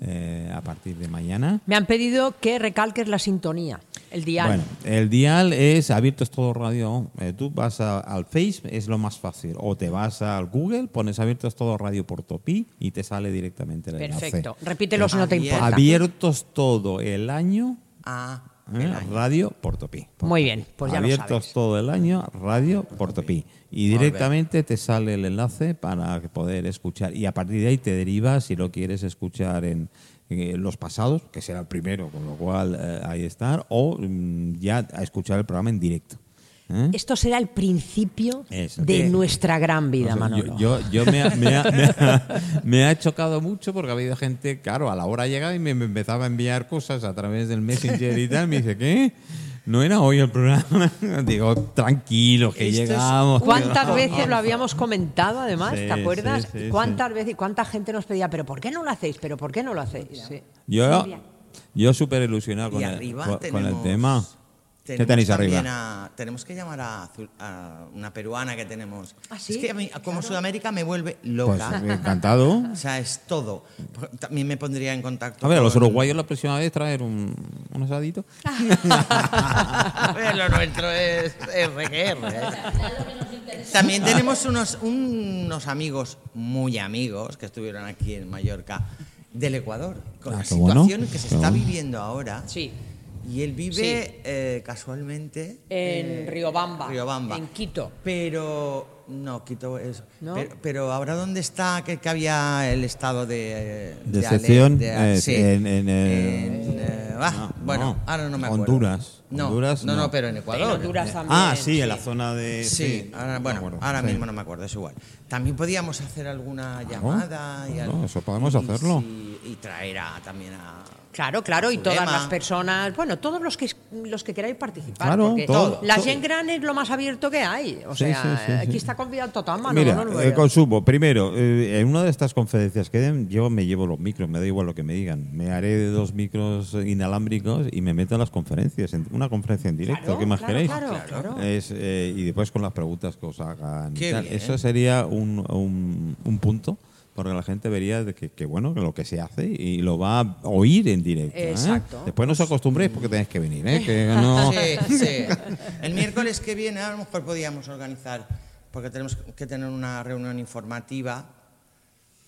[SPEAKER 1] eh, a partir de mañana.
[SPEAKER 2] Me han pedido que recalques la sintonía, el diario.
[SPEAKER 1] Bueno, el dial es abierto es todo radio. Eh, tú vas a- al Face, es lo más fácil. O te vas al Google, pones abierto es todo radio por Topí y te sale directamente el
[SPEAKER 2] Perfecto.
[SPEAKER 1] enlace.
[SPEAKER 2] Repítelo si no te
[SPEAKER 4] Abierto.
[SPEAKER 2] importa.
[SPEAKER 1] Abiertos todo el año,
[SPEAKER 4] Ah,
[SPEAKER 1] eh, radio por Topí.
[SPEAKER 2] Muy bien, pues ya lo
[SPEAKER 1] abiertos
[SPEAKER 2] sabes.
[SPEAKER 1] todo el año, radio por Topí. Y directamente te sale el enlace para poder escuchar. Y a partir de ahí te deriva si lo quieres escuchar en, eh, los pasados, que será el primero, con lo cual eh, ahí estar, o mm, ya a escuchar el programa en directo. ¿eh?
[SPEAKER 2] Esto será el principio
[SPEAKER 1] Eso,
[SPEAKER 2] de
[SPEAKER 1] que-
[SPEAKER 2] nuestra gran vida,
[SPEAKER 1] O sea,
[SPEAKER 2] Manolo.
[SPEAKER 1] Yo, yo- yo me, ha, me ha- me ha- me ha chocado mucho porque ha habido gente, claro, a la hora llegaba y me me empezaba a enviar cosas a través del Messenger y tal. Me dice, ¿qué? No era hoy el programa. Digo, tranquilo, que
[SPEAKER 4] Esto es-
[SPEAKER 1] llegamos. que
[SPEAKER 2] ¿Cuántas
[SPEAKER 1] vamos".
[SPEAKER 2] veces lo habíamos comentado, además?
[SPEAKER 1] Sí,
[SPEAKER 2] ¿Te acuerdas?
[SPEAKER 1] sí, sí,
[SPEAKER 2] ¿Cuántas veces y cuánta gente nos pedía, pero por qué no lo hacéis? ¿Pero por qué no lo hacéis? Sí.
[SPEAKER 1] Yo, yo súper ilusionado con
[SPEAKER 4] y
[SPEAKER 1] el,
[SPEAKER 4] arriba
[SPEAKER 1] con- con
[SPEAKER 4] tenemos,
[SPEAKER 1] el tema. ¿Qué
[SPEAKER 4] tenemos
[SPEAKER 1] tenéis
[SPEAKER 4] también
[SPEAKER 1] arriba?
[SPEAKER 4] a- tenemos que llamar a, Azul- a una peruana que tenemos.
[SPEAKER 2] Ah, sí,
[SPEAKER 4] Es que a mí, como Sudamérica me vuelve loca.
[SPEAKER 1] Pues encantado.
[SPEAKER 4] o sea, es todo. Por- También me pondría en contacto.
[SPEAKER 1] A ver, a los
[SPEAKER 4] con-
[SPEAKER 1] uruguayos la próxima vez traer un, un asadito.
[SPEAKER 4] A ver, lo nuestro es RGR. ¿eh? También tenemos unos, unos amigos, muy amigos, que estuvieron aquí en Mallorca, del Ecuador, con
[SPEAKER 1] Ah,
[SPEAKER 4] la
[SPEAKER 1] qué bueno,
[SPEAKER 4] situación que se
[SPEAKER 1] qué
[SPEAKER 4] está
[SPEAKER 1] bueno.
[SPEAKER 4] viviendo ahora.
[SPEAKER 2] Sí.
[SPEAKER 4] Y él vive
[SPEAKER 2] Sí.
[SPEAKER 4] eh, casualmente
[SPEAKER 2] En Eh, Riobamba,
[SPEAKER 4] Riobamba.
[SPEAKER 2] en Quito.
[SPEAKER 4] Pero no, Quito es.
[SPEAKER 2] ¿No?
[SPEAKER 4] Pero, pero ahora dónde está que, que había el estado de eh,
[SPEAKER 1] De
[SPEAKER 4] ale-
[SPEAKER 1] excepción,
[SPEAKER 4] ale-
[SPEAKER 1] eh,
[SPEAKER 4] sí.
[SPEAKER 1] en- en, eh,
[SPEAKER 4] En, eh, ah,
[SPEAKER 1] no,
[SPEAKER 4] bueno,
[SPEAKER 1] no.
[SPEAKER 4] ahora no me acuerdo.
[SPEAKER 1] Honduras.
[SPEAKER 4] No,
[SPEAKER 1] Honduras,
[SPEAKER 4] no,
[SPEAKER 1] no.
[SPEAKER 4] no, pero en Ecuador.
[SPEAKER 2] En Honduras también.
[SPEAKER 1] Ah, sí, en la zona de.
[SPEAKER 4] Sí, ahora,
[SPEAKER 1] no me
[SPEAKER 4] bueno,
[SPEAKER 1] acuerdo.
[SPEAKER 4] ahora
[SPEAKER 1] Sí.
[SPEAKER 4] mismo no me acuerdo, es igual. También podíamos hacer alguna llamada. y
[SPEAKER 1] claro,
[SPEAKER 4] al-
[SPEAKER 1] eso podemos
[SPEAKER 4] y
[SPEAKER 1] hacerlo.
[SPEAKER 4] si- Y, traer a- también a.
[SPEAKER 2] Claro, claro, y
[SPEAKER 4] Zulema.
[SPEAKER 2] todas las personas, bueno, todos los que los que queráis participar,
[SPEAKER 1] Claro,
[SPEAKER 2] porque
[SPEAKER 1] todo,
[SPEAKER 2] la
[SPEAKER 1] todo.
[SPEAKER 2] Gent Gran es lo más abierto que hay, o
[SPEAKER 1] Sí,
[SPEAKER 2] sea,
[SPEAKER 1] sí, sí, sí.
[SPEAKER 2] aquí está convidado total Manolo
[SPEAKER 1] Mira,
[SPEAKER 2] Noruega.
[SPEAKER 1] el consumo. Primero, eh, en una de estas conferencias que den, yo me llevo los micros, me da igual lo que me digan. Me haré de dos micros inalámbricos y me meto a las conferencias. en- Una conferencia en directo,
[SPEAKER 2] Claro,
[SPEAKER 1] ¿qué más
[SPEAKER 2] claro,
[SPEAKER 1] queréis?
[SPEAKER 2] claro, claro.
[SPEAKER 1] Es, eh, y después con las preguntas que os hagan. y
[SPEAKER 4] Qué
[SPEAKER 1] tal.
[SPEAKER 4] bien.
[SPEAKER 1] Eso sería un, un- un punto. Porque la gente vería de que, que, bueno, que lo que se hace y lo va a oír en directo. ¿eh?
[SPEAKER 2] Exacto.
[SPEAKER 1] Después no os acostumbréis porque tenéis que venir, ¿eh? Que no...
[SPEAKER 4] Sí, sí. El miércoles que viene a lo mejor podíamos organizar, porque tenemos que tener una reunión informativa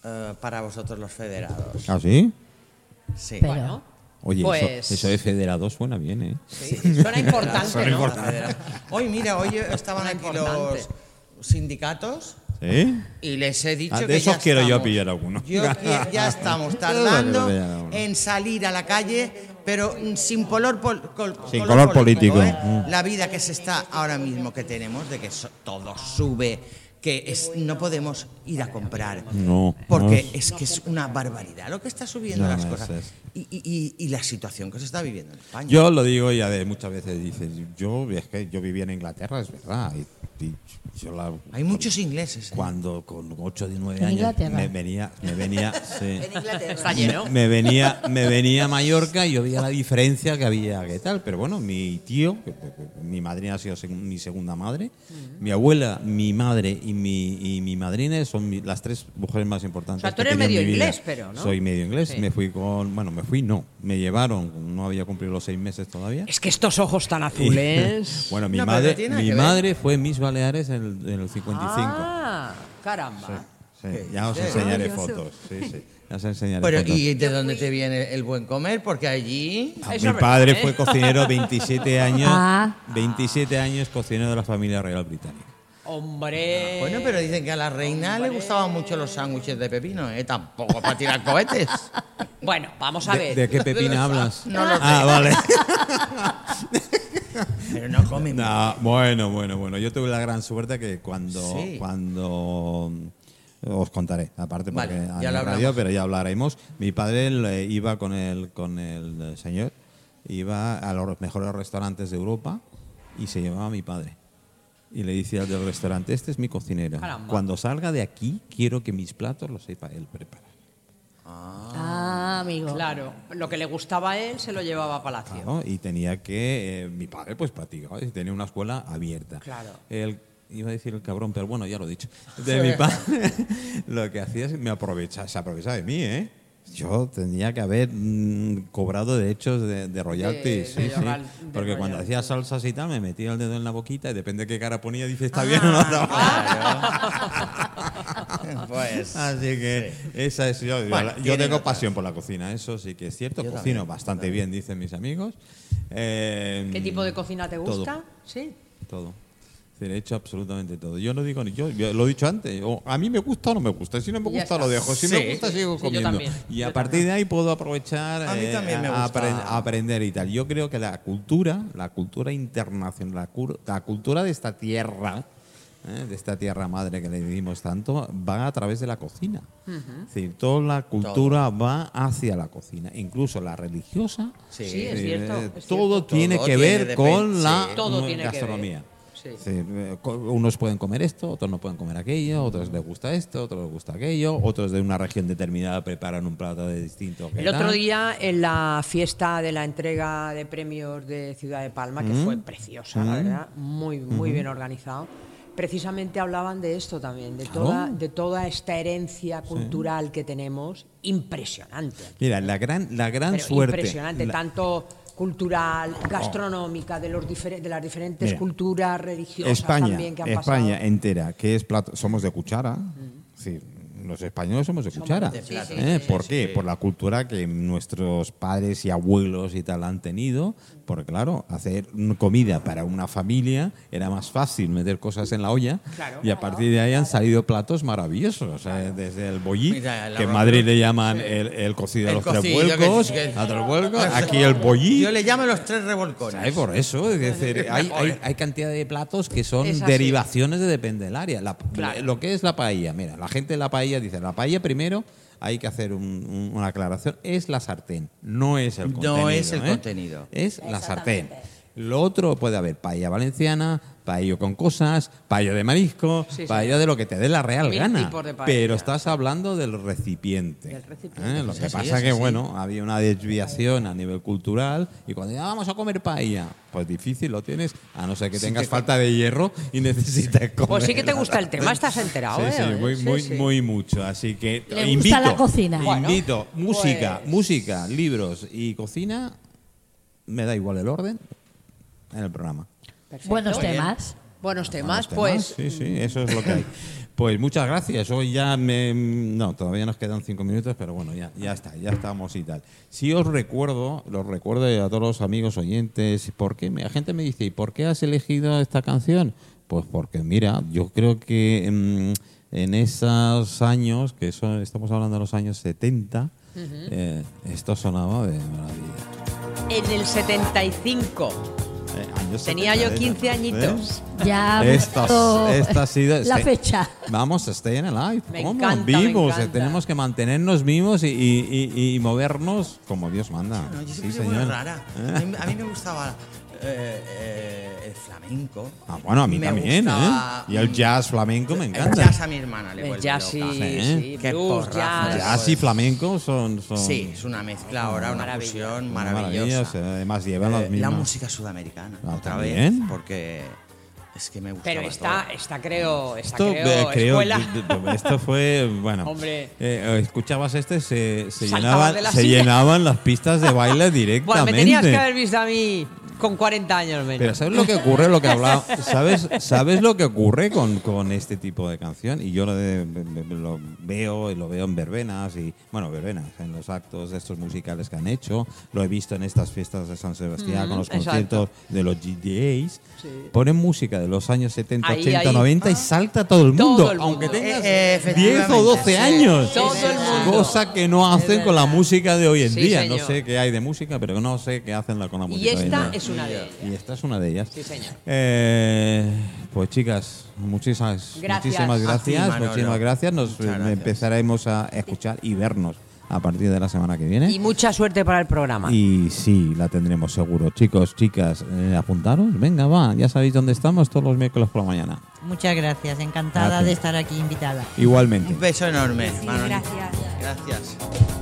[SPEAKER 4] eh, para vosotros los federados.
[SPEAKER 1] ¿Ah, sí?
[SPEAKER 4] Sí.
[SPEAKER 6] Pero,
[SPEAKER 1] Oye,
[SPEAKER 2] Pues-
[SPEAKER 1] eso, eso de federado suena bien, ¿eh?
[SPEAKER 2] Sí, Suena importante,
[SPEAKER 1] Suena
[SPEAKER 2] ¿no?
[SPEAKER 1] importante.
[SPEAKER 4] Hoy, mira, hoy estaban aquí los
[SPEAKER 2] Importante.
[SPEAKER 4] sindicatos
[SPEAKER 1] ¿Sí.
[SPEAKER 4] y les he dicho
[SPEAKER 1] Ah, de
[SPEAKER 4] que
[SPEAKER 1] esos
[SPEAKER 4] ya
[SPEAKER 1] quiero yo
[SPEAKER 4] estamos-
[SPEAKER 1] pillar alguno.
[SPEAKER 4] Yo qui- ya estamos
[SPEAKER 1] Yo
[SPEAKER 4] tardando
[SPEAKER 1] quiero pillar alguno.
[SPEAKER 4] en salir a la calle, pero mm, sin color, pol- col-
[SPEAKER 1] Sin color político,
[SPEAKER 4] ¿eh?
[SPEAKER 1] mm.
[SPEAKER 4] La vida que se está ahora mismo que tenemos, de que so- todo sube, que es, no podemos ir a comprar.
[SPEAKER 1] No,
[SPEAKER 4] Porque
[SPEAKER 1] no
[SPEAKER 4] es que es una barbaridad lo que está subiendo
[SPEAKER 1] No,
[SPEAKER 4] las
[SPEAKER 1] no,
[SPEAKER 4] cosas.
[SPEAKER 1] es- es-
[SPEAKER 4] Y, y- y- y la situación que se está viviendo en España.
[SPEAKER 1] Yo lo digo ya de muchas veces, dices, yo es que yo vivía en Inglaterra, es verdad. y- y yo la-
[SPEAKER 4] Hay muchos ingleses. ¿eh?
[SPEAKER 1] cuando con 8 de 9
[SPEAKER 6] ¿En
[SPEAKER 1] años
[SPEAKER 6] Inglaterra?
[SPEAKER 1] me venía, me venía, sí.
[SPEAKER 2] Está lleno.
[SPEAKER 1] Me, me venía, me venía a Mallorca y yo veía la diferencia que había, que tal. Pero bueno, mi tío, que- que- que mi madrina ha sido seg- mi segunda madre, mi abuela, mi madre y mi, y mi madrina son mi- las tres mujeres más importantes.
[SPEAKER 2] O sea, tú
[SPEAKER 1] que he
[SPEAKER 2] eres
[SPEAKER 1] tenido en
[SPEAKER 2] medio
[SPEAKER 1] mi vida.
[SPEAKER 2] inglés, pero, ¿no?
[SPEAKER 1] Soy medio inglés. Me fui con, bueno, me fui no, me llevaron, no había cumplido los seis meses todavía.
[SPEAKER 2] Es que estos ojos tan
[SPEAKER 1] Y-
[SPEAKER 2] azules.
[SPEAKER 1] bueno, mi
[SPEAKER 4] No, pero no
[SPEAKER 1] madre,
[SPEAKER 4] tiene nada
[SPEAKER 1] mi
[SPEAKER 4] que ver.
[SPEAKER 1] madre fue en Mis Baleares en el, en el 55.
[SPEAKER 2] Ah, caramba.
[SPEAKER 1] Sí, ya os enseñaré fotos. Sí, sí. Ya os enseñaré
[SPEAKER 4] Pero,
[SPEAKER 1] fotos.
[SPEAKER 4] ¿y de dónde te viene el buen comer? Porque allí.
[SPEAKER 1] Ah,
[SPEAKER 2] Eso
[SPEAKER 1] mi
[SPEAKER 2] es
[SPEAKER 1] padre
[SPEAKER 2] verdad, ¿eh?
[SPEAKER 1] fue cocinero 27 años,
[SPEAKER 6] Ah.
[SPEAKER 1] 27 años cocinero de la familia real británica. Ah,
[SPEAKER 2] Hombre.
[SPEAKER 4] Bueno, pero dicen que a la reina le gustaban mucho los sándwiches de pepino, ¿eh? Tampoco para tirar cohetes.
[SPEAKER 2] Bueno, vamos a
[SPEAKER 1] ¿De,
[SPEAKER 2] ver.
[SPEAKER 1] de qué pepina hablas?
[SPEAKER 4] No lo sé.
[SPEAKER 1] Ah, vale.
[SPEAKER 4] Pero no comen.
[SPEAKER 1] No, bueno, bueno, bueno. Yo tuve la gran suerte que cuando,
[SPEAKER 4] Sí.
[SPEAKER 1] cuando mm, os contaré, aparte porque
[SPEAKER 4] Vale,
[SPEAKER 1] a
[SPEAKER 4] ya
[SPEAKER 1] la
[SPEAKER 4] lo
[SPEAKER 1] radio,
[SPEAKER 4] hablamos.
[SPEAKER 1] pero ya hablaremos. Mi padre eh, iba con el, con el señor y, iba a los mejores restaurantes de Europa y se llevaba a mi padre. Y le decía al del restaurante, este es mi cocinero.
[SPEAKER 8] Caramba.
[SPEAKER 1] Cuando salga de aquí, quiero que mis platos los sepa él preparar.
[SPEAKER 6] Ah, amigo.
[SPEAKER 2] Claro, lo que le gustaba a él se lo llevaba a Palacio.
[SPEAKER 1] Claro, y tenía que, eh, mi padre pues practicaba y tenía una escuela abierta.
[SPEAKER 2] Claro.
[SPEAKER 1] El- iba a decir el cabrón, pero bueno, ya lo he dicho. De mi padre, lo que hacía es me aprovecha, se aprovechaba de mí, ¿eh? Yo tendría que haber mm, cobrado derechos de, de royalties,
[SPEAKER 2] de
[SPEAKER 1] sí, sí.
[SPEAKER 2] royal- de
[SPEAKER 1] porque cuando
[SPEAKER 2] royalties.
[SPEAKER 1] hacía salsas y tal, me metía el dedo en la boquita y depende de qué cara ponía, dice,
[SPEAKER 2] Ah.
[SPEAKER 1] ¿está bien o no? está mal?".
[SPEAKER 9] Pues.
[SPEAKER 1] Así que esa es yo. yo
[SPEAKER 9] Bueno,
[SPEAKER 1] la- yo
[SPEAKER 9] tiene
[SPEAKER 1] tengo
[SPEAKER 9] notas.
[SPEAKER 1] pasión por la cocina, eso sí que es cierto.
[SPEAKER 9] Yo
[SPEAKER 1] Cocino
[SPEAKER 9] también,
[SPEAKER 1] bastante bien, dicen mis amigos. Eh,
[SPEAKER 2] ¿Qué tipo de cocina te
[SPEAKER 1] todo,
[SPEAKER 2] gusta? Sí.
[SPEAKER 1] Todo. Es decir, He hecho absolutamente todo. Yo no digo ni yo, yo lo he dicho antes. o a mí me gusta o no me gusta. Si no me
[SPEAKER 2] Y ya
[SPEAKER 1] gusta,
[SPEAKER 2] está.
[SPEAKER 1] lo dejo. Si
[SPEAKER 2] Sí,
[SPEAKER 1] me gusta,
[SPEAKER 2] sí,
[SPEAKER 1] sigo
[SPEAKER 2] sí, yo
[SPEAKER 1] comiendo.
[SPEAKER 2] también,
[SPEAKER 1] y a
[SPEAKER 2] yo
[SPEAKER 1] partir de ahí puedo aprovechar eh,
[SPEAKER 9] A mí también me
[SPEAKER 1] a
[SPEAKER 9] gusta.
[SPEAKER 1] apre- a aprender y tal. Yo creo que la cultura, la cultura internacional, la, cur- la cultura de esta tierra, ¿eh? de esta tierra madre que le dimos tanto, va a través de la cocina. Es decir, toda la cultura va hacia la cocina, incluso la religiosa.
[SPEAKER 9] Sí.
[SPEAKER 2] Sí, es
[SPEAKER 1] Eh,
[SPEAKER 2] cierto,
[SPEAKER 1] eh,
[SPEAKER 2] es
[SPEAKER 1] todo
[SPEAKER 2] cierto.
[SPEAKER 1] tiene
[SPEAKER 9] Todo
[SPEAKER 1] que
[SPEAKER 9] tiene
[SPEAKER 1] ver
[SPEAKER 9] depen-
[SPEAKER 1] con la
[SPEAKER 9] sí.
[SPEAKER 2] Todo
[SPEAKER 1] nu-
[SPEAKER 2] tiene que ver.
[SPEAKER 1] gastronomía.
[SPEAKER 2] Sí.
[SPEAKER 1] Es decir, eh, co- unos pueden comer esto, otros no pueden comer aquello, otros les gusta esto, otros les gusta aquello, otros de una región determinada preparan un plato de distinto. que
[SPEAKER 2] El otro
[SPEAKER 1] tal.
[SPEAKER 2] día en la fiesta de la entrega de premios de Ciudad de Palma,
[SPEAKER 1] Mm.
[SPEAKER 2] que fue preciosa, la verdad, muy, muy
[SPEAKER 1] Mm-hmm.
[SPEAKER 2] bien organizado, precisamente hablaban de esto también, de,
[SPEAKER 1] Claro.
[SPEAKER 2] toda, de toda esta herencia cultural que tenemos, impresionante.
[SPEAKER 1] Mira, la gran, la gran
[SPEAKER 2] Pero
[SPEAKER 1] suerte.
[SPEAKER 2] impresionante,
[SPEAKER 1] la- Oh.
[SPEAKER 2] tanto cultural, gastronómica, de, los difer- de las diferentes
[SPEAKER 1] Mira,
[SPEAKER 2] culturas religiosas
[SPEAKER 1] España,
[SPEAKER 2] también que han
[SPEAKER 1] España eh.
[SPEAKER 2] pasado.
[SPEAKER 1] entera, que es plato, somos de cuchara. Sí, los españoles somos de cuchara. ¿eh? ¿Por qué? Por la cultura que nuestros padres y abuelos y tal han tenido. Porque claro, hacer mm, comida para una familia era más fácil meter cosas en la olla.
[SPEAKER 2] Claro.
[SPEAKER 1] y a partir de ahí han salido platos maravillosos. o sea, Desde el bollí,
[SPEAKER 9] Mira, el
[SPEAKER 1] que en
[SPEAKER 9] arroz
[SPEAKER 1] Madrid le llaman el, el cocido de
[SPEAKER 9] El
[SPEAKER 1] los
[SPEAKER 9] cocido,
[SPEAKER 1] tres
[SPEAKER 9] que-
[SPEAKER 1] vuelcos.
[SPEAKER 9] que-
[SPEAKER 1] a tres vuelcos. Aquí el bollí.
[SPEAKER 9] Yo le llamo los tres
[SPEAKER 1] ¿Sabes?
[SPEAKER 9] revolcones.
[SPEAKER 1] Por eso, es decir, hay, hay- hay cantidad de platos que son
[SPEAKER 2] Es así.
[SPEAKER 1] derivaciones de depende del área. La- Lo que es la paella, mira, la gente de la paella dice, la paella primero hay que hacer un- un- una aclaración, es la sartén, no es el
[SPEAKER 9] No
[SPEAKER 1] contenido.
[SPEAKER 9] es el
[SPEAKER 1] ¿eh?
[SPEAKER 9] contenido.
[SPEAKER 1] Es la sartén. Lo otro puede haber paella valenciana, paello con cosas, paello de marisco,
[SPEAKER 2] Sí, sí.
[SPEAKER 1] paella de lo que te dé la real
[SPEAKER 2] Mil
[SPEAKER 1] gana.
[SPEAKER 2] tipos de paella.
[SPEAKER 1] Pero estás hablando del recipiente.
[SPEAKER 2] Del recipiente.
[SPEAKER 1] ¿eh? Lo que
[SPEAKER 9] así,
[SPEAKER 1] pasa
[SPEAKER 9] es
[SPEAKER 1] que,
[SPEAKER 9] así.
[SPEAKER 1] bueno, ¿no? Había una desviación a nivel cultural y cuando ya vamos a comer paella, pues difícil lo tienes, a no ser que tengas falta de hierro y necesites comer.
[SPEAKER 2] Pues sí que te gusta el tema, estás enterado,
[SPEAKER 1] Sí,
[SPEAKER 2] ¿eh?
[SPEAKER 1] sí, muy,
[SPEAKER 2] Sí,
[SPEAKER 1] muy,
[SPEAKER 2] sí.
[SPEAKER 1] muy mucho. Así que
[SPEAKER 6] Le gusta
[SPEAKER 1] invito,
[SPEAKER 6] la cocina.
[SPEAKER 2] Bueno,
[SPEAKER 1] invito, música,
[SPEAKER 2] pues-
[SPEAKER 1] música, libros y cocina, me da igual el orden en el programa.
[SPEAKER 6] Buenos temas.
[SPEAKER 2] Buenos temas,
[SPEAKER 1] Este
[SPEAKER 2] pues...
[SPEAKER 1] Sí, sí, eso es lo que hay. Pues muchas gracias. Hoy ya me. No, todavía nos quedan cinco minutos, pero bueno, ya, ya está, ya estamos y tal. Si os recuerdo, los recuerdo a todos los amigos oyentes, ¿por qué? La gente me dice, ¿y por qué has elegido esta canción? Pues porque, mira, yo creo que mm, en esos años, que eso, estamos hablando de los años 70, eh, esto sonaba de maravilla.
[SPEAKER 2] En el 75.
[SPEAKER 1] Eh, años
[SPEAKER 2] Tenía
[SPEAKER 1] 70,
[SPEAKER 2] yo
[SPEAKER 1] ¿eh?
[SPEAKER 2] 15 añitos.
[SPEAKER 6] Ya. ha
[SPEAKER 1] Esta,
[SPEAKER 6] vuelto
[SPEAKER 1] esta ha sido
[SPEAKER 6] La
[SPEAKER 1] sí.
[SPEAKER 6] fecha.
[SPEAKER 1] Vamos, staying alive.
[SPEAKER 2] Me
[SPEAKER 1] ¿Cómo?
[SPEAKER 2] encanta, me
[SPEAKER 1] vivos. eh,
[SPEAKER 2] encanta.
[SPEAKER 1] Tenemos que mantenernos vivos y, y- y- y movernos como Dios manda.
[SPEAKER 9] No, yo
[SPEAKER 1] Sí,
[SPEAKER 9] siempre soy muy
[SPEAKER 1] señor.
[SPEAKER 9] rara. A mí, a mí me gustaba eh, eh, el flamenco.
[SPEAKER 1] Ah, bueno, a mí
[SPEAKER 9] Me
[SPEAKER 1] también,
[SPEAKER 9] gustaba,
[SPEAKER 1] ¿eh? Y el jazz flamenco me
[SPEAKER 9] mm,
[SPEAKER 1] encanta.
[SPEAKER 9] El jazz a mi hermana
[SPEAKER 4] Eh,
[SPEAKER 9] le
[SPEAKER 2] El
[SPEAKER 9] vuelve
[SPEAKER 2] jazz y-
[SPEAKER 9] loca.
[SPEAKER 1] Sí,
[SPEAKER 2] sí,
[SPEAKER 9] Qué
[SPEAKER 2] blues,
[SPEAKER 9] porrazo.
[SPEAKER 2] jazz.
[SPEAKER 1] Jazz y flamenco son. son
[SPEAKER 9] Sí, es una mezcla
[SPEAKER 1] Oh,
[SPEAKER 9] ahora, una fusión
[SPEAKER 1] maravillosos.
[SPEAKER 9] maravillosa.
[SPEAKER 1] Además, llevan las
[SPEAKER 9] Eh, la
[SPEAKER 1] mismas-
[SPEAKER 9] música sudamericana,
[SPEAKER 1] Ah,
[SPEAKER 9] otra
[SPEAKER 1] también.
[SPEAKER 9] vez, porque es que me gusta.
[SPEAKER 2] Pero está, está creo, está
[SPEAKER 1] Esto,
[SPEAKER 2] creo,
[SPEAKER 1] eh, creo-
[SPEAKER 2] escuela.
[SPEAKER 1] esto fue, bueno,
[SPEAKER 2] Hombre.
[SPEAKER 1] eh, escuchabas este, se, se
[SPEAKER 2] Saltaba
[SPEAKER 1] llenaban,
[SPEAKER 2] de la
[SPEAKER 1] se
[SPEAKER 2] silla.
[SPEAKER 1] llenaban las pistas de baile
[SPEAKER 2] Bueno,
[SPEAKER 1] directamente.
[SPEAKER 2] me tenías que haber visto a mí con 40 años menos.
[SPEAKER 1] Pero ¿sabes lo que ocurre? Lo que hablaba, ¿sabes, ¿Sabes lo que ocurre con, con este tipo de canción? Y yo lo, de- lo veo y lo veo en verbenas y, bueno, verbenas, en los actos de estos musicales que han hecho. Lo he visto en estas fiestas de San Sebastián con los
[SPEAKER 2] exacto.
[SPEAKER 1] conciertos de los GDAs. Ponen música de los años 70,
[SPEAKER 2] Ahí,
[SPEAKER 1] 80,
[SPEAKER 2] ahí. Ah.
[SPEAKER 1] 90 y salta todo el
[SPEAKER 2] Todo
[SPEAKER 1] mundo,
[SPEAKER 2] el mundo.
[SPEAKER 1] aunque tengas
[SPEAKER 9] Eh, efectivamente,
[SPEAKER 1] 10 o 12
[SPEAKER 9] sí.
[SPEAKER 1] años.
[SPEAKER 2] Todo el mundo.
[SPEAKER 1] Cosa que no hacen con la música de hoy en
[SPEAKER 2] Sí,
[SPEAKER 1] día. No
[SPEAKER 2] señor.
[SPEAKER 1] sé qué hay de música, pero no sé qué hacen la- con la música
[SPEAKER 2] y
[SPEAKER 1] de hoy en
[SPEAKER 2] esta
[SPEAKER 1] día.
[SPEAKER 2] es una de ellas.
[SPEAKER 1] Y esta es una de ellas.
[SPEAKER 2] Sí, señor.
[SPEAKER 1] Eh, pues chicas, muchísimas
[SPEAKER 2] Gracias.
[SPEAKER 1] muchísimas
[SPEAKER 9] A ti,
[SPEAKER 1] gracias.
[SPEAKER 9] Manolo.
[SPEAKER 1] muchísimas gracias. Nos
[SPEAKER 9] Muchas gracias.
[SPEAKER 1] empezaremos a escuchar y vernos a partir de la semana que viene.
[SPEAKER 2] Y mucha suerte para el programa.
[SPEAKER 1] Y sí, la tendremos seguro. Chicos, chicas, eh, apuntaros. Venga, va. Ya sabéis dónde estamos todos los miércoles por la mañana.
[SPEAKER 5] Muchas gracias, encantada
[SPEAKER 1] Gracias.
[SPEAKER 5] de estar aquí invitada.
[SPEAKER 1] Igualmente.
[SPEAKER 7] Un beso enorme,
[SPEAKER 4] Sí,
[SPEAKER 7] Manoli.
[SPEAKER 4] gracias.
[SPEAKER 7] Gracias.